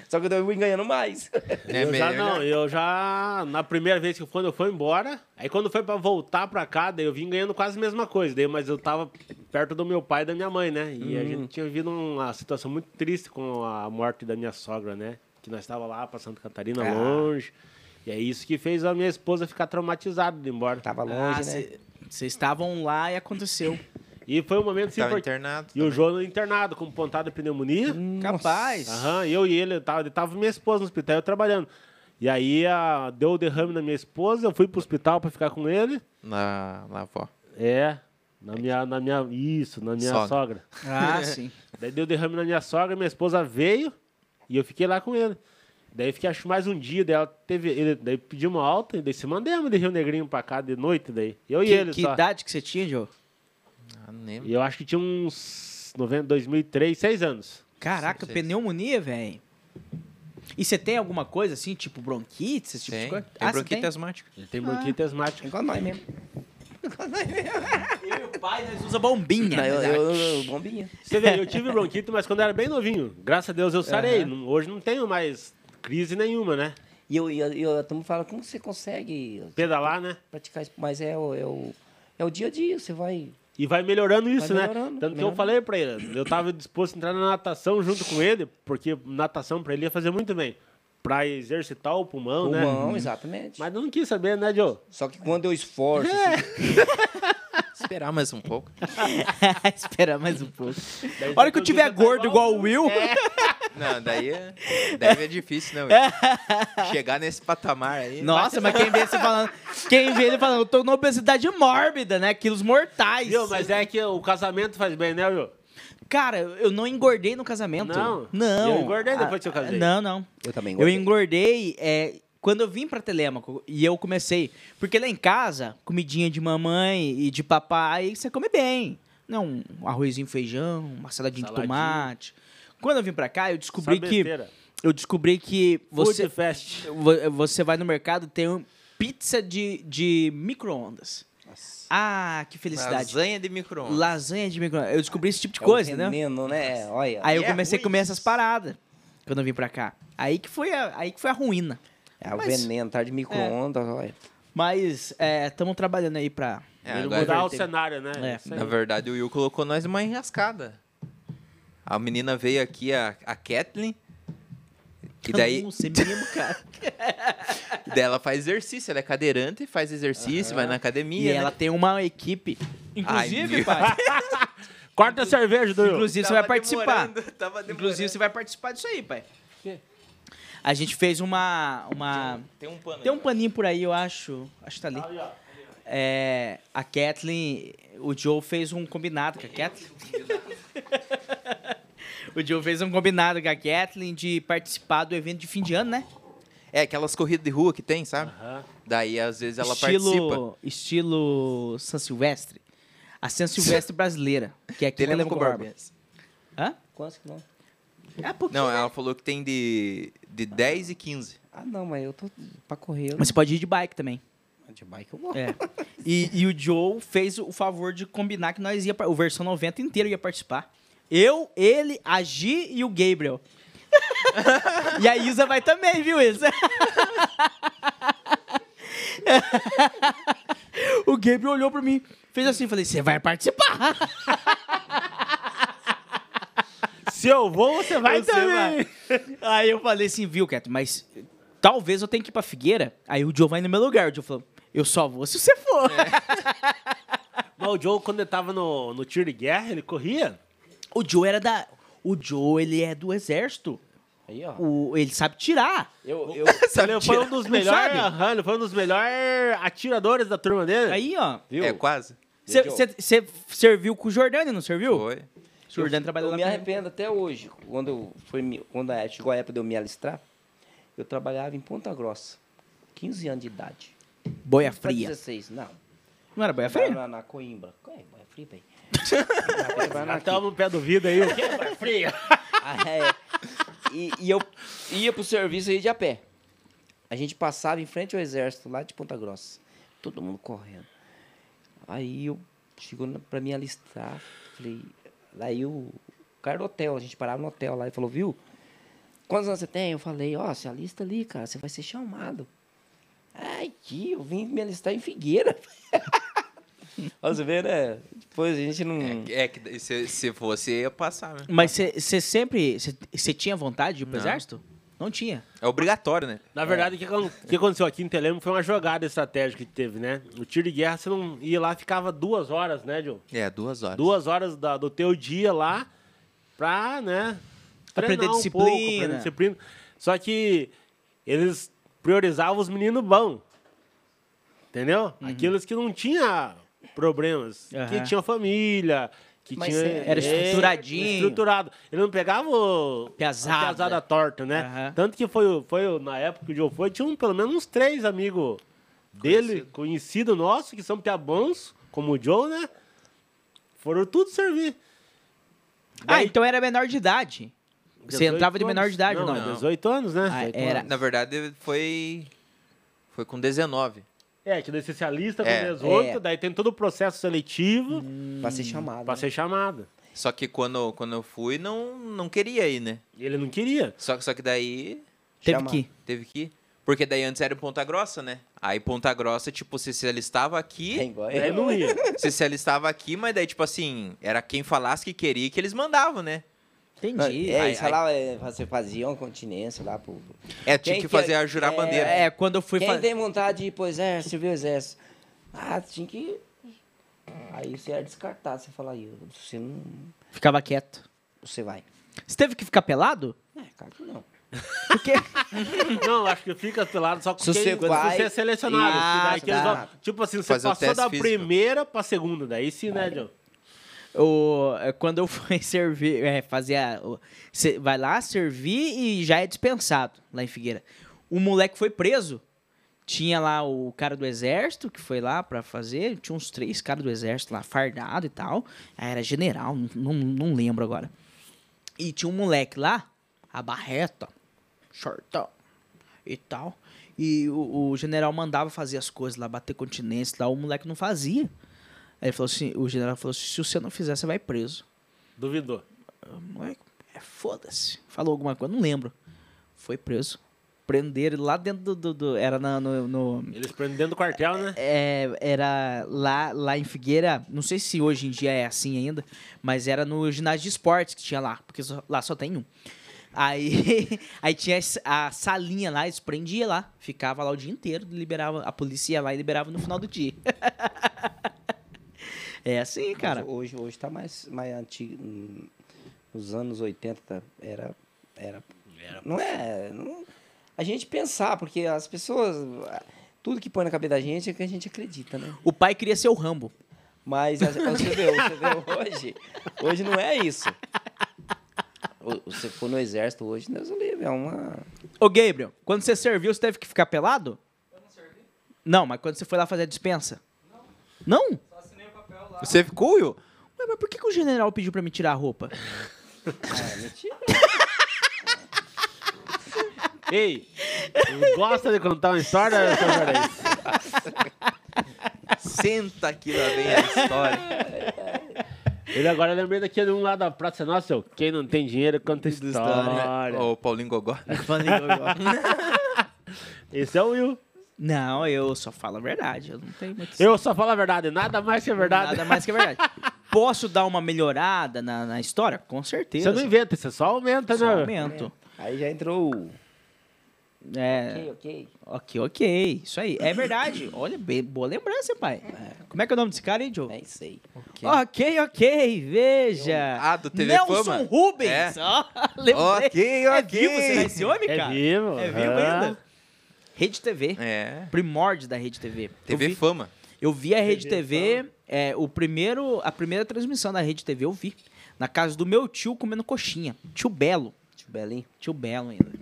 Speaker 1: Só que eu vim ganhando mais.
Speaker 5: É
Speaker 2: eu já
Speaker 5: melhor.
Speaker 2: não, eu já. Na primeira vez que quando eu fui embora, aí quando foi pra voltar pra cá, daí eu vim ganhando quase a mesma coisa. Daí, mas eu tava perto do meu pai e da minha mãe, né? E a gente tinha vivido uma situação muito triste com a morte da minha sogra, né? Que nós estava lá pra Santa Catarina, longe. E é isso que fez a minha esposa ficar traumatizada de ir embora.
Speaker 1: Tava longe,
Speaker 3: Ah,
Speaker 1: né?
Speaker 3: cê- vocês estavam lá e aconteceu.
Speaker 2: E foi um momento assim,
Speaker 5: Tava
Speaker 2: porque-
Speaker 5: internado.
Speaker 2: E o João no internado, com pontada de pneumonia.
Speaker 3: Capaz.
Speaker 2: Aham, eu e ele, eu tava, ele tava minha esposa no hospital, eu trabalhando. E aí a, deu o derrame na minha esposa, eu fui pro hospital pra ficar com ele.
Speaker 5: Na, na avó.
Speaker 2: É, na minha, na minha, isso, na minha
Speaker 5: Sogra.
Speaker 2: sogra.
Speaker 3: Ah, sim.
Speaker 2: Daí deu derrame na minha sogra, minha esposa veio e eu fiquei lá com ele. Daí fiquei acho mais um dia, daí ela teve, ele, daí pediu uma alta e daí se mandamos de Rio Negrinho pra cá de noite daí. Eu e
Speaker 3: que
Speaker 2: ele
Speaker 3: que
Speaker 2: só.
Speaker 3: idade que você tinha, Joe?
Speaker 5: Ah, não lembro.
Speaker 2: E eu acho que tinha uns 90, 2003, 6 anos.
Speaker 3: Caraca,
Speaker 5: Sim, sim.
Speaker 3: pneumonia, velho. E você tem alguma coisa assim, tipo bronquite? Esse tipo de
Speaker 5: Tem,
Speaker 3: coisa?
Speaker 5: tem
Speaker 3: Ah, você
Speaker 5: bronquite
Speaker 3: tem?
Speaker 5: asmática.
Speaker 2: Ele tem bronquite asmática.
Speaker 1: É Igual nós mesmo.
Speaker 7: Eu e o pai, nós
Speaker 3: Usa bombinha.
Speaker 1: Não, eu,
Speaker 3: né?
Speaker 1: eu, eu- bombinha.
Speaker 2: Você vê, eu tive bronquite, mas quando eu era bem novinho. Graças a Deus eu sarei. Não- Hoje não tenho mais crise nenhuma, né?
Speaker 1: E eu, e eu, e eu, todo mundo fala, como você consegue
Speaker 2: Pedalar, né?
Speaker 1: praticar isso? Mas é o, é o, é o dia a dia, você vai.
Speaker 2: E vai melhorando isso, né?
Speaker 1: melhorando,
Speaker 2: Tanto que eu
Speaker 1: melhorando.
Speaker 2: falei pra ele, eu tava disposto a entrar na natação junto com ele, porque natação pra ele ia fazer muito bem. Pra exercitar o pulmão,
Speaker 1: Ou não,
Speaker 3: Uhum.
Speaker 2: né?
Speaker 1: exatamente.
Speaker 2: Mas eu não quis saber, né, Joe?
Speaker 1: Só que quando eu esforço, assim,
Speaker 5: Esperar mais um pouco.
Speaker 3: Esperar mais um pouco.
Speaker 2: Daí
Speaker 3: A hora que eu
Speaker 2: todo
Speaker 3: tiver
Speaker 2: dia tá É.
Speaker 3: gordo igual o Will,
Speaker 5: Não, daí é, daí é difícil, né? velho? Chegar nesse patamar aí.
Speaker 3: Nossa, mas quem vê você falando. Quem vê ele falando, eu tô na obesidade mórbida, né? Quilos mortais.
Speaker 2: Viu? Mas é que o casamento faz bem, né, Joe?
Speaker 3: Cara, eu não engordei no casamento.
Speaker 2: Não?
Speaker 3: Não.
Speaker 2: Eu engordei depois
Speaker 3: Ah,
Speaker 2: que eu casei.
Speaker 3: Não, não.
Speaker 1: eu também
Speaker 3: Eu
Speaker 1: gosto.
Speaker 3: engordei é, quando eu vim pra Telêmaco e eu comecei. Porque lá em casa, comidinha de mamãe e de papai, você come bem. Não, um arrozinho, feijão, uma saladinha de
Speaker 2: Saladinha.
Speaker 3: tomate. Quando eu vim pra cá, eu
Speaker 2: Só
Speaker 3: descobri que.
Speaker 2: besteira.
Speaker 3: Eu descobri que você.
Speaker 2: Food fest.
Speaker 3: Vo- Você vai no mercado tem um pizza de, de micro-ondas. Ah, que felicidade. Lasanha,
Speaker 5: Lasanha de micro-ondas.
Speaker 3: de micro-ondas. Eu descobri esse tipo de
Speaker 1: É o
Speaker 3: coisa, né?
Speaker 1: veneno, né? Olha.
Speaker 3: Aí eu
Speaker 5: É
Speaker 3: comecei a
Speaker 5: ruim
Speaker 3: comer
Speaker 5: isso.
Speaker 3: essas paradas quando eu vim pra cá. Aí que foi a, aí que foi a ruína.
Speaker 1: é o
Speaker 3: mas- é.
Speaker 1: veneno, tá de micro-ondas, olha.
Speaker 3: Mas estamos trabalhando aí pra.
Speaker 5: É,
Speaker 2: Ele
Speaker 5: agora-
Speaker 2: mudar o cenário, né?
Speaker 3: É.
Speaker 2: Isso aí.
Speaker 5: Na verdade, o Will colocou nós numa enrascada. A menina veio aqui, a, a Kathleen. E daí,
Speaker 3: Não, você mesmo, cara.
Speaker 5: daí ela faz exercício, ela é cadeirante, faz exercício, vai na
Speaker 3: Ah. e
Speaker 5: academia.
Speaker 3: ela
Speaker 5: né?
Speaker 3: tem uma equipe.
Speaker 5: Ai,
Speaker 3: Inclusive,
Speaker 5: meu.
Speaker 3: pai.
Speaker 2: Corta a cerveja, do Will.
Speaker 3: Inclusive, você vai
Speaker 5: Tava
Speaker 3: participar.
Speaker 5: demorando, tava demorando.
Speaker 3: Inclusive, você vai participar disso aí, pai. A gente fez uma. uma...
Speaker 4: Tem um pano
Speaker 3: Tem um paninho por aí, eu acho. Acho que tá ali. É, a Kathleen, o Joe fez um combinado com a Kathleen. o Joe fez um combinado com a Kathleen de participar do evento de fim de ano, né?
Speaker 5: É, aquelas corridas de rua que tem, sabe? Daí, às vezes, ela participa.
Speaker 3: estilo, estilo San Silvestre. A San Silvestre brasileira, que é aqui em
Speaker 5: Telemaco
Speaker 3: Telemaco Borba. Hã?
Speaker 5: Borba.
Speaker 1: Quantos que não?
Speaker 3: É pouquinho.
Speaker 5: Não, ela falou que tem de, de 10 e 15.
Speaker 1: Ah, não, mas eu tô pra correr. Eu
Speaker 3: Mas você pode ir de bike também.
Speaker 1: não... De bike eu vou.
Speaker 3: É. E, e o Joe fez o favor de combinar que nós ia par- o versão 90 inteiro ia participar. Eu, ele, a Gi e o Gabriel. e a Isa vai também, viu, Isa? o Gabriel olhou pra mim, fez assim, falei, você vai participar.
Speaker 2: Se eu vou, você vai
Speaker 3: Você
Speaker 2: também.
Speaker 3: Aí eu falei assim, viu, Keto, mas talvez eu tenha que ir pra Figueira. Aí o Joe vai no meu lugar. O Joe falou, eu só vou se você for.
Speaker 2: Mas o Joe, quando ele tava no, no tiro de guerra, ele corria.
Speaker 3: O Joe era da... O Joe, ele é do exército.
Speaker 1: Aí, ó.
Speaker 3: O, ele sabe tirar.
Speaker 1: Eu, eu,
Speaker 5: Sabe,
Speaker 2: ele foi
Speaker 5: tira-
Speaker 2: um dos
Speaker 3: Tá Não
Speaker 2: melhores.
Speaker 3: sabe?
Speaker 2: aham, ele foi um dos melhores atiradores da turma dele.
Speaker 3: Aí, ó.
Speaker 1: viu?
Speaker 5: É, quase.
Speaker 1: Joe?
Speaker 3: Você serviu com o Jordani, não serviu?
Speaker 5: Foi.
Speaker 3: O Jordani trabalhou
Speaker 1: eu
Speaker 3: lá
Speaker 1: me
Speaker 3: com-
Speaker 1: arrependo até hoje. Quando, eu foi, me- quando a- chegou a época de eu me alistrar, eu trabalhava em Ponta Grossa, 15 anos de idade.
Speaker 3: Boia
Speaker 1: Pra
Speaker 3: É fria.
Speaker 1: 16, não.
Speaker 3: Não era boia fria?
Speaker 1: Na, na Coimbra. É, boia fria, bem. Na Coimbra,
Speaker 2: Até no um pé do vidro aí.
Speaker 1: Ah, é. e, e eu ia pro serviço aí de a pé. A gente passava em frente ao exército lá de Ponta Grossa. Todo mundo correndo. Aí eu chegou na- pra me alistar. Falei, daí o, o cara do hotel, a gente parava no hotel lá e falou, viu? Quantos anos você tem? Eu falei, ó, se alista ali, cara, você vai ser chamado. Ai, que eu vim me alistar em Figueira. Olha, você vê, né? Depois a gente não.
Speaker 5: É, que se, se fosse, ia passar, né?
Speaker 3: Mas você sempre. Você tinha vontade de ir pro
Speaker 5: Não.
Speaker 3: exército? Não tinha.
Speaker 5: É obrigatório, né?
Speaker 2: Na verdade, o que acon- o que aconteceu aqui em Telemo foi uma jogada estratégica que teve, né? O tiro de guerra, você não ia lá, ficava duas horas, né, Joe?
Speaker 5: É, duas horas.
Speaker 2: Duas horas da- do teu dia lá pra, né?
Speaker 3: Aprender
Speaker 2: treinar um pouco,
Speaker 3: disciplina.
Speaker 2: aprender disciplina. Só que eles priorizavam os meninos bons. Entendeu? Aqueles que não tinham problemas. Que
Speaker 3: Uhum. Aham.
Speaker 2: tinham família, que
Speaker 1: Mas
Speaker 2: tinha. é,
Speaker 1: é-
Speaker 3: Era estruturadinho.
Speaker 2: Estruturado. Ele não pegava o.
Speaker 3: Piazada.
Speaker 2: a piazada torta, né?
Speaker 3: Aham.
Speaker 2: Tanto que foi, o- foi o- na época que o Joe foi, tinha um- pelo menos uns três amigos dele, conhecido, nosso, que são piabons, como o Joe, né? Foram tudo servir.
Speaker 3: Ah,
Speaker 2: Daí-
Speaker 3: então era menor de idade. Você
Speaker 2: 18
Speaker 3: entrava de menor de
Speaker 2: anos.
Speaker 3: idade, ou não?
Speaker 2: é 18 anos, né?
Speaker 3: Ah,
Speaker 2: 18
Speaker 3: era.
Speaker 2: anos.
Speaker 5: Na verdade, foi. Foi com 19.
Speaker 2: É, que daí você se alista com
Speaker 5: É.
Speaker 2: 18,
Speaker 1: É.
Speaker 2: daí tem todo o processo seletivo
Speaker 3: Hum.
Speaker 1: Pra ser chamado.
Speaker 2: pra
Speaker 1: né?
Speaker 2: ser chamado.
Speaker 5: Só que quando, quando eu fui, não, não queria ir, né?
Speaker 2: E Ele não queria.
Speaker 5: Só, que- só que daí
Speaker 3: Teve
Speaker 1: Chama.
Speaker 3: que. ir.
Speaker 5: teve que ir. Porque daí antes era em Ponta Grossa, né? Aí Ponta Grossa, tipo, você se alistava
Speaker 1: É
Speaker 5: aqui,
Speaker 1: igual-
Speaker 2: Daí ele não ia.
Speaker 5: você se alistava aqui, mas daí, tipo assim, era quem falasse que queria que eles mandavam, né?
Speaker 3: Entendi.
Speaker 1: É,
Speaker 5: Ai,
Speaker 1: isso
Speaker 5: ai.
Speaker 1: lá, é, você fazia uma continência lá pro.
Speaker 5: É, tinha
Speaker 1: Quem
Speaker 5: que
Speaker 1: que é-
Speaker 5: fazer a jurar
Speaker 1: é,
Speaker 5: bandeira.
Speaker 3: É, quando eu fui
Speaker 1: Quem
Speaker 3: fazer.
Speaker 1: tem vontade de ir pro exército, servir o exército? Ah, tinha que. Aí você era descartado, você fala, "Ih, você não.
Speaker 3: Ficava quieto.
Speaker 1: Você vai.
Speaker 3: Você teve que ficar pelado?
Speaker 1: É, claro que não.
Speaker 3: Porque.
Speaker 2: Não, acho que fica pelado só com
Speaker 1: Se
Speaker 2: quem,
Speaker 1: você
Speaker 2: quando
Speaker 1: vai-
Speaker 2: você é selecionado.
Speaker 3: Ah,
Speaker 2: se daí que eles
Speaker 1: tá.
Speaker 2: vão- tipo assim, você
Speaker 5: Fazer o
Speaker 2: passou
Speaker 5: teste
Speaker 2: da
Speaker 5: físico.
Speaker 2: primeira pra segunda, daí sim, né, John?
Speaker 3: O, é, quando eu fui servir, é, fazer a, o- cê vai lá servir e já é dispensado lá em Figueira. O moleque foi preso. Tinha lá o cara do exército que foi lá pra fazer. Tinha uns três caras do exército lá, fardado e tal. Ah, Era general, não, não, não lembro agora. E tinha um moleque lá, a barreta, shortão e tal. E o, o general mandava fazer as coisas lá, bater continência lá. O moleque não fazia. Aí ele falou assim, o general falou assim, se você não fizer, você vai preso.
Speaker 2: Duvidou.
Speaker 3: O moleque, é foda-se. Falou alguma coisa, não lembro. Foi preso. Prenderam ele lá dentro do... do- do- era na- no... no-
Speaker 2: Eles prendem dentro do quartel, né?
Speaker 3: é, era lá, lá em Figueira, não sei se hoje em dia é assim ainda, mas era no ginásio de esportes que tinha lá, porque só- lá só tem um. Aí, aí tinha essa- a salinha lá, eles prendiam lá, ficava lá o dia inteiro, liberava, a polícia ia lá e liberava no final do dia. é assim, cara.
Speaker 1: Mas Hoje, hoje tá mais, mais antigo. hum, Nos anos 80 tá- era. Era Não é. não- a gente pensar, porque as pessoas. Tudo que põe na cabeça da gente é que a gente acredita, né?
Speaker 3: O pai queria ser o Rambo.
Speaker 1: Mas a- você vê, você vê hoje. Hoje não é isso. O- Você for no exército hoje, Deus o livre, é uma.
Speaker 3: Ô, Gabriel, quando você serviu, você teve que ficar pelado? Eu não servi. Não, mas quando você foi lá fazer a dispensa? Não. Não?
Speaker 5: Você é ficou, Will?
Speaker 3: Ué, mas por que, que o general pediu pra me tirar a roupa?
Speaker 1: É, mentira.
Speaker 2: Ei, gosta de contar uma história, seu Juarez?
Speaker 5: Senta aqui lá vem a história.
Speaker 2: Ele agora lembrei daquele um lá da Praça Nossa, seu, quem não tem dinheiro conta história.
Speaker 5: Ó, o Paulinho Gogó.
Speaker 2: Esse é o Will.
Speaker 3: não, eu só falo a verdade. Eu não tenho muito...
Speaker 2: Eu só falo a verdade, nada mais que a verdade.
Speaker 3: Nada mais que a verdade. Posso dar uma melhorada na, na história? Com certeza.
Speaker 2: Você não inventa, você só aumenta,
Speaker 3: Só
Speaker 2: né?
Speaker 3: aumento.
Speaker 1: Aí já entrou o.
Speaker 3: É,
Speaker 1: Ok, ok.
Speaker 3: ok, ok. Isso aí. É verdade. Olha, bem, boa lembrança, pai. Como é que é o nome desse cara, hein, Joe?
Speaker 1: Nem sei.
Speaker 3: Ok, ok, veja.
Speaker 5: Ah, do TV
Speaker 3: Nelson
Speaker 5: Fama?
Speaker 3: Rubens.
Speaker 5: É.
Speaker 3: Ó, lembrei.
Speaker 5: Ok,
Speaker 3: É
Speaker 5: ok.
Speaker 3: vivo, será esse homem,
Speaker 2: É
Speaker 3: cara?
Speaker 2: vivo.
Speaker 3: É vivo
Speaker 2: aham.
Speaker 3: ainda. Rede TV.
Speaker 5: É.
Speaker 3: Primórdio da Rede TV.
Speaker 5: TV
Speaker 3: eu vi,
Speaker 5: Fama.
Speaker 3: eu vi a Rede TV, é, o primeiro, a primeira transmissão da Rede TV eu vi. Na casa do meu tio comendo coxinha. Tio Belo.
Speaker 1: Tio Belinho.
Speaker 3: Tio Belo ainda.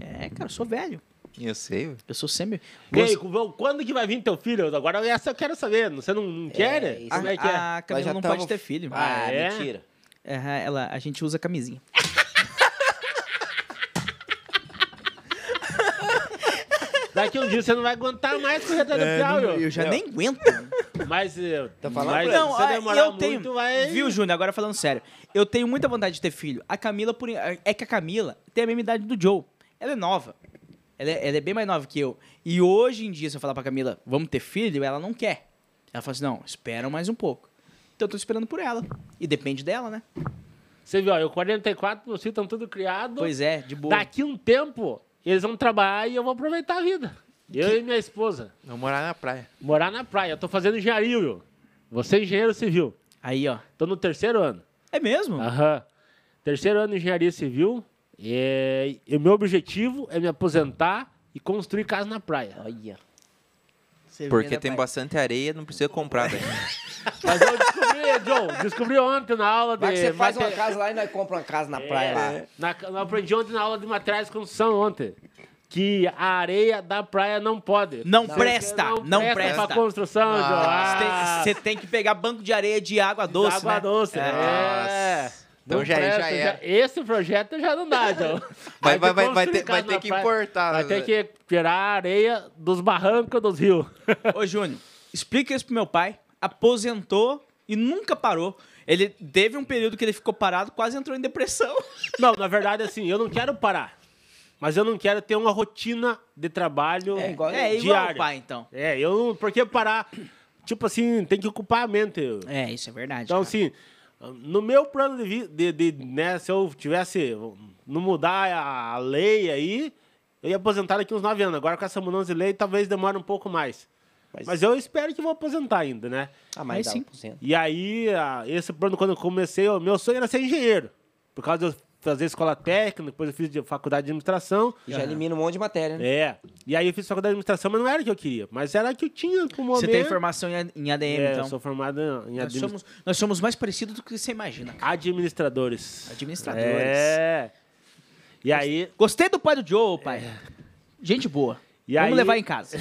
Speaker 3: É, cara, eu sou velho.
Speaker 5: Eu sei, Will.
Speaker 3: Eu sou semi.
Speaker 2: Ei, cu- quando que vai vir teu filho? Agora essa eu quero saber. Você não, não quer?
Speaker 1: É, isso
Speaker 2: Como é que é?
Speaker 3: Ah, a
Speaker 1: Nós
Speaker 3: Camila
Speaker 1: já
Speaker 3: não
Speaker 1: tamo-
Speaker 3: pode ter filho.
Speaker 1: Ah,
Speaker 2: Ah, é?
Speaker 1: mentira.
Speaker 3: Aham, ela, a gente usa camisinha.
Speaker 2: Daqui um dia você não vai aguentar mais com o
Speaker 3: É,
Speaker 2: retardancial, meu.
Speaker 3: Eu já nem aguento.
Speaker 2: Mas, eh,
Speaker 1: Tô falando pra
Speaker 2: mas
Speaker 1: ele.
Speaker 3: Não,
Speaker 2: se
Speaker 3: ah,
Speaker 2: você demorar
Speaker 3: eu
Speaker 2: muito,
Speaker 3: tenho.
Speaker 2: vai...
Speaker 3: Viu, Júnior? Agora falando sério. Eu tenho muita vontade de ter filho. A Camila, por, é que a Camila tem a mesma idade do Joe. Ela é nova. Ela é, ela é bem mais nova que eu. E hoje em dia, se eu falar pra Camila, vamos ter filho, ela não quer. Ela fala assim: não, espera mais um pouco. Então eu tô esperando por ela. E depende dela, né?
Speaker 2: Você viu, ó, eu 44, vocês estão tudo criado.
Speaker 3: Pois é, de boa.
Speaker 2: Daqui um tempo, eles vão trabalhar e eu vou aproveitar a vida. Eu e minha esposa.
Speaker 5: Vou morar na praia.
Speaker 2: Morar na praia. Eu tô fazendo engenharia, viu? Você é engenheiro civil.
Speaker 3: Aí, ó.
Speaker 2: Tô no terceiro ano.
Speaker 3: É mesmo?
Speaker 2: Aham. Terceiro ano de engenharia civil. É, E o meu objetivo é me aposentar e construir casa na praia.
Speaker 1: Olha.
Speaker 5: Porque tem bastante areia, não precisa comprar, velho.
Speaker 2: Mas eu descobri, John, descobri ontem na aula de.
Speaker 1: Vai que
Speaker 3: É,
Speaker 1: você faz uma
Speaker 2: mate- É.
Speaker 1: casa lá e nós compra uma casa na praia lá.
Speaker 2: Na, eu aprendi ontem na aula de materiais de construção ontem. Que a areia da praia não pode.
Speaker 3: Não
Speaker 2: Porque
Speaker 3: Tá. presta, não presta.
Speaker 2: pra construção,
Speaker 5: Ah,
Speaker 2: João. Ah,
Speaker 3: Você tem, que pegar banco de areia de água doce.
Speaker 2: água
Speaker 3: né?
Speaker 2: doce. É.
Speaker 5: Nossa. Então
Speaker 2: Não
Speaker 5: já- já era.
Speaker 2: Esse projeto já não dá, João.
Speaker 5: Vai- vai- vai-
Speaker 2: ter
Speaker 5: vai
Speaker 2: construir
Speaker 5: ter- vai
Speaker 2: casa
Speaker 5: ter
Speaker 2: na
Speaker 5: que
Speaker 2: praia.
Speaker 5: importar,
Speaker 2: Vai
Speaker 5: né,
Speaker 2: ter que tirar a areia dos barrancos dos rios.
Speaker 3: Ô, Júnior, explica isso pro meu pai. Aposentou e nunca parou. Ele teve um período que ele ficou parado, quase entrou em depressão.
Speaker 2: Não, na verdade, assim, eu não quero parar. Mas eu não quero ter uma rotina de trabalho
Speaker 1: É igual-
Speaker 3: É igual
Speaker 2: diária.
Speaker 3: o pai, então.
Speaker 2: É, eu não. Por que parar? Tipo assim, tem que ocupar a mente.
Speaker 3: É, isso é verdade.
Speaker 2: Então,
Speaker 3: cara.
Speaker 2: assim, no meu plano de vida, de, de, né, se eu tivesse. Não mudar a lei aí, eu ia aposentar daqui uns nove anos. Agora com essa mudança de lei, talvez demore um pouco mais.
Speaker 1: Mas-
Speaker 2: Mas, eu espero que vou aposentar ainda, né?
Speaker 1: Ah, mas
Speaker 3: Mas
Speaker 1: dá
Speaker 3: sim.
Speaker 1: 1%.
Speaker 2: E aí, a- esse plano, quando eu comecei, o meu sonho era ser engenheiro. Por causa de eu fazer escola técnica, depois eu fiz de- faculdade de administração.
Speaker 1: E já elimina um monte de matéria, né?
Speaker 2: É. E aí eu fiz faculdade de administração, mas não era o que eu queria. Mas era o que eu tinha como momento.
Speaker 3: Você tem formação em A- em ADM,
Speaker 2: É,
Speaker 3: então.
Speaker 2: eu sou formado em
Speaker 3: Nós,
Speaker 2: administração.
Speaker 3: somos, nós somos mais parecidos do que você imagina. cara.
Speaker 2: Administradores.
Speaker 3: Administradores.
Speaker 2: É. E aí,
Speaker 3: Gostei do pai do Joe, pai. Gente boa.
Speaker 2: E
Speaker 3: Vamos
Speaker 2: aí-
Speaker 3: levar em casa.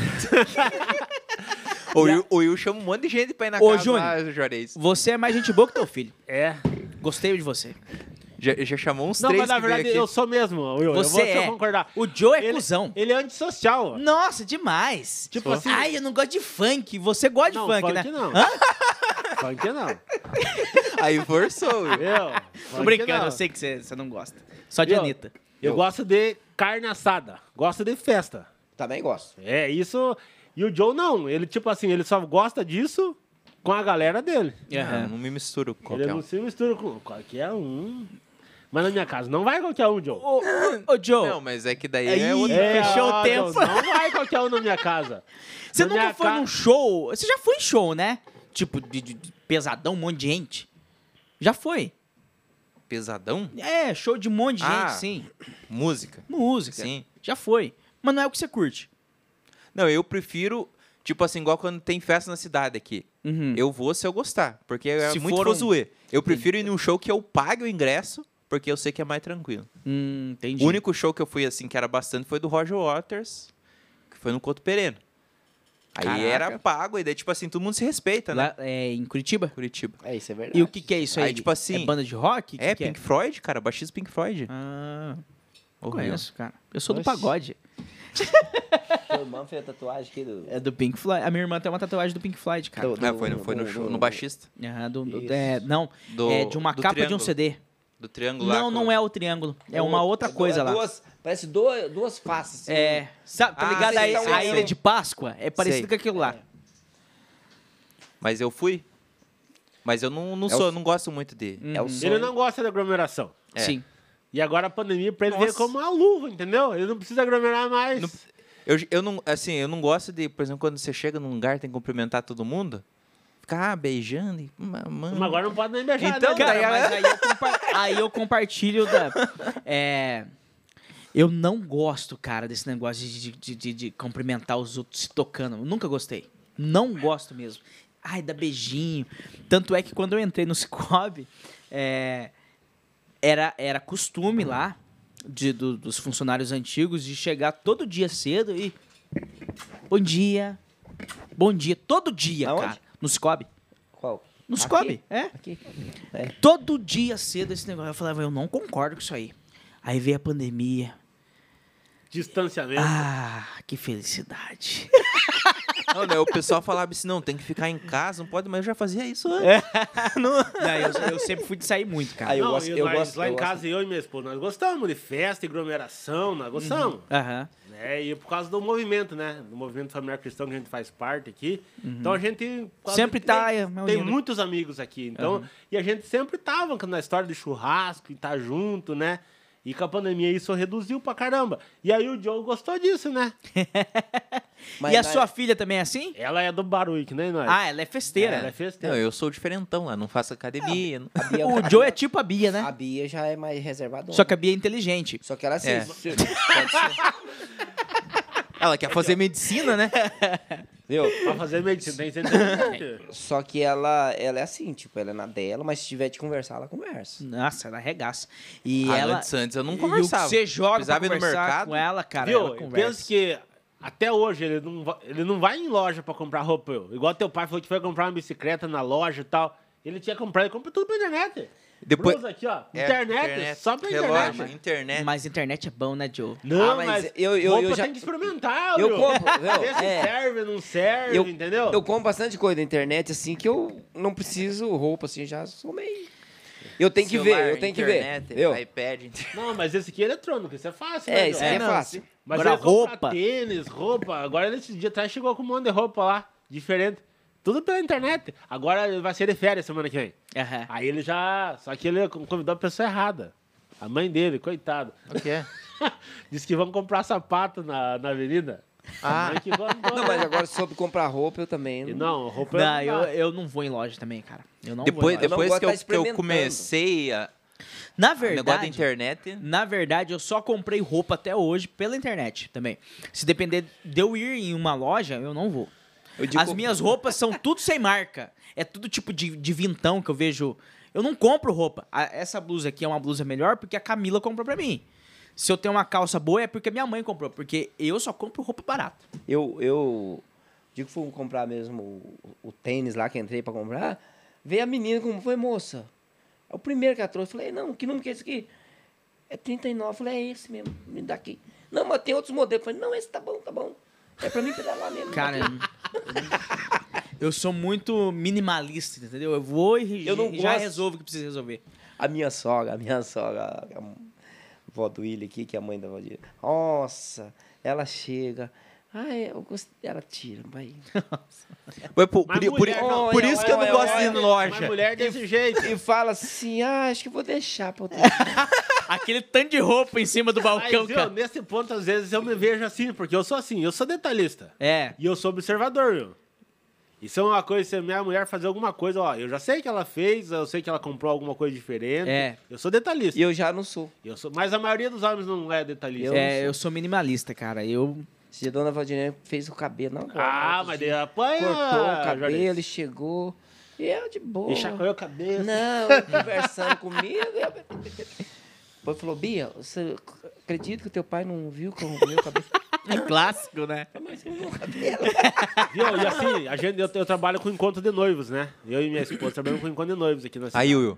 Speaker 5: O Will, o Will chama um monte de gente pra ir na
Speaker 3: Ô,
Speaker 5: casa
Speaker 3: Júnior.
Speaker 5: lá, Juarez.
Speaker 3: Você é mais gente boa que teu filho.
Speaker 2: é.
Speaker 3: Gostei de você.
Speaker 5: Já, já chamou uns
Speaker 2: Não,
Speaker 5: três
Speaker 2: mas na
Speaker 5: que veio
Speaker 2: verdade
Speaker 5: aqui.
Speaker 2: eu sou mesmo, Will. eu
Speaker 3: Você
Speaker 2: vou só
Speaker 3: é.
Speaker 2: concordar.
Speaker 3: O Joe é
Speaker 2: ele,
Speaker 3: cuzão.
Speaker 2: Ele é antissocial. ó.
Speaker 3: Nossa, demais.
Speaker 2: Tipo
Speaker 3: Sou.
Speaker 2: assim-
Speaker 3: Ai, eu não gosto de funk. Você gosta
Speaker 2: Não,
Speaker 3: de funk,
Speaker 2: funk
Speaker 3: né?
Speaker 2: não.
Speaker 3: Hã?
Speaker 2: Funk não.
Speaker 5: Aí forçou, Will.
Speaker 2: Eu.
Speaker 3: Tô brincando, eu sei que você, você não gosta. Só de
Speaker 2: Eu-
Speaker 3: Anitta.
Speaker 2: Eu gosto de carne assada. Gosto de festa.
Speaker 1: Também gosto.
Speaker 2: É, isso. E o Joe não. Ele, tipo assim, ele só gosta disso com a galera dele.
Speaker 5: Não, não me misturo com
Speaker 2: ele é
Speaker 5: qualquer
Speaker 2: não
Speaker 5: um.
Speaker 2: se mistura com qualquer um. Mas na minha casa não vai qualquer um, Joe.
Speaker 3: Ô, ô, Joe,
Speaker 5: Não, mas é que daí
Speaker 3: Aí-
Speaker 5: é outro.
Speaker 3: É, fechou o
Speaker 2: ó,
Speaker 3: tempo.
Speaker 2: Joe, Não vai qualquer um na minha casa.
Speaker 3: você
Speaker 2: na
Speaker 3: nunca
Speaker 2: minha
Speaker 3: foi
Speaker 2: ca-
Speaker 3: num show? Você já foi em show, né? Tipo, de, de- de pesadão, um monte de gente. Já foi.
Speaker 5: Pesadão?
Speaker 3: É, show de um monte de
Speaker 5: Ah.
Speaker 3: gente, sim.
Speaker 5: Música.
Speaker 3: Música.
Speaker 5: Sim.
Speaker 3: Já foi. Mas não é o que você curte.
Speaker 5: Não, eu prefiro, tipo assim, igual quando tem festa na cidade aqui.
Speaker 3: Uhum.
Speaker 5: Eu vou se eu gostar, porque é
Speaker 3: Se
Speaker 5: muito
Speaker 3: for um-
Speaker 5: fuzuê. Eu prefiro ir num show que eu pague o ingresso, porque eu sei que é mais tranquilo.
Speaker 3: Hum, entendi.
Speaker 5: O único show que eu fui assim que era bastante foi do Roger Waters, que foi no Couto Pereira. Aí
Speaker 3: Caraca.
Speaker 5: era pago, e daí, tipo assim, todo mundo se respeita, né?
Speaker 3: Lá, é, em Curitiba?
Speaker 5: Curitiba.
Speaker 1: É, isso é verdade.
Speaker 3: E o que, que é isso aí?
Speaker 5: Aí, tipo assim,
Speaker 3: É banda de rock? Que
Speaker 5: é,
Speaker 3: que
Speaker 5: Pink Floyd, cara, baixista Pink Floyd.
Speaker 3: Ah, eu
Speaker 5: Horrível.
Speaker 3: conheço, cara. Eu sou do
Speaker 1: Oxi.
Speaker 3: pagode.
Speaker 1: Meu irmão fez a tatuagem aqui do...
Speaker 3: É do Pink Floyd. A minha irmã tem uma tatuagem do Pink Floyd, cara.
Speaker 1: Do-
Speaker 5: Ah, foi, no- foi no
Speaker 1: do-
Speaker 5: show,
Speaker 1: do-
Speaker 5: no baixista.
Speaker 3: Aham, do- do-
Speaker 1: Isso.
Speaker 3: é, não,
Speaker 5: Do,
Speaker 3: é de uma
Speaker 5: do
Speaker 3: capa de um
Speaker 5: triângulo, Um
Speaker 3: CD.
Speaker 5: Do triângulo
Speaker 3: Não, não é o triângulo. É uma outra
Speaker 1: É
Speaker 3: coisa lá.
Speaker 1: Duas, parece duas, duas faces. assim.
Speaker 3: É. Sabe, tá
Speaker 5: assim. Ah,
Speaker 3: ligado
Speaker 5: sei,
Speaker 3: aí,
Speaker 5: sei,
Speaker 3: a
Speaker 5: sei.
Speaker 3: Ilha de Páscoa? É parecido
Speaker 5: Sei.
Speaker 3: com aquilo lá.
Speaker 5: Mas eu fui. Mas eu não, não
Speaker 1: É
Speaker 5: sou,
Speaker 1: o-
Speaker 5: não gosto muito de.
Speaker 1: É o sonho.
Speaker 2: Ele não gosta de aglomeração.
Speaker 5: É.
Speaker 3: Sim.
Speaker 2: E agora a pandemia pra ele
Speaker 5: Nossa.
Speaker 2: veio como uma luva, entendeu? Ele não precisa aglomerar mais.
Speaker 5: Não- Eu, eu não, assim, eu não gosto de, por exemplo, quando você chega num lugar tem que cumprimentar todo mundo, ficar ah, beijando e ma- mano.
Speaker 2: Mas agora não pode nem beijar.
Speaker 5: Então,
Speaker 2: né?
Speaker 5: daí-
Speaker 3: Cara, Ah, mas aí eu, compa- aí eu compartilho da. É. Eu não gosto, cara, desse negócio de, de- de- de cumprimentar os outros se tocando. Eu nunca gostei. Não gosto mesmo. Ai, dá beijinho. Tanto é que quando eu entrei no Cicobi, é, era, era costume lá, de- do- dos funcionários antigos, de chegar todo dia cedo e. Bom dia. Bom dia. Todo dia,
Speaker 1: Aonde?
Speaker 3: cara. No Cicobi.
Speaker 1: Qual?
Speaker 3: No
Speaker 1: Aqui?
Speaker 3: Cicobi, é?
Speaker 1: Aqui.
Speaker 3: Todo dia cedo esse negócio. Eu falava, eu não concordo com isso aí. Aí veio a pandemia.
Speaker 2: né? Distanciamento.
Speaker 3: Ah, que felicidade.
Speaker 5: Não, né, o pessoal falava assim, não, tem que ficar em casa, não pode, mas eu já fazia isso antes.
Speaker 3: Não, eu, eu sempre fui de sair muito, cara.
Speaker 1: Aí eu
Speaker 2: Não,
Speaker 1: gosto,
Speaker 2: e
Speaker 1: eu
Speaker 2: nós,
Speaker 1: gosto.
Speaker 2: lá
Speaker 1: eu
Speaker 2: em
Speaker 1: gosto.
Speaker 2: casa, eu e minha esposa, nós gostamos de festa, aglomeração, nós gostamos.
Speaker 3: Aham.
Speaker 2: né? E por causa do movimento, né? Do movimento familiar cristão que a gente faz parte aqui. Então a gente. quase
Speaker 3: Uhum. Sempre
Speaker 2: que
Speaker 3: tá
Speaker 2: tem-
Speaker 3: reunido.
Speaker 2: Tem muitos amigos aqui. Então,
Speaker 3: Uhum.
Speaker 2: e a gente sempre tava na história de churrasco e tá junto, né? E com a pandemia isso reduziu pra caramba. E aí o Joe gostou disso, né?
Speaker 1: Mas
Speaker 3: E
Speaker 1: na-
Speaker 3: a sua filha também é assim?
Speaker 2: Ela é do barulho, que nem nós.
Speaker 3: Ah, ela é
Speaker 2: Ela
Speaker 3: festeira.
Speaker 2: é
Speaker 5: né? Não,
Speaker 2: festeira.
Speaker 5: eu sou diferentão lá, não faço academia. não-
Speaker 1: a Bia-
Speaker 3: O Joe é tipo a Bia,
Speaker 1: A
Speaker 3: né?
Speaker 1: Bia já é mais reservada.
Speaker 3: Só que a Bia é inteligente.
Speaker 1: Só que ela assim.
Speaker 5: É.
Speaker 1: se- pode ser.
Speaker 5: Ela quer fazer medicina, né?
Speaker 1: Viu?
Speaker 2: Pra fazer medicina, tem que ser inteligente.
Speaker 1: Só que ela, ela é assim, tipo, ela é na dela, mas se tiver de conversar, ela conversa.
Speaker 3: Nossa, ela arregaça. E
Speaker 5: Ah,
Speaker 3: ela.
Speaker 5: antes, antes eu não
Speaker 3: E
Speaker 5: conversava.
Speaker 3: o que você joga pra
Speaker 5: Precisava ir no
Speaker 3: conversar
Speaker 5: mercado.
Speaker 3: com ela, cara.
Speaker 2: Viu?
Speaker 3: ela
Speaker 2: Eu
Speaker 3: conversa.
Speaker 2: penso que até hoje ele não, va- ele não vai em loja pra comprar roupa. eu. Igual teu pai falou que foi comprar uma bicicleta na loja e tal. Ele tinha comprado, ele compra tudo pela internet.
Speaker 5: Depois-
Speaker 2: Blusa aqui, ó.
Speaker 5: É,
Speaker 2: internet, só pela
Speaker 5: relógio,
Speaker 2: internet.
Speaker 5: internet.
Speaker 3: Mas internet é bom, né, Joe?
Speaker 2: Não,
Speaker 1: Ah, mas
Speaker 2: mas,
Speaker 1: eu- eu-
Speaker 2: roupa
Speaker 1: eu já-
Speaker 2: tem que experimentar,
Speaker 1: Eu
Speaker 2: viu?
Speaker 1: compro, viu?
Speaker 2: Vê se
Speaker 1: É.
Speaker 2: serve, não serve,
Speaker 1: Eu-
Speaker 2: entendeu?
Speaker 1: Eu compro bastante coisa na internet, assim, que eu não preciso roupa, assim, já sou meio. Eu tenho que ver, eu tenho que ver. viu?
Speaker 5: iPad, internet.
Speaker 2: Não, mas esse aqui é eletrônico, isso é fácil, né,
Speaker 1: É, isso
Speaker 2: João?
Speaker 1: aí é
Speaker 3: não,
Speaker 1: fácil.
Speaker 2: Mas
Speaker 3: Agora,
Speaker 2: ele compra
Speaker 3: roupa.
Speaker 2: tênis, roupa. Agora, esses dias atrás, chegou com um monte de roupa lá, diferente. Tudo pela internet. Agora ele vai ser de férias semana que vem.
Speaker 3: Aham.
Speaker 2: Aí ele já. Só que ele convidou a pessoa errada. A mãe dele, coitado.
Speaker 5: O que é?
Speaker 2: Diz que vão comprar sapato na, na avenida. A
Speaker 5: Ah,
Speaker 2: mãe que mandou,
Speaker 1: Não,
Speaker 2: né?
Speaker 1: mas agora soube comprar roupa, eu também.
Speaker 2: E
Speaker 1: Não...
Speaker 2: Não, roupa é
Speaker 3: Não, eu,
Speaker 2: eu,
Speaker 3: eu não vou em loja também, cara. Eu não
Speaker 5: depois
Speaker 3: vou. Em loja.
Speaker 5: depois
Speaker 1: gosto
Speaker 5: que,
Speaker 1: de
Speaker 5: eu,
Speaker 1: tá
Speaker 5: que eu
Speaker 1: experimentando.
Speaker 5: comecei a,
Speaker 3: Na
Speaker 5: o negócio da
Speaker 3: verdade,
Speaker 5: internet,
Speaker 3: Na verdade, eu só comprei roupa até hoje pela internet também. Se depender de eu ir em uma loja, eu não vou.
Speaker 1: Eu digo-
Speaker 3: As minhas roupas são tudo sem marca. É tudo tipo de, de vintão que eu vejo. Eu não compro roupa. A- essa blusa aqui é uma blusa melhor porque a Camila comprou pra mim. Se eu tenho uma calça boa é porque a minha mãe comprou. Porque eu só compro roupa barata.
Speaker 1: Eu, eu digo que fui um comprar mesmo o, o tênis lá que eu entrei pra comprar. Veio a menina como foi, moça. É o primeiro que ela trouxe. Falei, não, que número que é esse aqui? É 39. Falei, é esse mesmo. Me dá aqui. Não, mas tem outros modelos. Falei, não, esse tá bom, tá bom. É pra mim pedalar mesmo.
Speaker 3: Cara, eu, eu sou muito minimalista, entendeu? Eu vou e
Speaker 1: Eu não
Speaker 3: já
Speaker 1: gosto-
Speaker 3: resolvo o que precisa resolver.
Speaker 1: A minha sogra, a minha sogra, a vó do Willi aqui, que é a mãe da Valdir. Nossa, ela chega. Ah, eu gostei. Ela tira, vai.
Speaker 5: Foi por,
Speaker 2: Mas
Speaker 5: por- por-
Speaker 2: mulher
Speaker 5: por
Speaker 1: não,
Speaker 5: isso
Speaker 1: não,
Speaker 5: que eu não
Speaker 1: é,
Speaker 5: gosto
Speaker 1: é,
Speaker 5: de ir em loja.
Speaker 2: Mas mulher desse jeito.
Speaker 1: E fala assim, ah, acho que eu vou deixar pra outro
Speaker 3: Aquele tanto de roupa em cima do
Speaker 2: Mas,
Speaker 3: balcão,
Speaker 2: viu,
Speaker 3: cara.
Speaker 2: nesse ponto, às vezes, eu me vejo assim, porque eu sou assim, eu sou detalhista.
Speaker 3: É.
Speaker 2: E eu sou observador, viu? Isso é uma coisa, se a minha mulher fazer alguma coisa, ó, eu já sei que ela fez, eu sei que ela comprou alguma coisa diferente.
Speaker 3: É.
Speaker 2: Eu sou detalhista.
Speaker 1: E eu já não sou.
Speaker 2: Eu sou, mas a maioria dos homens não é detalhista.
Speaker 3: é, eu sou minimalista, cara. Eu.
Speaker 1: Se a dona Valdinei fez o cabelo, não.
Speaker 2: Ah,
Speaker 1: agora,
Speaker 2: mas
Speaker 1: outro
Speaker 2: daí
Speaker 1: dia,
Speaker 2: apanha.
Speaker 1: Cortou
Speaker 3: Ah,
Speaker 1: o cabelo,
Speaker 2: Jordan.
Speaker 1: ele chegou. E eu de boa.
Speaker 2: E chacoalhou a cabeça.
Speaker 1: Não, conversando comigo. eu- Depois falou, Bia, você acredita que teu pai não viu que eu arrumei o cabelo?
Speaker 3: É clássico, né?
Speaker 2: Viu? E assim, a gente, eu, eu trabalho com encontro de noivos, né? Eu e minha esposa trabalhamos com encontro de noivos aqui na cidade.
Speaker 5: Aí, Will.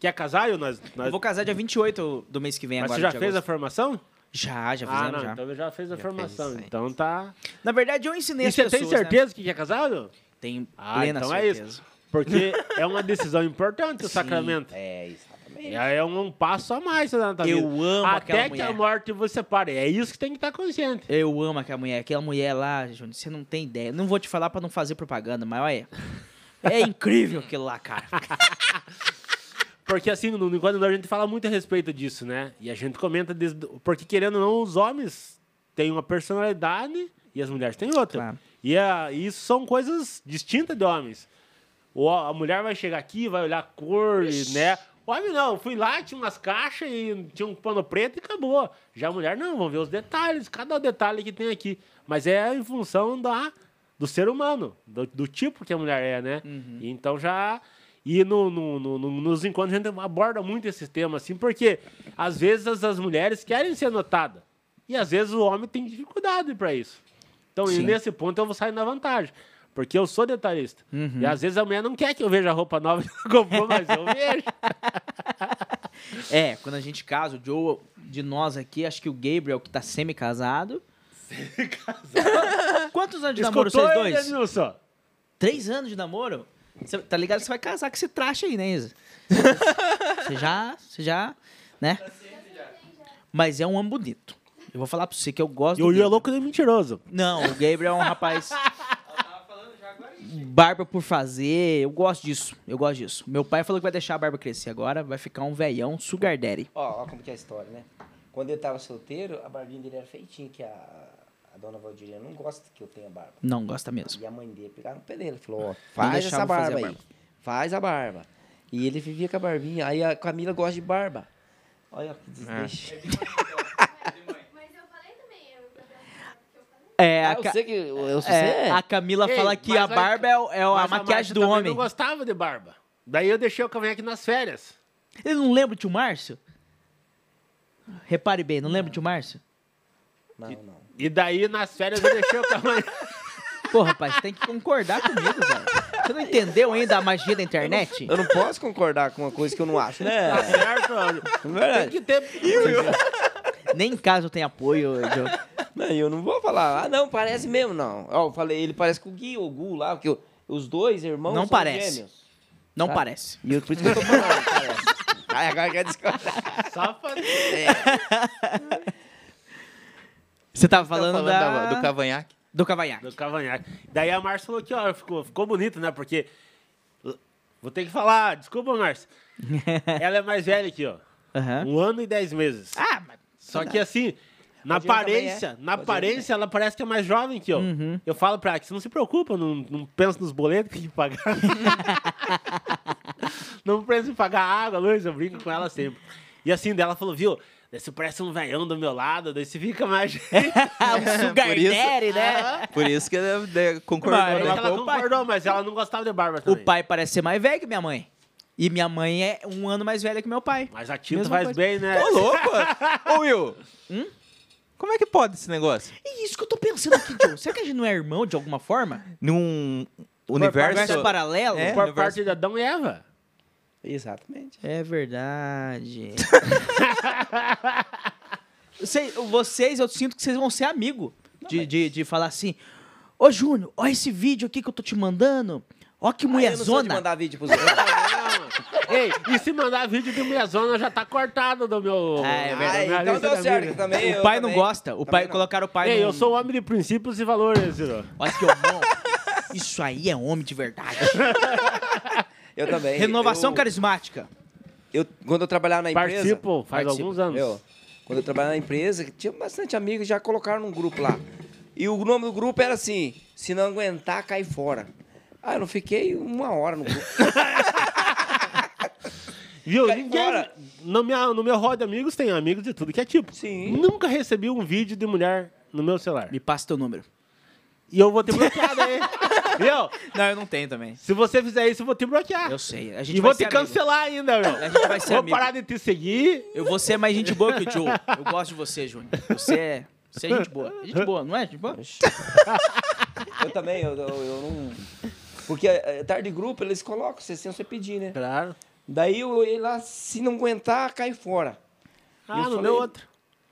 Speaker 2: Quer casar? Eu, nós, nós-
Speaker 3: Eu vou casar dia 28 do mês que vem
Speaker 2: mas
Speaker 3: agora.
Speaker 2: você já
Speaker 3: de
Speaker 2: fez a
Speaker 3: agosto.
Speaker 2: formação?
Speaker 3: Já, já
Speaker 2: ah,
Speaker 3: fizemos,
Speaker 2: não.
Speaker 3: já.
Speaker 2: Então eu já fez a formação.
Speaker 5: isso aí.
Speaker 2: Então tá.
Speaker 3: Na verdade, eu ensinei
Speaker 2: E
Speaker 3: as
Speaker 2: você
Speaker 3: pessoas,
Speaker 2: tem certeza que quer casar? Will?
Speaker 3: Né? Tenho
Speaker 2: Ah,
Speaker 3: plena
Speaker 2: então é
Speaker 3: certeza.
Speaker 2: isso. Porque é uma decisão importante o sacramento.
Speaker 1: É, exatamente.
Speaker 2: É é um, um passo a mais na tua
Speaker 3: Eu
Speaker 2: vida.
Speaker 3: amo
Speaker 2: Até
Speaker 3: aquela
Speaker 2: que a
Speaker 3: mulher.
Speaker 2: morte você pare. É isso que tem que estar consciente.
Speaker 3: Eu amo aquela mulher. Aquela mulher lá, Júnior, você não tem ideia. Não vou te falar pra não fazer propaganda, mas olha. É incrível aquilo lá, cara.
Speaker 2: Porque assim, no enquanto a gente fala muito a respeito disso, né? E a gente comenta desde... porque querendo ou não, os homens têm uma personalidade e as mulheres têm outra.
Speaker 3: Claro.
Speaker 2: E, a- e isso são coisas distintas de homens. O, a mulher vai chegar aqui, vai olhar a cor, e, né? O homem não, fui lá, tinha umas caixas e tinha um pano preto e acabou. Já a mulher não, vamos ver os detalhes, cada detalhe que tem aqui. Mas é em função da, do ser humano, do, do tipo que a mulher é, né? E Então já. E no, no- no- no- nos encontros a gente aborda muito esse tema, assim, porque às vezes as, as mulheres querem ser notadas. E às vezes o homem tem dificuldade para isso. Então, e
Speaker 3: Sim.
Speaker 2: nesse ponto, eu vou sair na vantagem. Porque eu sou detalhista. E às vezes a mulher não quer que eu veja a roupa nova que ela comprou, mas eu vejo.
Speaker 3: É, quando a gente casa, o Joe, de nós aqui, acho que o Gabriel, que tá semi-casado. Semi-casado? Quantos anos de namoro vocês
Speaker 2: Escutou,
Speaker 3: dois?
Speaker 2: Edenilson?
Speaker 3: Três anos de namoro? Cê- tá ligado que você vai casar com esse traste aí, né, Isa? Você já, você já, né? Mas é um homem bonito. Eu vou falar pra você que eu gosto
Speaker 2: E o
Speaker 3: do
Speaker 2: Will é
Speaker 3: Gabriel.
Speaker 2: louco e mentiroso.
Speaker 3: Não, o Gabriel é um rapaz... Barba por fazer, eu gosto disso, eu gosto disso. Meu pai falou que vai deixar a barba crescer agora, vai ficar um veião sugar daddy.
Speaker 1: Ó, ó como que é a história, né? Quando eu tava solteiro, a barbinha dele era feitinha, que a, a dona Valdirinha não gosta que eu tenha barba.
Speaker 3: Não gosta mesmo.
Speaker 1: E a mãe dele pegava no pé dele. Falou, ó, faz
Speaker 3: deixava
Speaker 1: essa barba
Speaker 3: fazer a
Speaker 1: aí.
Speaker 3: barba.
Speaker 1: Faz a barba. E ele vivia com a barbinha. Aí a Camila gosta de barba. Olha
Speaker 3: É.
Speaker 1: que desdeixo.
Speaker 8: Mas eu falei também, eu que eu falei.
Speaker 3: É,
Speaker 1: Ah,
Speaker 3: a, Ca-
Speaker 1: eu sei que eu, eu sei.
Speaker 3: é, a Camila
Speaker 2: Ei,
Speaker 3: fala que
Speaker 2: mas
Speaker 3: a
Speaker 2: a-
Speaker 3: barba é, o- é a
Speaker 2: Mas
Speaker 3: maquiagem
Speaker 2: Márcia
Speaker 3: do
Speaker 2: também
Speaker 3: homem.
Speaker 2: não gostava de barba. Daí eu deixei o cavanhaque nas férias.
Speaker 3: Ele não lembra o tio Márcio? Repare bem, não lembra o tio Márcio?
Speaker 1: Não, não.
Speaker 2: E daí nas férias eu deixei o cavanhaque.
Speaker 3: Pô, rapaz, você tem que concordar comigo, velho. Você não entendeu ainda a magia da internet?
Speaker 1: Eu não posso concordar com uma coisa que eu não acho, né?
Speaker 2: Tá certo,
Speaker 1: Não
Speaker 2: olha.
Speaker 1: é
Speaker 2: Tem
Speaker 1: verdade.
Speaker 2: que ter.
Speaker 3: Nem em casa eu tenho apoio, Diogo.
Speaker 1: Não, eu não vou falar, ah, não, parece mesmo, não. Ó, eu falei, ele parece com o Gui, o Gu lá, porque o- os dois irmãos
Speaker 3: Não
Speaker 1: são
Speaker 3: parece.
Speaker 1: gêmeos.
Speaker 3: Não
Speaker 1: Tá.
Speaker 3: parece.
Speaker 1: E eu, por isso que eu tô falando, parece. Ai, agora quer discordar.
Speaker 2: Safado.
Speaker 3: Você tava falando,
Speaker 5: falando
Speaker 3: da-
Speaker 5: da- do cavanhaque.
Speaker 3: do cavanhaque.
Speaker 2: Do cavanhaque. Daí a Márcia falou que, ó, ficou, ficou bonito, né? Porque. Vou ter que falar, desculpa, Márcia. Ela é mais velha aqui, ó.
Speaker 3: Aham.
Speaker 2: Um ano e dez meses.
Speaker 3: Ah, mas...
Speaker 2: Só que assim, na
Speaker 1: Pode ir também,
Speaker 2: aparência,
Speaker 1: é.
Speaker 2: na
Speaker 1: Pode ir
Speaker 2: aparência, ela parece que é mais jovem que eu. Eu falo pra ela que você não se preocupa, não, não pensa nos boletos que tem que pagar. não pensa em pagar água, luz, eu brinco com ela sempre. E assim, dela falou, viu? Daí você parece um veião do meu lado, daí você fica mais.
Speaker 3: Ah, um sugar
Speaker 5: Por isso- Ah,
Speaker 3: daddy, né?
Speaker 5: Por isso que ela né,
Speaker 3: Mas é
Speaker 5: concordou.
Speaker 2: ela
Speaker 5: né?
Speaker 3: acabou o pai.
Speaker 2: concordou, mas ela não gostava de barba
Speaker 3: O
Speaker 2: também.
Speaker 3: pai parece ser mais velho que minha mãe. E minha mãe é um ano mais velha que meu pai.
Speaker 2: Mas a tinta
Speaker 3: Mesma
Speaker 2: faz
Speaker 3: coisa.
Speaker 2: bem, né?
Speaker 5: Ô, louco! Ô, Will! Como é que pode esse negócio?
Speaker 3: É isso que eu tô pensando aqui, Joe. Será que a gente não é irmão de alguma forma?
Speaker 5: Num
Speaker 3: Universo
Speaker 5: universo...
Speaker 3: paralelo?
Speaker 5: É.
Speaker 2: Por
Speaker 5: universo-
Speaker 2: parte de Adão e Eva.
Speaker 1: Exatamente.
Speaker 3: É verdade. Vocês, vocês, eu sinto que vocês vão ser amigo de, de, de falar assim: Ô Júnior, ó esse vídeo aqui que eu tô te mandando. Ó que
Speaker 1: Ah, eu não sou de
Speaker 3: mulherzona.
Speaker 1: mandar vídeo pros outros.
Speaker 2: Ei, e se mandar vídeo de minha zona já tá cortado do meu.
Speaker 3: Ah, é
Speaker 2: da
Speaker 3: verdade.
Speaker 1: Ah,
Speaker 2: minha
Speaker 1: então
Speaker 2: lista
Speaker 1: deu
Speaker 2: da
Speaker 1: certo
Speaker 2: vida.
Speaker 1: que também.
Speaker 3: o
Speaker 1: eu
Speaker 3: pai
Speaker 1: também.
Speaker 3: não gosta. O pai,
Speaker 1: Também não.
Speaker 3: colocaram o pai
Speaker 2: Ei,
Speaker 3: num-
Speaker 2: eu sou um homem de princípios e valores, Ciro.
Speaker 3: Olha que homão. é Isso aí é homem de verdade.
Speaker 1: Eu também.
Speaker 3: Renovação
Speaker 1: eu,
Speaker 3: carismática.
Speaker 1: Eu, quando eu trabalhava na empresa...
Speaker 2: Participo, faz alguns anos.
Speaker 1: Eu, quando eu trabalhava na empresa, tinha bastante amigos, já colocaram num grupo lá. E o nome do grupo era assim, se não aguentar, cai fora. Ah, eu não fiquei uma hora no grupo.
Speaker 2: Viu?
Speaker 1: Cara,
Speaker 2: Ninguém.
Speaker 1: agora-
Speaker 2: No, minha, no meu rol de amigos tem amigos de tudo que é tipo.
Speaker 1: Sim.
Speaker 2: Nunca recebi um vídeo de mulher no meu celular.
Speaker 3: Me passa teu número.
Speaker 2: E eu vou te bloquear daí. Viu?
Speaker 3: Não, eu não tenho também.
Speaker 2: Se você fizer isso, eu vou te bloquear.
Speaker 3: Eu sei. A gente
Speaker 2: E
Speaker 3: vai
Speaker 2: vou te
Speaker 3: ser amigo.
Speaker 2: cancelar ainda, meu.
Speaker 3: A gente vai ser
Speaker 2: vou
Speaker 3: amigo.
Speaker 2: parar de te seguir.
Speaker 3: Eu vou ser mais gente boa que o Joe. Eu gosto de você, Júnior. Você é. Você é gente boa. É Gente boa, não é? Gente boa?
Speaker 1: Eu também, eu, eu, eu não. Porque é, é, tarde de grupo, eles colocam, você sem você pedir, né?
Speaker 2: Claro.
Speaker 1: Daí eu olhei lá, se não aguentar, cai fora.
Speaker 2: Ah,
Speaker 1: Eu
Speaker 2: não
Speaker 1: falei-
Speaker 2: deu outra.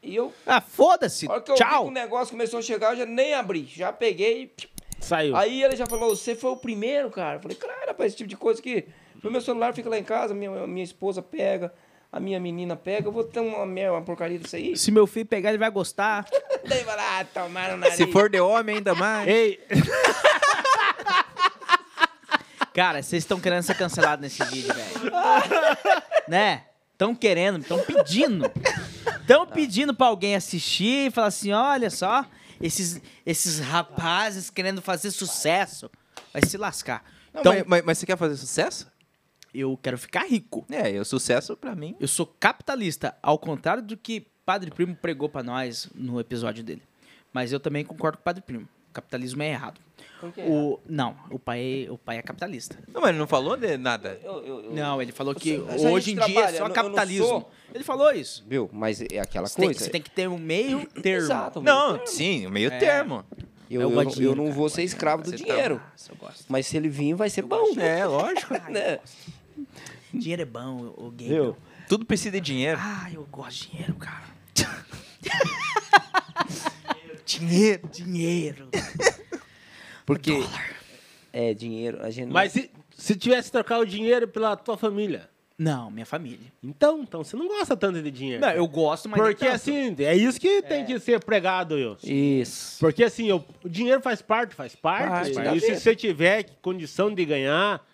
Speaker 1: E eu,
Speaker 3: Ah, foda-se.
Speaker 1: a hora que eu vi que
Speaker 3: Tchau.
Speaker 1: o negócio começou a chegar, eu já nem abri, já peguei.
Speaker 2: Saiu.
Speaker 1: Aí ele já falou, você foi o primeiro, cara. Eu falei, claro, rapaz, esse tipo de coisa que. No meu celular fica lá em casa, minha, minha esposa pega, a minha menina pega, eu vou ter uma, merda, uma porcaria disso aí.
Speaker 3: Se meu filho pegar, ele vai gostar.
Speaker 1: Daí vai lá, tomaram na
Speaker 5: Se for de homem, ainda mais.
Speaker 2: Ei,
Speaker 3: Cara, vocês estão querendo ser cancelados nesse vídeo, velho. né? Estão querendo, estão pedindo. Estão pedindo pra alguém assistir e falar assim: olha só, esses, esses rapazes querendo fazer sucesso. Vai se lascar.
Speaker 5: Não,
Speaker 3: então,
Speaker 5: mas, mas- mas você quer fazer sucesso?
Speaker 3: eu quero ficar rico.
Speaker 5: É, e o sucesso pra mim.
Speaker 3: Eu sou capitalista, ao contrário do que Padre Primo pregou pra nós no episódio dele. Mas eu também concordo com o Padre Primo. Capitalismo é errado. O, não, o pai, o pai é capitalista.
Speaker 5: Não, mas ele não falou de nada.
Speaker 1: Eu, eu, eu-
Speaker 3: Não, ele falou que
Speaker 1: Se- se a
Speaker 3: hoje em
Speaker 1: gente
Speaker 3: dia é
Speaker 1: trabalha,
Speaker 3: só
Speaker 1: não- eu não
Speaker 3: capitalismo.
Speaker 1: sou-
Speaker 3: Ele falou isso.
Speaker 1: Viu? Mas é aquela
Speaker 3: Você tem,
Speaker 1: coisa.
Speaker 3: você tem que ter um meio termo.
Speaker 1: Exato,
Speaker 5: Não, sim, o meio termo.
Speaker 1: Eu,
Speaker 3: É o
Speaker 1: eu, não-
Speaker 3: dinheiro,
Speaker 1: eu não
Speaker 3: cara,
Speaker 1: vou ser escravo do
Speaker 5: Você tá-
Speaker 1: dinheiro.
Speaker 3: Nossa, eu gosto.
Speaker 1: Mas se ele vir, vai ser bom.
Speaker 5: É, lógico.
Speaker 1: Né?
Speaker 3: Dinheiro é bom, o game.
Speaker 2: Viu?
Speaker 5: Tudo precisa de dinheiro.
Speaker 3: Ah, eu gosto de dinheiro, cara.
Speaker 5: Dinheiro.
Speaker 3: Dinheiro.
Speaker 1: Porque é dinheiro. A gente
Speaker 2: mas se, se tivesse trocar o dinheiro pela tua família,
Speaker 3: Não, minha família.
Speaker 2: então, então você não gosta tanto de dinheiro.
Speaker 3: Não, eu gosto, mas. então, nem
Speaker 2: Porque
Speaker 3: tanto.
Speaker 2: assim, é isso que tem que ser pregado, eu.
Speaker 1: Isso.
Speaker 2: Porque assim, eu- o dinheiro faz parte, faz parte.
Speaker 1: Parte da
Speaker 2: e se
Speaker 1: vida.
Speaker 2: você tiver que- condição de ganhar,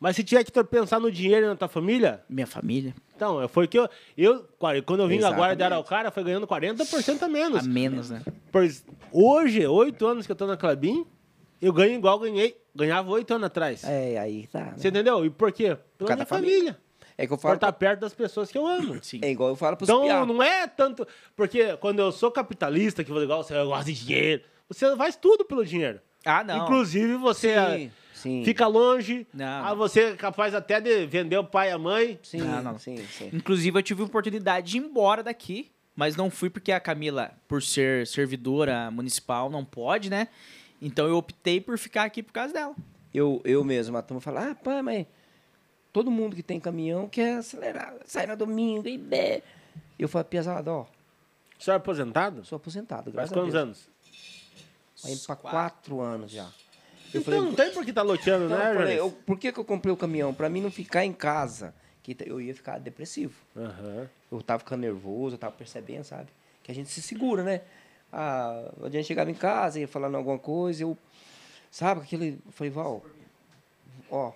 Speaker 2: mas se tiver que to- pensar no dinheiro e na tua família,
Speaker 3: Minha família.
Speaker 2: então, foi que eu. eu qua- quando eu vim agora
Speaker 1: Exatamente.
Speaker 2: de Araucária, foi ganhando 40% a menos.
Speaker 3: A menos, né?
Speaker 2: Pois hoje, oito anos que eu tô na Clabin, eu ganho igual ganhei. Ganhava oito anos atrás.
Speaker 1: É, aí tá. né?
Speaker 2: Você entendeu? E por quê? Pela
Speaker 1: causa
Speaker 2: minha
Speaker 1: da
Speaker 2: família.
Speaker 1: família. É que eu
Speaker 2: Por
Speaker 1: falo.
Speaker 2: estar perto das pessoas que eu amo.
Speaker 1: É igual eu falo pros
Speaker 2: Então
Speaker 1: piá.
Speaker 2: não é tanto. Porque quando eu sou capitalista, que eu falo igual você, eu gosto de dinheiro. Você faz tudo pelo dinheiro.
Speaker 3: Ah, não.
Speaker 2: Inclusive, você
Speaker 1: Sim, sim.
Speaker 2: é fica longe.
Speaker 3: Não.
Speaker 2: Ah, você é capaz até de vender o pai e a mãe.
Speaker 1: Sim,
Speaker 3: Não, não.
Speaker 1: sim, sim.
Speaker 3: Inclusive, eu tive a oportunidade de ir embora daqui, mas não fui porque a Camila, por ser servidora municipal, não pode, né? Então eu optei por ficar aqui por causa dela.
Speaker 1: Eu, eu mesmo, a turma fala, ah, pai, mas todo mundo que tem caminhão quer acelerar, sai no domingo e bê. Eu falo, pesado, ó,
Speaker 2: O senhor é aposentado?
Speaker 1: sou aposentado,
Speaker 2: Faz
Speaker 1: graças a
Speaker 2: quantos
Speaker 1: Deus.
Speaker 2: anos?
Speaker 1: Aí pra quatro anos já. Eu
Speaker 2: então
Speaker 1: falei,
Speaker 2: não tem por que tá loteando,
Speaker 1: Então,
Speaker 2: né,
Speaker 1: eu falei,
Speaker 2: Jorge?
Speaker 1: eu- por que, que eu comprei o caminhão? Pra mim não ficar em casa. Que t- eu ia ficar depressivo.
Speaker 2: Aham.
Speaker 1: Eu tava ficando nervoso, eu tava percebendo, sabe? Que a gente se segura, né? Ah, a gente chegava em casa, ia falando alguma coisa, eu. Sabe, aquele. Eu falei, Val, ó,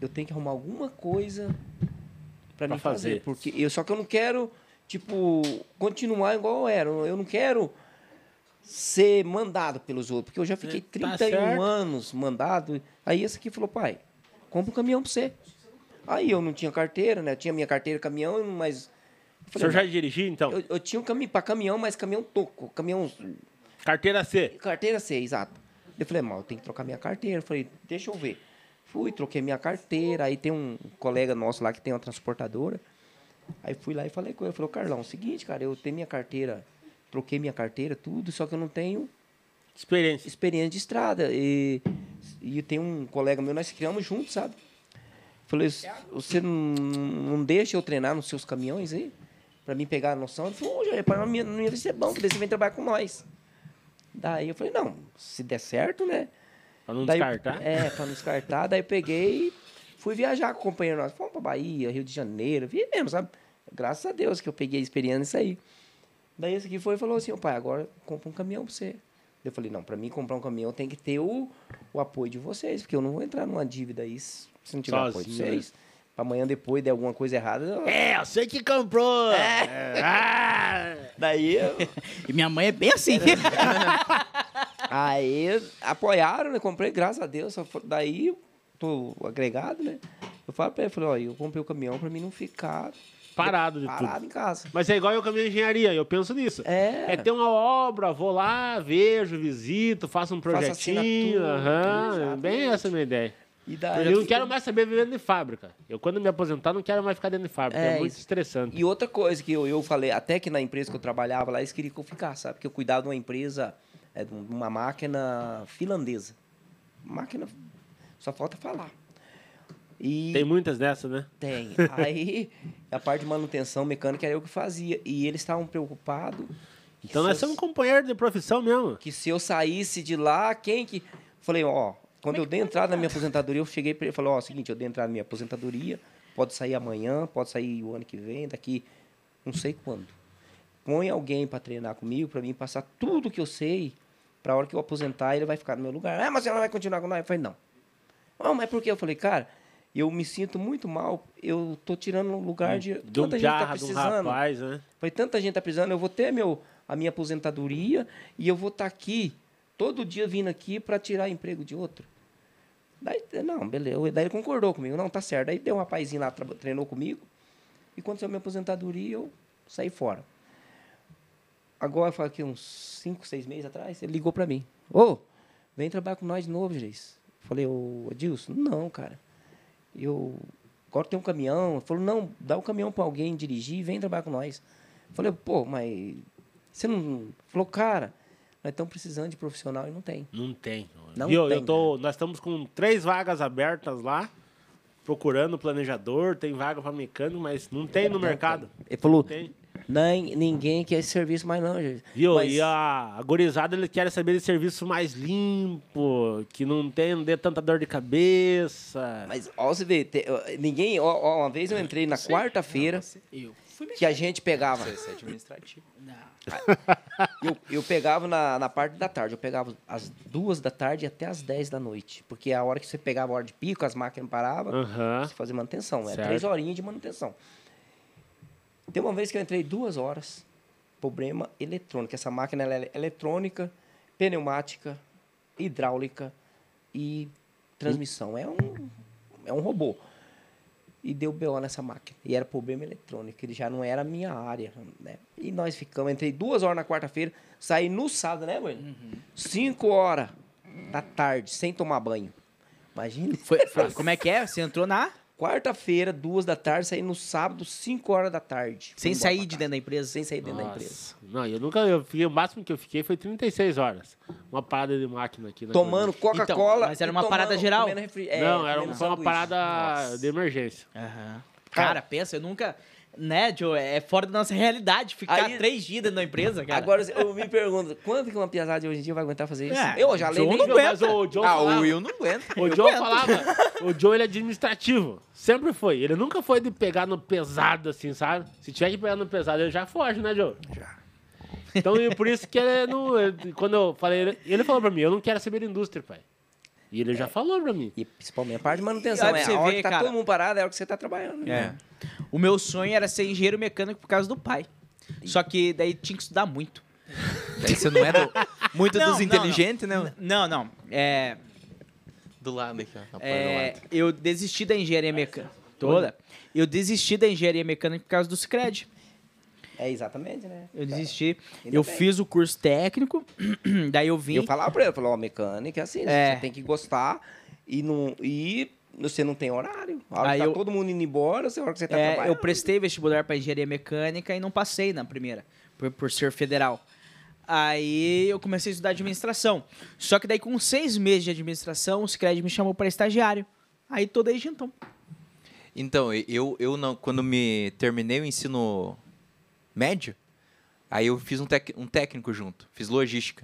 Speaker 1: eu tenho que arrumar alguma coisa pra,
Speaker 2: Pra
Speaker 1: mim fazer.
Speaker 2: fazer.
Speaker 1: Porque eu, só que eu não quero, tipo, continuar igual eu era. Eu não quero ser mandado pelos outros, porque eu já fiquei
Speaker 2: Tá
Speaker 1: 31
Speaker 2: certo.
Speaker 1: anos mandado. Aí esse aqui falou, pai, compra um caminhão pra você. Aí eu não tinha carteira, né? Eu tinha minha carteira, caminhão, mas. eu
Speaker 2: O
Speaker 1: falei,
Speaker 2: senhor já dirigiu, então?
Speaker 1: eu, eu tinha um caminhão para caminhão, mas caminhão toco, caminhão
Speaker 2: Carteira C.
Speaker 1: carteira C, exato. Eu falei, mal, eu tenho que trocar minha carteira. Eu falei, deixa eu ver. Fui, troquei minha carteira. Aí tem um colega nosso lá que tem uma transportadora. Aí fui lá e falei com ele. Falei, ô, Carlão, é o seguinte, cara, eu tenho minha carteira, troquei minha carteira, tudo, só que eu não tenho
Speaker 2: Experiência.
Speaker 1: experiência de estrada. E, e tem um colega meu, nós criamos juntos, sabe? Falei, você não, não deixa eu treinar nos seus caminhões aí? Pra mim pegar a noção? Ele falou, Jair, para mim não ia ser bom, porque daí você vem trabalhar com nós. Daí eu falei, não, se der certo, né?
Speaker 2: Pra não
Speaker 1: Daí-
Speaker 2: descartar.
Speaker 1: É, pra não descartar. Daí eu peguei e fui viajar com o companheiro nosso. Fomos pra Bahia, Rio de Janeiro, vi mesmo, sabe? Graças a Deus que eu peguei a experiência nisso aí. Daí esse aqui foi e falou assim, ô pai, agora compra um caminhão pra você. Eu falei, não, pra mim comprar um caminhão tem que ter o, o apoio de vocês, porque eu não vou entrar numa dívida aí se se não tiver apoio de
Speaker 2: Sozinho, né?
Speaker 1: vocês. Pra amanhã depois der alguma coisa errada. eu-
Speaker 2: É, eu sei que comprou. É. Ah.
Speaker 1: Daí eu...
Speaker 3: E minha mãe é bem assim.
Speaker 1: Aí apoiaram, né? Comprei, graças a Deus. Só foi- daí, tô agregado, né? Eu falo pra ele, falei, ó, eu comprei o caminhão pra mim não ficar
Speaker 2: Parado de tudo.
Speaker 1: parado em casa.
Speaker 2: Mas é igual eu caminho de engenharia, eu penso nisso.
Speaker 1: É.
Speaker 2: É ter uma obra, vou lá, vejo, visito, faço um projetinho.
Speaker 1: assinatura,
Speaker 2: Aham,
Speaker 1: exatamente. Ah,
Speaker 2: bem essa é a minha ideia.
Speaker 1: E daí.
Speaker 2: Eu não quero mais saber viver dentro de fábrica. Eu, quando me aposentar, não quero mais ficar dentro de fábrica. É,
Speaker 1: É,
Speaker 2: muito
Speaker 1: isso.
Speaker 2: estressante.
Speaker 1: E outra coisa que eu, eu falei, até que na empresa que eu trabalhava lá, eles queriam que eu ficasse, sabe? Porque eu cuidava de uma empresa, é, de uma máquina finlandesa. Máquina. Só falta falar. E
Speaker 2: Tem muitas dessas, né?
Speaker 1: tem. Aí a parte de manutenção mecânica era eu que fazia. E eles estavam preocupados. que
Speaker 2: Então
Speaker 1: se
Speaker 2: nós
Speaker 1: eu-
Speaker 2: somos companheiros de profissão mesmo.
Speaker 1: que se eu saísse de lá, quem que. Falei, ó, quando eu dei entrada na minha aposentadoria, eu cheguei pra ele e falei, ó, seguinte, eu dei entrada na minha aposentadoria, pode sair amanhã, pode sair o ano que vem, daqui não sei quando. Põe alguém pra treinar comigo, pra mim passar tudo que eu sei, pra hora que eu aposentar, ele vai ficar no meu lugar. Ah, mas ela vai continuar com nós? Eu falei, não. Ah, mas por quê? Eu falei, cara, eu me sinto muito mal, eu tô tirando um lugar de.
Speaker 2: De um
Speaker 1: Tanta gente tá
Speaker 2: piarra, de um
Speaker 1: precisando.
Speaker 2: rapaz, né?
Speaker 1: Falei, tanta gente tá precisando, eu vou ter meu, a minha aposentadoria e eu vou estar aqui todo dia vindo aqui para tirar emprego de outro. Daí, não, beleza. Daí ele concordou comigo, não, tá certo. Daí deu um rapazinho lá, traba- treinou comigo. E quando saiu minha aposentadoria, eu saí fora. Agora, foi aqui uns 5, 6 meses atrás, ele ligou para mim. Ô, vem trabalhar com nós de novo, Geis. Falei, ô, Adilson, não, cara. Eu agora tem um caminhão. Ele falou, não, dá o caminhão para alguém dirigir e vem trabalhar com nós. Eu falei, pô, mas você não... Falou, cara, nós estamos precisando de profissional e não tem.
Speaker 2: Não tem.
Speaker 1: Não
Speaker 2: Viu?
Speaker 1: tem, né?
Speaker 2: Eu tô, nós estamos com três vagas abertas lá, procurando planejador, tem vaga para mecânico, mas não tem no mercado.
Speaker 1: Ele falou,
Speaker 2: Tem.
Speaker 1: nem, ninguém quer esse serviço mais não, gente.
Speaker 2: Viu?
Speaker 1: Mas-
Speaker 2: E a, a gurizada, eles querem saber de serviço mais limpo, que não tem, não dê tanta dor de cabeça.
Speaker 1: Mas, ó, você vê, te- ó, ninguém... Ó, ó, uma vez eu entrei na quarta-feira,
Speaker 7: Eu.
Speaker 1: que a gente pegava...
Speaker 4: Isso é administrativo.
Speaker 1: Eu, eu pegava na, na parte da tarde, eu pegava às duas da tarde até às dez da noite. Porque é a hora que você pegava a hora de pico, as máquinas paravam,
Speaker 2: Aham.
Speaker 1: você fazia manutenção. É
Speaker 2: Certo.
Speaker 1: três horinhas de manutenção. Tem uma vez que eu entrei duas horas, problema eletrônico. Essa máquina ela é eletrônica, pneumática, hidráulica e transmissão. É um, é um robô. E deu BO nessa máquina. E era problema eletrônico, ele já não era a minha área. Né? E nós ficamos, entrei duas horas na quarta-feira, saí no sábado, né, Bueno?
Speaker 2: Uhum.
Speaker 1: Cinco horas da tarde, sem tomar banho. Imagina.
Speaker 3: Foi- foi- como é que é? Você entrou na.
Speaker 1: Quarta-feira, duas da tarde, saí no sábado, cinco horas da tarde.
Speaker 3: Sem
Speaker 1: Fui embora
Speaker 3: sair
Speaker 1: pra
Speaker 3: de
Speaker 1: casa.
Speaker 3: dentro da empresa?
Speaker 1: Sem sair dentro da
Speaker 2: Nossa.
Speaker 1: empresa.
Speaker 2: Não, eu nunca. Eu fiquei, o máximo que eu fiquei foi 36 horas. Uma parada de máquina aqui na
Speaker 1: Tomando Coca-Cola.
Speaker 3: Então, mas era
Speaker 1: e
Speaker 3: uma
Speaker 1: tomando-
Speaker 3: parada geral?
Speaker 1: comendo refri- é,
Speaker 2: Covilhã. Não, era
Speaker 1: comendo
Speaker 2: uma, foi uma
Speaker 1: sanduíche.
Speaker 2: parada de emergência.
Speaker 3: Aham. Cara, pensa, eu nunca. Né, Joe? É fora da nossa realidade ficar
Speaker 1: Aí-
Speaker 3: três dias dentro da empresa, cara.
Speaker 1: Agora eu me pergunto, quanto que uma piazada de hoje em dia vai aguentar fazer isso?
Speaker 3: É,
Speaker 1: eu já
Speaker 3: João
Speaker 1: leio.
Speaker 3: não
Speaker 1: nem-
Speaker 3: aguenta.
Speaker 2: Mas o John
Speaker 5: Ah,
Speaker 2: falava-
Speaker 5: o Will não aguenta.
Speaker 2: O Joe falava, o Joe ele é administrativo. Sempre foi. Ele nunca foi de pegar no pesado, assim, sabe? Se tiver que pegar no pesado, ele já foge, né, Joe? Já. Então, e por isso que ele não. ele- Quando eu falei, ele, ele falou pra mim, eu não quero saber da indústria, pai. E ele já falou pra mim.
Speaker 1: E principalmente a parte de manutenção.
Speaker 3: E olha
Speaker 1: É,
Speaker 3: pra você
Speaker 1: a hora
Speaker 3: ver,
Speaker 1: que tá
Speaker 3: cara.
Speaker 1: todo mundo parado, é a hora que você tá trabalhando. né?
Speaker 3: É. O meu sonho era ser engenheiro mecânico por causa do pai. Só que daí tinha que estudar muito.
Speaker 5: Daí você não é do- muito
Speaker 3: Não,
Speaker 5: dos
Speaker 3: não,
Speaker 5: inteligentes, né?
Speaker 3: Não, não. É,
Speaker 5: Do lado aqui, ó. na parte do
Speaker 3: é,
Speaker 5: lado.
Speaker 3: eu desisti da engenharia mecânica. Toda. Eu desisti da engenharia mecânica por causa do Cicred.
Speaker 1: É, exatamente, né?
Speaker 3: Eu desisti.
Speaker 1: Ainda
Speaker 3: eu
Speaker 1: bem.
Speaker 3: fiz o curso técnico, daí eu
Speaker 1: E
Speaker 3: vim.
Speaker 1: eu falava pra ele, eu falava, ó, mecânica é assim,
Speaker 3: É.
Speaker 1: você tem que gostar e não... E... Você não tem horário. A hora
Speaker 3: Aí
Speaker 1: que tá
Speaker 3: eu-
Speaker 1: todo mundo indo embora, você- a hora que você tá
Speaker 3: É, eu
Speaker 1: trabalhando.
Speaker 3: prestei vestibular para engenharia mecânica e não passei na primeira, por, por ser federal. Aí eu comecei a estudar administração. Só que daí, com seis meses de administração, o Cicred me chamou para estagiário. Aí tô desde então.
Speaker 5: Então, eu, eu não, quando me terminei o ensino médio, aí eu fiz um, tec- um técnico junto, fiz logística.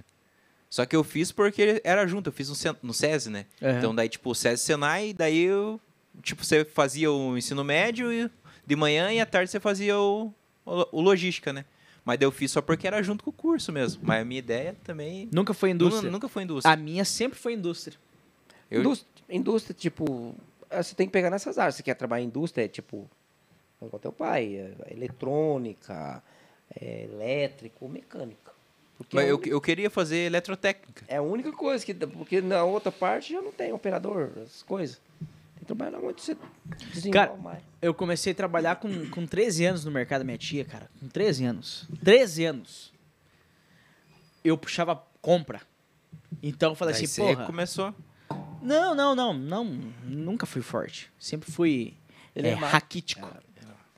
Speaker 5: Só que eu fiz porque era junto, eu fiz no, cen- no SESI, né?
Speaker 3: Aham.
Speaker 5: Então daí tipo o SESI Senai, daí eu tipo você fazia o ensino médio e de manhã e à tarde você fazia o, o, lo- o logística, né? Mas daí eu fiz só porque era junto com o curso mesmo. Mas a minha ideia também
Speaker 3: Nunca foi
Speaker 5: nunca,
Speaker 3: indústria. Ah,
Speaker 5: nunca foi indústria.
Speaker 3: A minha sempre foi indústria.
Speaker 5: Eu-
Speaker 1: Indústria, indústria, tipo, eh, você tem que pegar nessas áreas. Você quer trabalhar em indústria, é tipo, é igual teu pai, é eletrônica, é elétrico, mecânica.
Speaker 5: Mas eu, eu queria fazer eletrotécnica.
Speaker 1: É a única coisa que. dá- Porque na outra parte já não tem operador, as coisas. Tem que trabalhar onde você desenvolve
Speaker 3: Cara,
Speaker 1: mais.
Speaker 3: Eu comecei a trabalhar com, com 13 anos no mercado da minha tia, cara. Com 13 anos. 13 anos. Eu puxava compra. Então eu falei
Speaker 5: Daí
Speaker 3: assim,
Speaker 5: você
Speaker 3: porra.
Speaker 5: começou.
Speaker 3: Não, não, não, não. Nunca fui forte. Sempre fui
Speaker 1: Ele
Speaker 3: é,
Speaker 1: é magro.
Speaker 3: raquítico.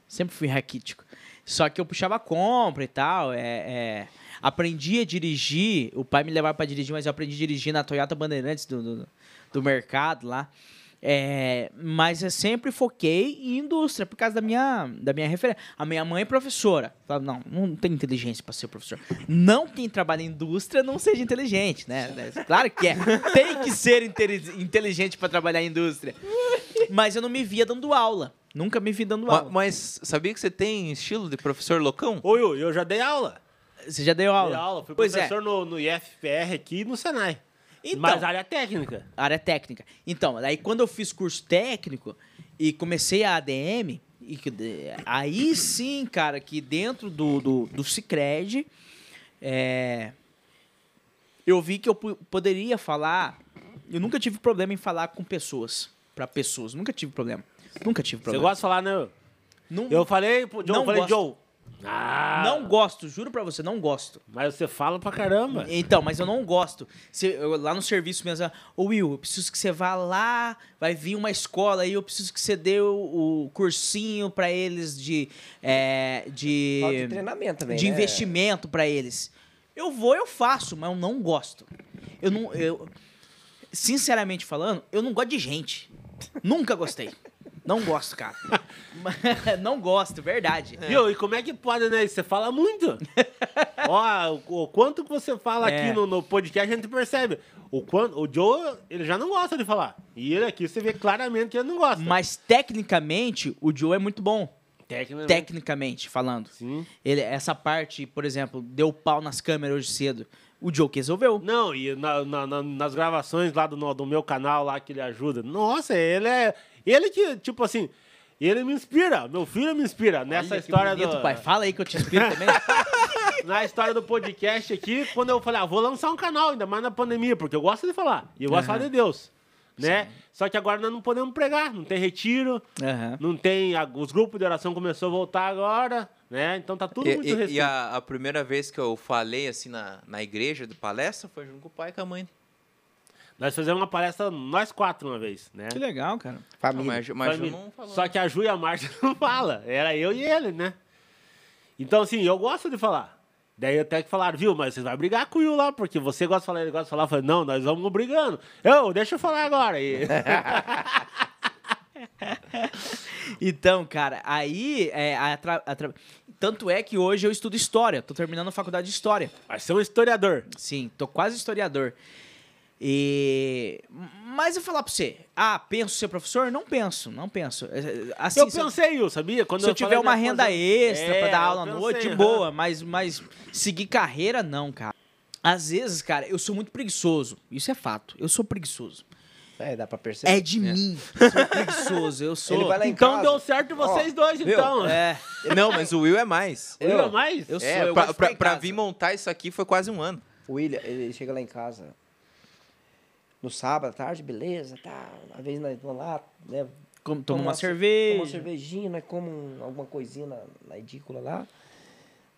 Speaker 3: Sempre fui raquítico. Só que eu puxava compra e tal. É, é, aprendi a dirigir. O pai me levava pra dirigir, mas eu aprendi a dirigir na Toyota Bandeirantes do, do, do mercado lá. É, mas eu sempre foquei em indústria, por causa da minha, da minha referência. A minha mãe é professora. Falava, não, não tem inteligência para ser professor. Não quem trabalha em indústria não seja inteligente, né? É, Claro que é. Tem que ser inteli- inteligente para trabalhar em indústria. Mas eu não me via dando aula. Nunca me vi dando
Speaker 5: Ma-
Speaker 3: aula.
Speaker 5: Mas sabia que você tem estilo de professor loucão?
Speaker 2: Ô, Yu, eu já dei aula.
Speaker 3: Você já deu
Speaker 2: Dei
Speaker 3: aula?
Speaker 2: aula. Fui
Speaker 3: Pois é.
Speaker 2: professor no, no IFPR aqui e no Senai.
Speaker 3: Então.
Speaker 2: Mas área técnica.
Speaker 3: área é técnica. Então, daí quando eu fiz curso técnico e comecei a ADM, e que de- aí sim, cara, que dentro do, do, do Cicred, é, eu vi que eu pu- poderia falar. Eu nunca tive problema em falar com pessoas, pra pessoas. Nunca tive problema. Nunca tive
Speaker 2: Você
Speaker 3: problema.
Speaker 2: gosta de falar, né? Yu?
Speaker 3: Não,
Speaker 2: Eu falei pro Joe,
Speaker 3: Não
Speaker 2: eu falei,
Speaker 3: gosto.
Speaker 2: Joe. Ah,
Speaker 3: não gosto, juro pra você, não gosto.
Speaker 2: Mas você fala pra caramba.
Speaker 3: Então, mas eu não gosto. Se- eu- lá no serviço mesmo, ô Will, eu preciso que você vá lá, vai vir uma escola aí, eu preciso que você dê o, o cursinho pra eles de. é,
Speaker 1: Falta de
Speaker 3: de
Speaker 1: treinamento também.
Speaker 3: de
Speaker 1: né?
Speaker 3: investimento pra eles. Eu vou, eu faço, mas eu não gosto. Eu não. Eu, sinceramente falando, eu não gosto de gente. Nunca gostei. Não gosto, cara. não gosto, verdade.
Speaker 2: Viu? E como é que pode, né? Você fala muito. Ó, o, o quanto que você fala
Speaker 3: É.
Speaker 2: aqui no, no podcast, a gente percebe. O, quanto, o Joe, ele já não gosta de falar. E ele aqui, você vê claramente que ele não gosta.
Speaker 3: Mas tecnicamente, o Joe é muito bom.
Speaker 2: Técnica, né?
Speaker 3: Tecnicamente falando.
Speaker 2: Sim.
Speaker 3: Ele, essa parte, por exemplo, deu pau nas câmeras hoje cedo. O Joe que resolveu.
Speaker 2: Não, e na- na- na- nas gravações lá do, no- do meu canal lá que ele ajuda. Nossa, ele é. Ele que, tipo assim, ele me inspira. Meu filho me inspira. Nessa
Speaker 3: Olha que
Speaker 2: história
Speaker 3: bonito,
Speaker 2: do.
Speaker 3: pai. Fala aí que eu te inspiro também.
Speaker 2: na história do podcast aqui, quando eu falei, ah, vou lançar um canal, ainda mais na pandemia, porque eu gosto de falar. E eu gosto de falar de Deus. Né? Só que agora nós não podemos pregar, não tem retiro,
Speaker 5: Né?
Speaker 3: Aham.
Speaker 2: não tem. a- os grupos de oração começou a voltar agora, né? Então tá tudo
Speaker 5: E,
Speaker 2: muito
Speaker 5: e- e
Speaker 2: restrito.
Speaker 5: a, a primeira vez que eu falei assim na, na igreja do palestra foi junto com o pai e com a mãe.
Speaker 2: Nós fizemos uma palestra, nós quatro, uma vez, né?
Speaker 3: Que legal, cara.
Speaker 5: Não,
Speaker 1: Família.
Speaker 5: mas mas eu
Speaker 2: Família.
Speaker 5: não falou.
Speaker 2: Só que a Ju e a Márcia não fala. Era eu e ele, né? Então, assim, eu gosto de falar. Daí até que falaram, viu, mas vocês vão brigar com o Will lá, porque você gosta de falar, ele gosta de falar. Eu falei, não, nós vamos brigando. Eu, deixa eu falar agora. E...
Speaker 3: Então, cara, aí. é, atra- atra- Tanto é que hoje eu estudo história. Tô terminando a faculdade de história.
Speaker 2: Vai ser um historiador.
Speaker 3: Sim, tô quase historiador. E. Mas eu falar pra você, ah, penso ser professor? Não penso, não penso. É, é, Assim,
Speaker 2: eu
Speaker 3: se eu-
Speaker 2: pensei, eu sabia? Quando
Speaker 3: se eu tiver
Speaker 2: falei,
Speaker 3: uma
Speaker 2: né,
Speaker 3: renda
Speaker 2: fazer-
Speaker 3: extra
Speaker 2: É,
Speaker 3: pra dar
Speaker 2: eu
Speaker 3: aula à noite,
Speaker 2: pensei,
Speaker 3: de
Speaker 2: aham.
Speaker 3: boa, mas, mas seguir carreira, não, cara. Às vezes, cara, eu sou muito preguiçoso. Isso é fato. Eu sou preguiçoso.
Speaker 1: É, dá pra perceber.
Speaker 3: É de mim. Eu sou preguiçoso. Eu sou.
Speaker 1: Ele vai lá em
Speaker 2: Então
Speaker 1: casa.
Speaker 2: deu certo vocês dois,
Speaker 5: viu?
Speaker 2: então.
Speaker 3: É,
Speaker 5: Não, mas o Will é mais.
Speaker 2: Viu,
Speaker 1: Eu-
Speaker 2: mas
Speaker 3: eu sou.
Speaker 5: é,
Speaker 3: eu
Speaker 5: pra,
Speaker 3: gosto de
Speaker 5: pra-
Speaker 3: ficar em
Speaker 5: pra
Speaker 3: casa.
Speaker 5: vir montar isso aqui foi quase um ano.
Speaker 1: O William, ele chega lá em casa no sábado à tarde, beleza, tá. Às vezes nós vamos lá, né?
Speaker 3: Como- Toma uma
Speaker 1: ce-
Speaker 3: cerveja.
Speaker 1: Toma uma cervejinha, nós como um- alguma coisinha na, na edícula lá.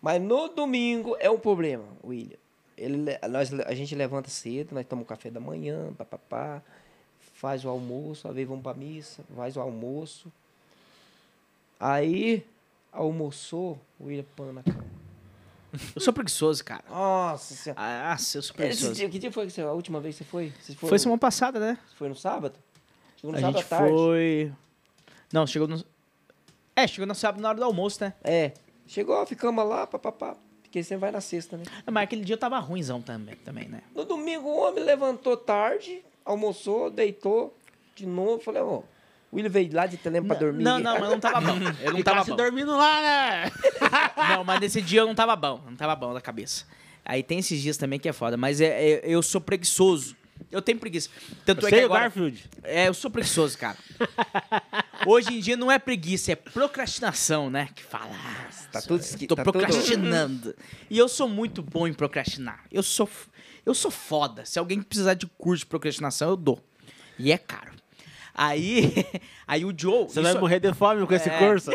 Speaker 1: Mas no domingo é um problema, William. Ele, le- nós, le- a gente levanta cedo, nós tomamos café da manhã, papapá, faz o almoço, às vezes vamos pra missa, faz o almoço. Aí, almoçou, o William pã na cama.
Speaker 3: Eu sou preguiçoso, cara.
Speaker 1: Nossa senhora.
Speaker 3: Ah, eu sou
Speaker 1: Esse
Speaker 3: preguiçoso.
Speaker 1: dia, que dia foi que é, você, a última vez que você foi? Você
Speaker 3: Foi semana passada, né?
Speaker 1: Foi no sábado? Chegou no
Speaker 3: a
Speaker 1: sábado
Speaker 3: gente
Speaker 1: à tarde?
Speaker 3: foi. Não, chegou no. É, chegou no sábado na hora do almoço, né?
Speaker 1: É. Chegou, ficamos lá, papapá. Porque sempre vai na sexta, né?
Speaker 3: Ah, Mas aquele dia eu tava ruimzão também, também né?
Speaker 1: No domingo, o homem levantou tarde, almoçou, deitou de novo. Falei, ó, o William veio lá de Telema pra dormir.
Speaker 3: Não, não, mas não tava bom. Eu não tava
Speaker 2: se
Speaker 3: bom.
Speaker 2: dormindo lá, né?
Speaker 3: Não, mas nesse dia eu não tava bom. Não tava bom da cabeça. Aí tem esses dias também que é foda, mas é, é- eu sou preguiçoso. Eu tenho preguiça. Tanto é que
Speaker 2: Sei o
Speaker 3: agora...
Speaker 2: Garfield.
Speaker 3: É, eu sou preguiçoso, cara. Hoje em dia não é preguiça, é procrastinação, né? Que fala. "Ah,
Speaker 1: Tá
Speaker 3: sou-
Speaker 1: tudo esqui-
Speaker 3: Tô
Speaker 1: tá tudo-
Speaker 3: procrastinando. E eu sou muito bom em procrastinar. Eu sou, f- eu sou foda. Se alguém precisar de curso de procrastinação, eu dou. E é caro. Aí, aí o Joe.
Speaker 2: Você vai
Speaker 3: isso-
Speaker 2: morrer de fome com esse
Speaker 3: É.
Speaker 2: curso.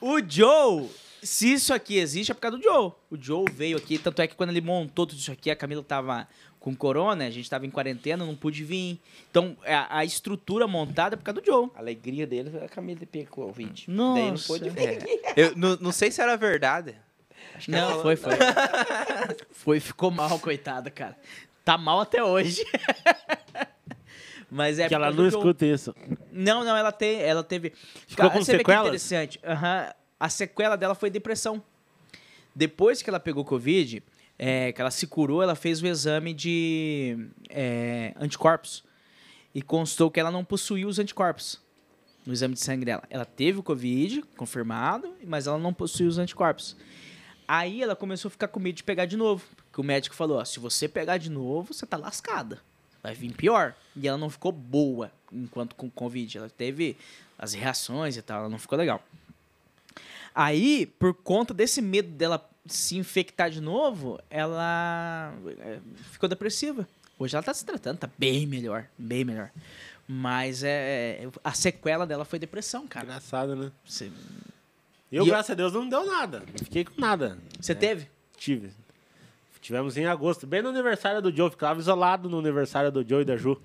Speaker 3: o Joe, se isso aqui existe, é por causa do Joe. O Joe veio aqui, tanto é que quando ele montou tudo isso aqui, a Camila tava com corona, a gente tava em quarentena, não pude vir. Então, a, a estrutura montada é por causa do Joe.
Speaker 1: A alegria dele foi a Camila de pecou o vídeo.
Speaker 3: Nossa.
Speaker 1: Daí não pôde vir
Speaker 2: É,
Speaker 1: aqui.
Speaker 5: Eu não, não sei se era verdade.
Speaker 3: Não, foi, foi. foi, ficou mal, coitado, cara. Tá mal até hoje. Mas é
Speaker 2: que
Speaker 3: por
Speaker 2: ela
Speaker 3: causa
Speaker 2: não
Speaker 3: do Joe.
Speaker 2: escuta isso.
Speaker 3: Não, não, ela, tem, ela teve.
Speaker 2: Ficou
Speaker 3: Cara,
Speaker 2: com
Speaker 3: você vê que é
Speaker 2: sequelas?
Speaker 3: interessante. Aham. A sequela dela foi depressão. Depois que ela pegou Covid, é, que ela se curou, ela fez o exame de é, anticorpos. E constou que ela não possuía os anticorpos no exame de sangue dela. Ela teve o Covid, confirmado, mas ela não possuía os anticorpos. Aí ela começou a ficar com medo de pegar de novo. Porque o médico falou: ó, se você pegar de novo, você tá lascada. Vai vir pior. E ela não ficou boa enquanto com Covid. Ela teve as reações e tal, ela não ficou legal. Aí, por conta desse medo dela se infectar de novo, ela é, ficou depressiva. Hoje ela tá se tratando, tá bem melhor, bem melhor. Mas é, é, a sequela dela foi depressão, cara.
Speaker 2: Engraçado, né?
Speaker 3: Você,
Speaker 2: Eu,
Speaker 3: E-
Speaker 2: graças a Deus, não deu nada. Não fiquei com nada.
Speaker 3: você teve?
Speaker 2: Tive. Tivemos em agosto, bem no aniversário do Joe. Ficava isolado no aniversário do Joe e da Ju.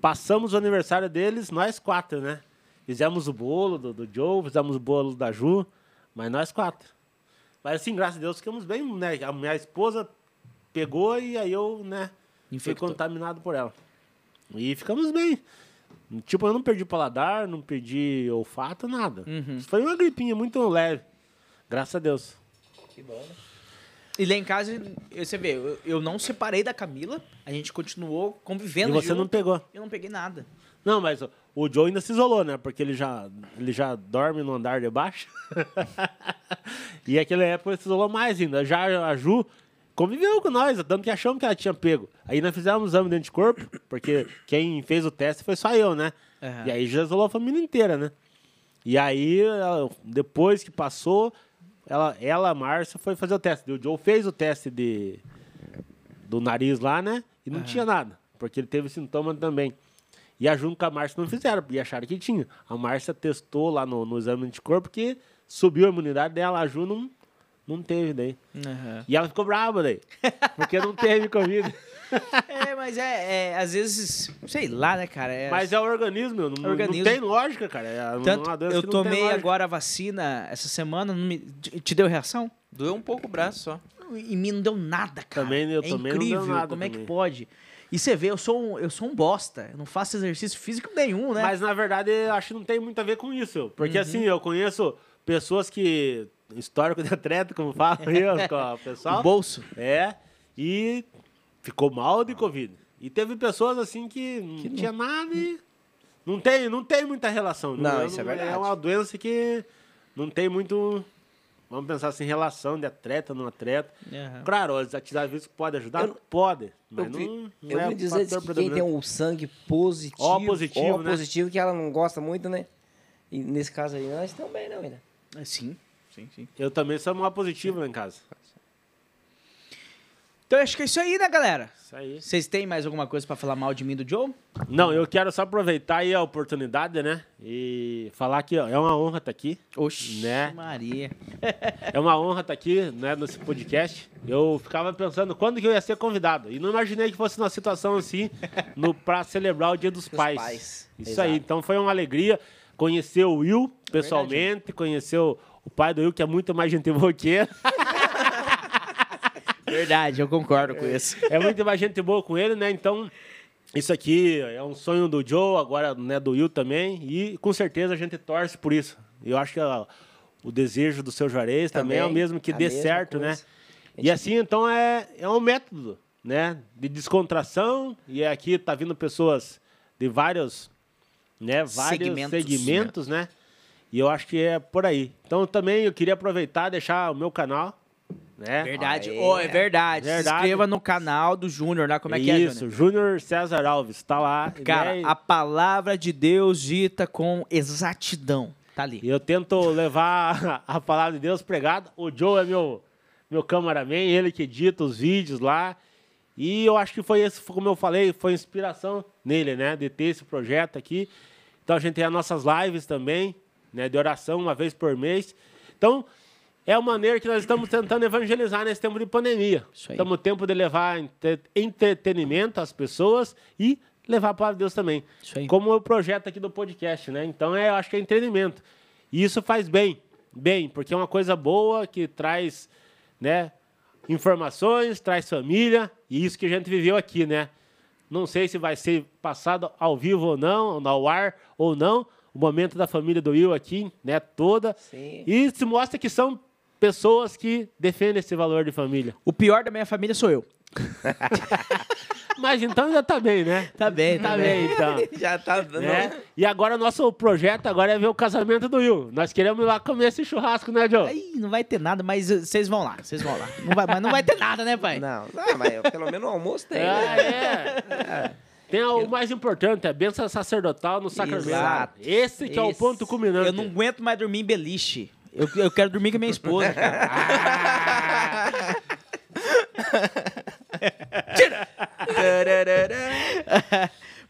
Speaker 2: Passamos o aniversário deles, nós quatro, né? Fizemos o bolo do, do Joe, fizemos o bolo da Ju, mas nós quatro. Mas assim, graças a Deus, ficamos bem, né? A minha esposa pegou e aí eu, né?
Speaker 3: Infectou.
Speaker 2: Fui contaminado por ela. E ficamos bem. Tipo, eu não perdi paladar, não perdi olfato, nada.
Speaker 3: Uhum.
Speaker 2: Foi uma gripinha muito leve. Graças a Deus.
Speaker 3: E lá em casa, você vê, eu, eu não separei da Camila, a gente continuou
Speaker 2: E
Speaker 3: convivendo.
Speaker 2: você
Speaker 3: junto.
Speaker 2: não pegou.
Speaker 3: Eu não peguei nada.
Speaker 2: Não, mas o- o Joe ainda se isolou, né? Porque ele já, ele já dorme no andar de baixo. e aquela época ele se isolou mais ainda. Já a Ju conviveu com nós, tanto que achamos que ela tinha pego. Aí nós fizemos um exame de anticorpo, porque quem fez o teste foi só eu, né?
Speaker 3: Aham.
Speaker 2: E aí já isolou a família inteira, né? E aí, ela- depois que passou, ela, ela, a Márcia, foi fazer o teste. O Joe fez o teste de, do nariz lá, né? E não tinha nada, porque ele teve sintoma também. E a Junca e a Márcia não fizeram, e acharam que tinha. A Márcia testou lá no, no exame de corpo que subiu a imunidade dela, a Ju não, não teve daí. E ela ficou brava daí, porque não teve Covid.
Speaker 3: É, mas é, é, às vezes, sei lá, né, cara? É-
Speaker 2: Mas é o organismo, meu, não,
Speaker 3: Organismo.
Speaker 2: não tem lógica, cara. É uma
Speaker 3: Tanto,
Speaker 2: doença
Speaker 3: eu
Speaker 2: que não tem
Speaker 3: tomei
Speaker 2: lógica.
Speaker 3: agora a vacina essa semana, não me- te te deu reação?
Speaker 5: Doeu um pouco o braço só.
Speaker 3: Em mim não deu nada, cara.
Speaker 2: Também, eu
Speaker 3: é
Speaker 2: também não deu
Speaker 3: incrível
Speaker 2: nada
Speaker 3: como é que
Speaker 2: também.
Speaker 3: pode. E você vê, eu sou um, eu sou um bosta, eu não faço exercício físico nenhum, né? Uhum.
Speaker 2: Mas na verdade eu acho que não tem muito a ver com isso. Porque assim, eu conheço pessoas que. Histórico de atleta, como fala eu, com o pessoal.
Speaker 3: o bolso.
Speaker 2: É. E ficou mal de Covid. E teve pessoas assim que não tinha nada e. Não tem, não tem muita relação.
Speaker 1: Não,
Speaker 2: Eu
Speaker 1: isso é verdade.
Speaker 2: É uma doença que não tem muito. Vamos pensar assim, relação de atleta, não atleta.
Speaker 3: Aham.
Speaker 2: Claro, as atividades físicas podem ajudar?
Speaker 1: Eu-
Speaker 2: Pode. Mas
Speaker 1: eu
Speaker 2: não,
Speaker 1: vi,
Speaker 2: não
Speaker 1: eu
Speaker 2: é
Speaker 1: vi
Speaker 2: um
Speaker 1: dizer
Speaker 2: fator
Speaker 1: que quem tem
Speaker 2: predominante.
Speaker 1: um sangue positivo,
Speaker 2: Ó positivo,
Speaker 1: ó
Speaker 2: né?
Speaker 1: positivo, que ela não gosta muito, né? E nesse caso aí, nós também né, não ainda.
Speaker 3: É, Sim, sim, sim.
Speaker 1: um-
Speaker 2: Eu também sou mal positivo lá em casa.
Speaker 3: Então eu acho que é isso aí, né, galera?
Speaker 2: Isso aí.
Speaker 3: Vocês têm mais alguma coisa pra falar mal de mim e do Joe?
Speaker 2: Não, eu quero só aproveitar aí a oportunidade, né? E falar que ó, é uma honra estar aqui.
Speaker 3: Oxi,
Speaker 2: Né?
Speaker 3: Maria.
Speaker 2: É uma honra estar aqui, né, nesse podcast. Eu ficava pensando quando que eu ia ser convidado. E não imaginei que fosse numa situação assim, no, pra celebrar o Dia dos Pais.
Speaker 1: pais,
Speaker 2: Isso
Speaker 1: exato.
Speaker 2: aí. Então foi uma alegria conhecer o Will pessoalmente, conhecer o, o pai do Will, que é muito mais gente boa que ele.
Speaker 3: Verdade, eu concordo com isso.
Speaker 2: É muito mais gente boa com ele, né? Então, isso aqui é um sonho do Joe, agora né, do Will também. E com certeza a gente torce por isso. Eu acho que ó, o desejo do seu Juarez também, é o
Speaker 1: Também,
Speaker 2: mesmo que
Speaker 1: a
Speaker 2: dê
Speaker 1: mesma
Speaker 2: certo,
Speaker 1: coisa.
Speaker 2: né? E assim, então, é, é um método, né? De descontração. E aqui tá vindo pessoas de vários, né, vários
Speaker 3: Segmentos,
Speaker 2: segmentos, né? E eu acho que é por aí. Então, também eu queria aproveitar e deixar o meu canal, né?
Speaker 3: Verdade.
Speaker 1: Aê.
Speaker 3: Ô, é verdade. Se
Speaker 2: Verdade.
Speaker 3: inscreva no canal do Júnior lá. Como é que é, Júnior?
Speaker 2: Isso, Júnior César Alves, tá lá.
Speaker 3: Cara,
Speaker 2: né?
Speaker 3: a palavra de Deus dita com exatidão. Tá ali.
Speaker 2: E eu tento levar a palavra de Deus pregada. O Joe é meu, meu cameraman, ele que edita os vídeos lá. E eu acho que foi esse, como eu falei, foi inspiração nele, né? De ter esse projeto aqui. Então a gente tem as nossas lives também, né? De oração uma vez por mês. Então, é uma maneira que nós estamos tentando evangelizar nesse tempo de pandemia. Então,
Speaker 3: Isso aí.
Speaker 2: Estamos no tempo de levar entre- entretenimento às pessoas e levar a palavra de Deus também.
Speaker 3: Isso aí.
Speaker 2: Como é o projeto aqui do podcast, né? Então, é, eu acho que é entretenimento. E isso faz bem, bem, porque é uma coisa boa que traz, né, informações, traz família, e isso que a gente viveu aqui, né? Não sei se vai ser passado ao vivo ou não, ao ar ou não, o momento da família do Will aqui, né, toda.
Speaker 1: Sim.
Speaker 2: E se mostra que são pessoas que defendem esse valor de família.
Speaker 3: O pior da minha família sou eu.
Speaker 2: Mas então ainda tá bem, né?
Speaker 3: Tá bem,
Speaker 2: Tá bem, então.
Speaker 1: Já tá dando.
Speaker 5: É.
Speaker 3: um
Speaker 2: né? E agora o nosso projeto agora é ver o casamento do Will. Nós queremos ir lá comer esse churrasco, né, Joe?
Speaker 3: Aí não vai ter nada, mas eh, vocês vão lá, vocês vão lá. Não vai- mas não vai ter nada, né, pai?
Speaker 1: Não, ah, mas pelo menos o almoço tem.
Speaker 2: Ah,
Speaker 1: né?
Speaker 2: é. Tem o mais importante, a benção sacerdotal no sacramento.
Speaker 3: Exato.
Speaker 2: Esse que é o
Speaker 3: Esse-
Speaker 2: ponto culminante.
Speaker 3: Eu não aguento mais dormir em beliche. Eu, eu quero dormir com a minha esposa, cara.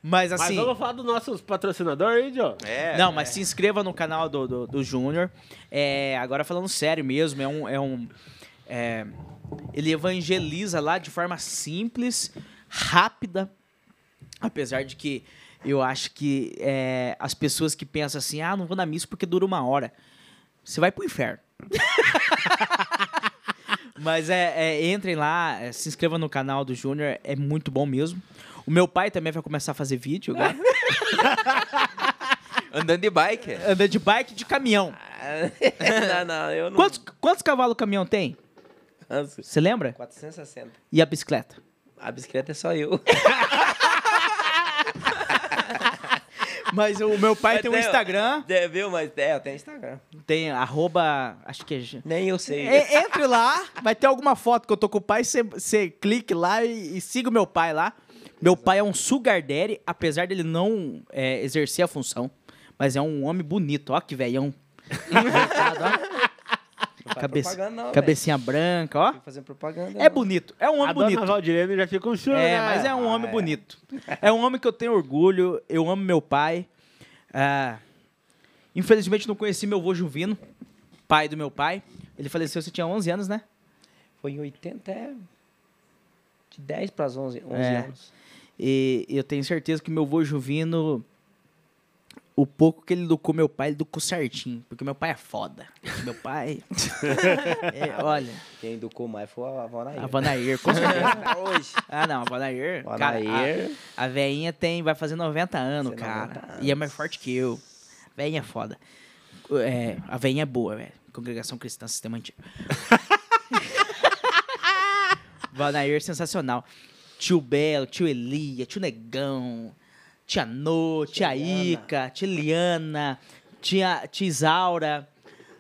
Speaker 3: Mas
Speaker 2: Mas
Speaker 3: assim.
Speaker 2: vamos falar dos nossos patrocinadores aí, Joe?
Speaker 5: É,
Speaker 3: Não, mas se inscreva no canal do, do, do Júnior. É, agora falando sério mesmo, é um. É um é, ele evangeliza lá de forma simples, rápida. Apesar de que eu acho que é, as pessoas que pensam assim, ah, não vou na missa porque dura uma hora. Você vai pro inferno. Mas é, é, entrem lá, é, se inscrevam no canal do Júnior, é muito bom mesmo. O meu pai também vai começar a fazer vídeo agora.
Speaker 5: Andando de bike. é.
Speaker 3: Anda de bike e de caminhão.
Speaker 2: Ah,
Speaker 1: não,
Speaker 2: é.
Speaker 1: não, eu não.
Speaker 3: Quantos, quantos cavalos o caminhão tem?
Speaker 1: Anso,
Speaker 3: Você lembra?
Speaker 1: 460.
Speaker 3: E a bicicleta?
Speaker 1: A bicicleta é só eu.
Speaker 3: Mas o meu pai
Speaker 1: Mas
Speaker 3: tem um
Speaker 1: tem-
Speaker 3: Instagram,
Speaker 1: É, viu? Mas é, eu tenho Instagram.
Speaker 3: tem arroba, acho que é... G-
Speaker 1: Nem eu sei.
Speaker 3: E- É, Entre lá, vai ter alguma foto que eu tô com o pai, você- você clique lá e, e siga o meu pai lá. Meu pai é um sugar daddy, apesar dele não é, exercer a função, mas é um homem bonito, ó que velhão.
Speaker 1: Não faz
Speaker 3: Cabeça-
Speaker 1: propaganda, não,
Speaker 3: Cabecinha branca, ó.
Speaker 1: velho. Fazendo propaganda. né?
Speaker 3: É
Speaker 1: não.
Speaker 3: bonito, é um homem
Speaker 2: a
Speaker 3: bonito.
Speaker 2: dona Valdirene já fica um choro,
Speaker 3: É,
Speaker 2: né?
Speaker 3: mas é um homem
Speaker 1: Ah, é.
Speaker 3: bonito. É um homem que eu tenho orgulho, eu amo meu pai. Ah, infelizmente não conheci meu avô Juvino, pai do meu pai. Ele faleceu, você tinha 11 anos, né?
Speaker 1: Foi em 80, é. De 10 para 11, 11
Speaker 3: É.
Speaker 1: anos.
Speaker 3: E eu tenho certeza que meu avô Juvino, o pouco que ele educou meu pai, ele educou certinho. Porque meu pai é foda. Meu pai. É, olha,
Speaker 1: Quem educou mais foi a É. Vanaí.
Speaker 3: a Vanair, com certeza.
Speaker 1: Hoje.
Speaker 3: Ah, não, a Vanair. cara,
Speaker 1: Vanaí.
Speaker 3: A veinha tem, vai fazer 90 anos,
Speaker 1: Fazer
Speaker 3: cara.
Speaker 1: 90
Speaker 3: E é mais forte que eu. Veinha é foda. É, a veinha é boa, velho. Congregação Cristã Sistema Antigo. Vanair, sensacional. Tio Belo, tio Elia, tio Negão, tia No, tia,
Speaker 1: Tia Liana.
Speaker 3: Ica, tia Liana, tia, tia Isaura,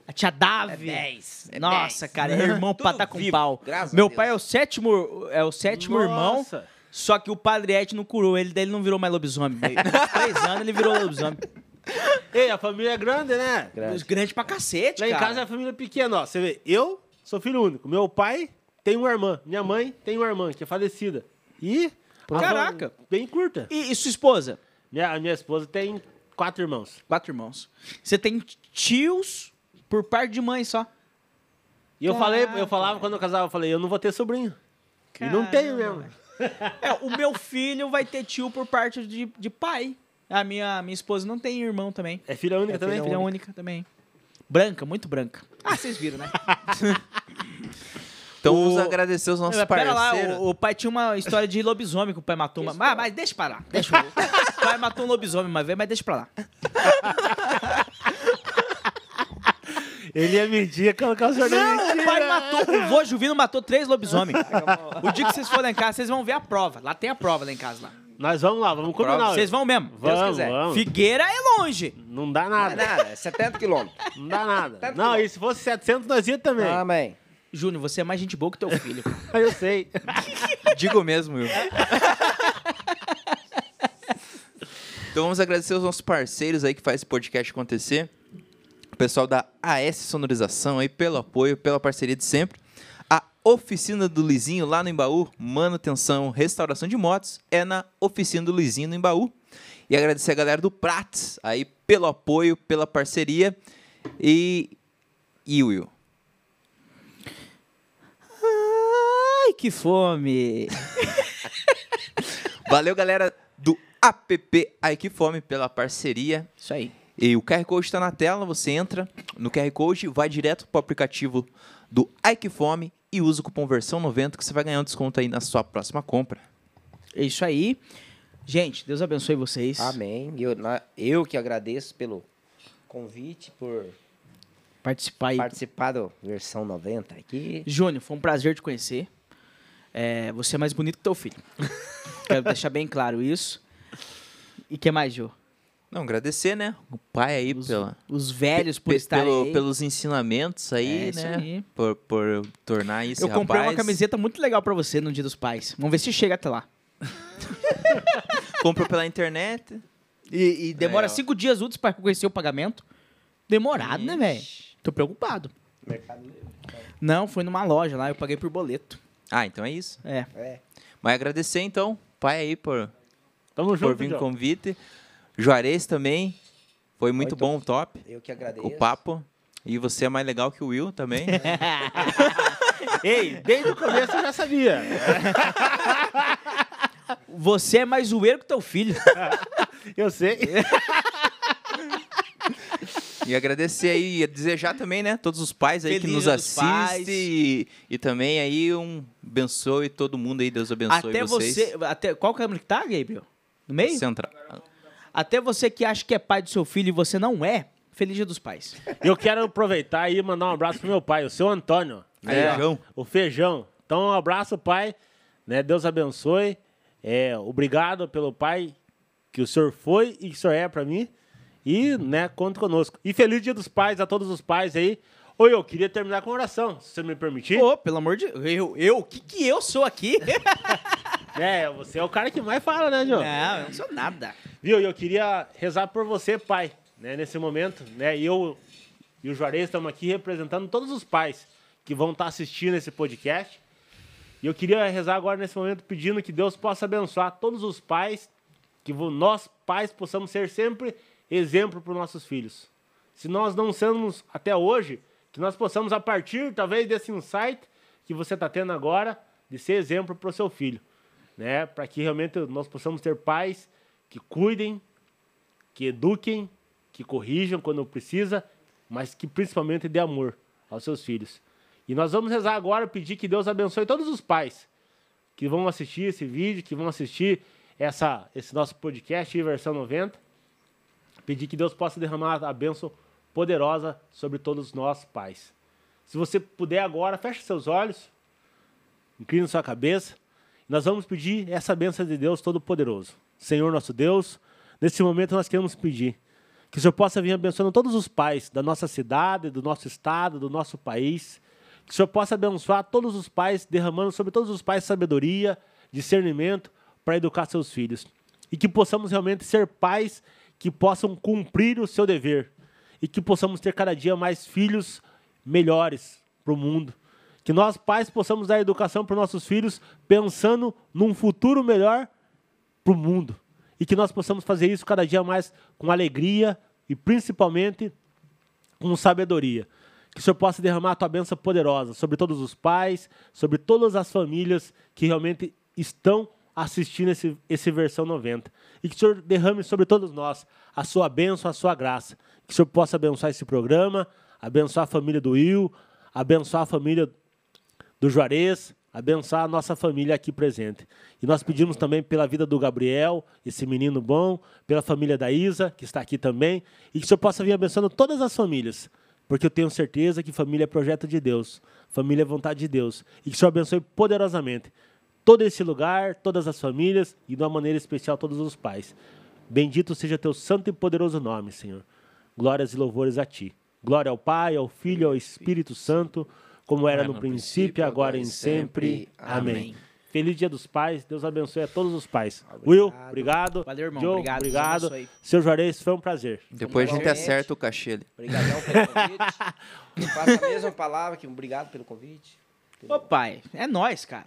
Speaker 3: a tia Davi.
Speaker 1: É
Speaker 3: Nossa, cara, é irmão pra tá com pau.
Speaker 1: graças a
Speaker 3: Meu
Speaker 1: Deus.
Speaker 3: pai é o sétimo, é o sétimo irmão.
Speaker 2: Nossa.
Speaker 3: Só que o Padre Ed não curou ele, daí ele não virou mais lobisomem. Aos três anos ele virou lobisomem.
Speaker 2: Ei, a família é grande, né?
Speaker 3: Os
Speaker 1: Grande.
Speaker 3: grandes pra cacete,
Speaker 2: Lá em
Speaker 3: cara.
Speaker 2: casa é a família pequena, ó. Você vê, eu sou filho único. Meu pai tem uma irmã. Minha mãe tem uma irmã, que é falecida. E. a
Speaker 3: Caraca.
Speaker 2: van- Bem curta.
Speaker 3: E, e sua esposa?
Speaker 2: Minha, a minha esposa tem quatro irmãos.
Speaker 3: Quatro irmãos. Você tem tios por parte de mãe só.
Speaker 2: E eu falei, eu falava quando eu casava, eu falei, eu não vou ter sobrinho. E não tenho mesmo.
Speaker 3: É, o meu filho vai ter tio por parte de, de pai. A minha, minha esposa não tem irmão também.
Speaker 2: É filha única
Speaker 1: É
Speaker 2: também?
Speaker 3: Filha única também. Branca, muito branca. Ah, vocês viram, né?
Speaker 5: Então
Speaker 3: O-
Speaker 5: vamos agradecer os nossos
Speaker 3: Mas Pera lá,
Speaker 5: parceiros.
Speaker 3: o, o pai tinha uma história de lobisomem que o pai matou. Uma... Ah, mas deixa pra lá. Deixa eu... O pai matou um lobisomem uma vez, mas deixa pra lá.
Speaker 2: Ele ia medir e colocar o jornal.
Speaker 3: Não, o pai matou, o vô Juvino matou três lobisomens. O dia que vocês forem lá em casa, vocês vão ver a prova. Lá tem a prova lá em casa. Lá.
Speaker 2: Nós vamos lá, vamos combinar.
Speaker 3: Vocês vão mesmo.
Speaker 2: Vamos,
Speaker 1: quiser.
Speaker 2: vamos.
Speaker 3: Figueira é longe.
Speaker 2: Não dá
Speaker 1: Nada,
Speaker 2: nada.
Speaker 1: é 70 quilômetros.
Speaker 2: Não dá nada.
Speaker 3: Tá
Speaker 1: Tanto
Speaker 2: Não,
Speaker 1: que- Ah.
Speaker 2: e se fosse 700, nós ia também.
Speaker 1: Amém.
Speaker 9: Júnior, você é mais gente boa que teu filho.
Speaker 2: Eu sei.
Speaker 5: Digo mesmo, Will. então vamos agradecer os nossos parceiros aí que faz esse podcast acontecer. O pessoal da AS Sonorização aí pelo apoio, pela parceria de sempre. A Oficina do Lizinho lá no Embaú, manutenção, restauração de motos, é na Oficina do Lizinho no Embaú. E agradecer a galera do Prats aí pelo apoio, pela parceria. E. E Will.
Speaker 9: Ai, que fome.
Speaker 5: Valeu, galera do APP Ai Que Fome pela parceria.
Speaker 9: Isso aí.
Speaker 5: E o QR Code está na tela, você entra no QR Code, vai direto para o aplicativo do Ai Que Fome e usa o cupom versão 90 que você vai ganhar um desconto aí na sua próxima compra.
Speaker 9: É isso aí. Gente, Deus abençoe vocês.
Speaker 1: Amém. Eu, na- eu que agradeço pelo convite, por
Speaker 9: Participar aí.
Speaker 1: participar do versão 90 aqui.
Speaker 9: Júnior, foi um prazer te conhecer. É, você é mais bonito que teu filho. Quero deixar bem claro isso. E que mais, Jô?
Speaker 5: Não, agradecer, né? O pai aí pela,
Speaker 9: Os velhos por
Speaker 5: pe-
Speaker 9: estarem
Speaker 5: pelo-
Speaker 9: aí.
Speaker 5: pelos ensinamentos aí,
Speaker 9: É isso
Speaker 5: né?
Speaker 9: aí.
Speaker 5: Por, por tornar isso
Speaker 9: Eu comprei uma camiseta muito legal pra você no Dia dos Pais. Vamos ver se chega até lá.
Speaker 5: Compro pela internet.
Speaker 9: E, e demora
Speaker 5: Aí, ó.
Speaker 9: cinco dias úteis pra reconhecer o pagamento. Demorado, né, velho? Tô preocupado. Não, foi numa loja lá, eu paguei por boleto.
Speaker 5: Ah, então é isso.
Speaker 9: É.
Speaker 5: Mas agradecer então, pai aí por,
Speaker 2: Tamo
Speaker 5: por
Speaker 2: junto,
Speaker 5: vir
Speaker 2: João.
Speaker 5: convite. Juarez também. Foi muito bom o top.
Speaker 1: Eu que
Speaker 9: É
Speaker 1: agradeço.
Speaker 5: o papo. E você é mais legal que o Will também.
Speaker 2: Ei, desde o começo eu já sabia.
Speaker 9: Você é mais zoeiro que teu filho.
Speaker 2: Eu sei.
Speaker 5: e agradecer aí, e desejar também, né? Todos os pais aí
Speaker 9: Feliz
Speaker 5: que nos
Speaker 9: Dia dos Pais.
Speaker 5: assistem. E, e também aí um abençoe todo mundo aí. Deus abençoe
Speaker 9: até
Speaker 5: vocês. é um-
Speaker 9: você. Até, qual câmera que tá, Gabriel? No meio?
Speaker 5: Central.
Speaker 9: Até você que acha que é pai do seu filho e você não é, feliz dia dos pais.
Speaker 2: Eu quero aproveitar e mandar um abraço pro meu pai, o seu Antônio.
Speaker 5: Aí,
Speaker 2: É,
Speaker 5: João.
Speaker 2: O feijão. Então, um abraço, pai. Né? Deus abençoe. É, obrigado pelo pai que o senhor foi e que o senhor é pra mim. E, né, conta conosco. E feliz dia dos pais a todos os pais aí. Oi, eu queria terminar com oração, se você me permitir.
Speaker 9: Ô, pelo amor de eu, eu, o que que eu sou aqui?
Speaker 2: É, você é o cara que mais fala, né,
Speaker 3: É.
Speaker 2: João?
Speaker 9: não, eu não sou nada.
Speaker 2: Viu? E eu queria rezar por você, pai, né, nesse momento, né? E eu e o Juarez estamos aqui representando todos os pais que vão estar assistindo esse podcast. E eu queria rezar agora nesse momento pedindo que Deus possa abençoar todos os pais, que vo- nós pais possamos ser sempre exemplo para os nossos filhos. Se nós não somos até hoje, que nós possamos a partir talvez desse insight que você está tendo agora, de ser exemplo para o seu filho, né? Para que realmente nós possamos ter pais que cuidem, que eduquem, que corrijam quando precisa, mas que principalmente dê amor aos seus filhos. E nós vamos rezar agora, pedir que Deus abençoe todos os pais que vão assistir esse vídeo, que vão assistir essa, esse nosso podcast, versão 90. Pedir que Deus possa derramar a bênção poderosa sobre todos nós, pais. Se você puder agora, feche seus olhos, incline sua cabeça. Nós vamos pedir essa bênção de Deus Todo-Poderoso. Senhor nosso Deus, nesse momento nós queremos pedir que o Senhor possa vir abençoando todos os pais da nossa cidade, do nosso estado, do nosso país. Que o Senhor possa abençoar todos os pais, derramando sobre todos os pais sabedoria, discernimento para educar seus filhos. E que possamos realmente ser pais que possam cumprir o seu dever. E que possamos ter cada dia mais filhos melhores para o mundo. Que nós, pais, possamos dar educação para nossos filhos pensando num futuro melhor para o mundo. E que nós possamos fazer isso cada dia mais com alegria e principalmente com sabedoria. Que o Senhor possa derramar a tua bênção poderosa sobre todos os pais, sobre todas as famílias que realmente estão assistindo esse, esse versão 90. E que o Senhor derrame sobre todos nós a sua bênção, a sua graça. Que o Senhor possa abençoar esse programa, abençoar a família do Will, abençoar a família do Juarez, abençoar a nossa família aqui presente. E nós pedimos também pela vida do Gabriel, esse menino bom, pela família da Isa, que está aqui também, e que o Senhor possa vir abençoando todas as famílias, porque eu tenho certeza que família é projeto de Deus, família é vontade de Deus, e que o Senhor abençoe poderosamente todo esse lugar, todas as famílias e de uma maneira especial todos os pais. Bendito seja teu santo e poderoso nome, Senhor. Glórias e louvores a ti. Glória ao Pai, ao Filho, e ao Espírito Santo, como era
Speaker 5: Era
Speaker 2: É, no
Speaker 5: no
Speaker 2: princípio, agora e sempre. Amém.
Speaker 3: Amém.
Speaker 2: Feliz Dia dos Pais. Deus abençoe a todos os pais. Will, obrigado.
Speaker 3: Valeu, irmão.
Speaker 2: Joe,
Speaker 3: Obrigado. Deus
Speaker 2: obrigado.
Speaker 3: abençoe.
Speaker 2: Seu Juarez, foi um prazer.
Speaker 5: Depois a gente
Speaker 1: Igualmente.
Speaker 5: acerta o cachê ali.
Speaker 1: Obrigadão pelo convite. Eu faço a mesma palavra que obrigado pelo convite.
Speaker 3: Ô, pai, é nós, cara.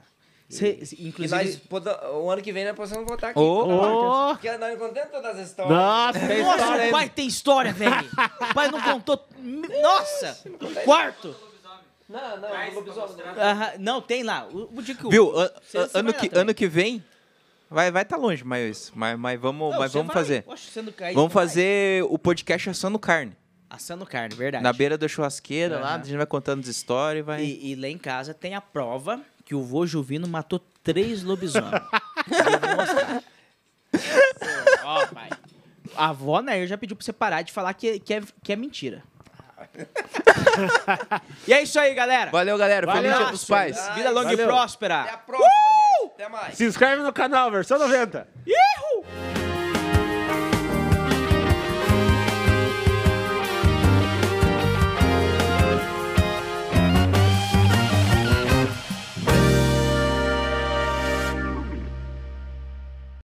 Speaker 3: Cê- cê-
Speaker 1: E
Speaker 3: inclusive,
Speaker 1: nós, poda- o ano que vem nós possamos voltar aqui.
Speaker 5: Ô,
Speaker 2: Ô,
Speaker 1: Porque nós não contamos todas as histórias.
Speaker 2: nossa, tem
Speaker 3: Nossa,
Speaker 2: história
Speaker 3: o
Speaker 2: aí.
Speaker 3: pai tem história, velho. O pai não contou. Nossa! Quarto!
Speaker 1: Não, não, o lobisomem não.
Speaker 3: Aham, não, tem lá. O, o dia que o-
Speaker 5: Viu? An-
Speaker 3: Você- você
Speaker 5: ano,
Speaker 3: vai lá
Speaker 5: que,
Speaker 3: também.
Speaker 5: ano que vem vai vai tá longe, mas, mas, mas vamos,
Speaker 3: Não,
Speaker 5: mas
Speaker 3: você
Speaker 5: vamos
Speaker 3: vai.
Speaker 5: fazer.
Speaker 3: Oxe, você não cai,
Speaker 5: Vamos
Speaker 3: você vai.
Speaker 5: fazer o podcast assando carne.
Speaker 3: Assando carne, verdade.
Speaker 5: Na beira da churrasqueira lá,
Speaker 3: Aham.
Speaker 5: a gente vai contando as histórias e vai.
Speaker 3: E, e lá em casa tem a prova que o vô Juvino matou três lobisomens. Eu vou mostrar. Ó, pai. A avó Nair já pediu pra você parar de falar que, que, é, que é mentira. e é isso aí, galera.
Speaker 5: Valeu, galera. Feliz
Speaker 2: Valeu.
Speaker 5: Dia dos Pais.
Speaker 3: Vida longa
Speaker 2: Valeu.
Speaker 3: e próspera.
Speaker 1: Até a próxima, gente. Até mais.
Speaker 2: Se inscreve no canal, versão 90.
Speaker 3: Ih!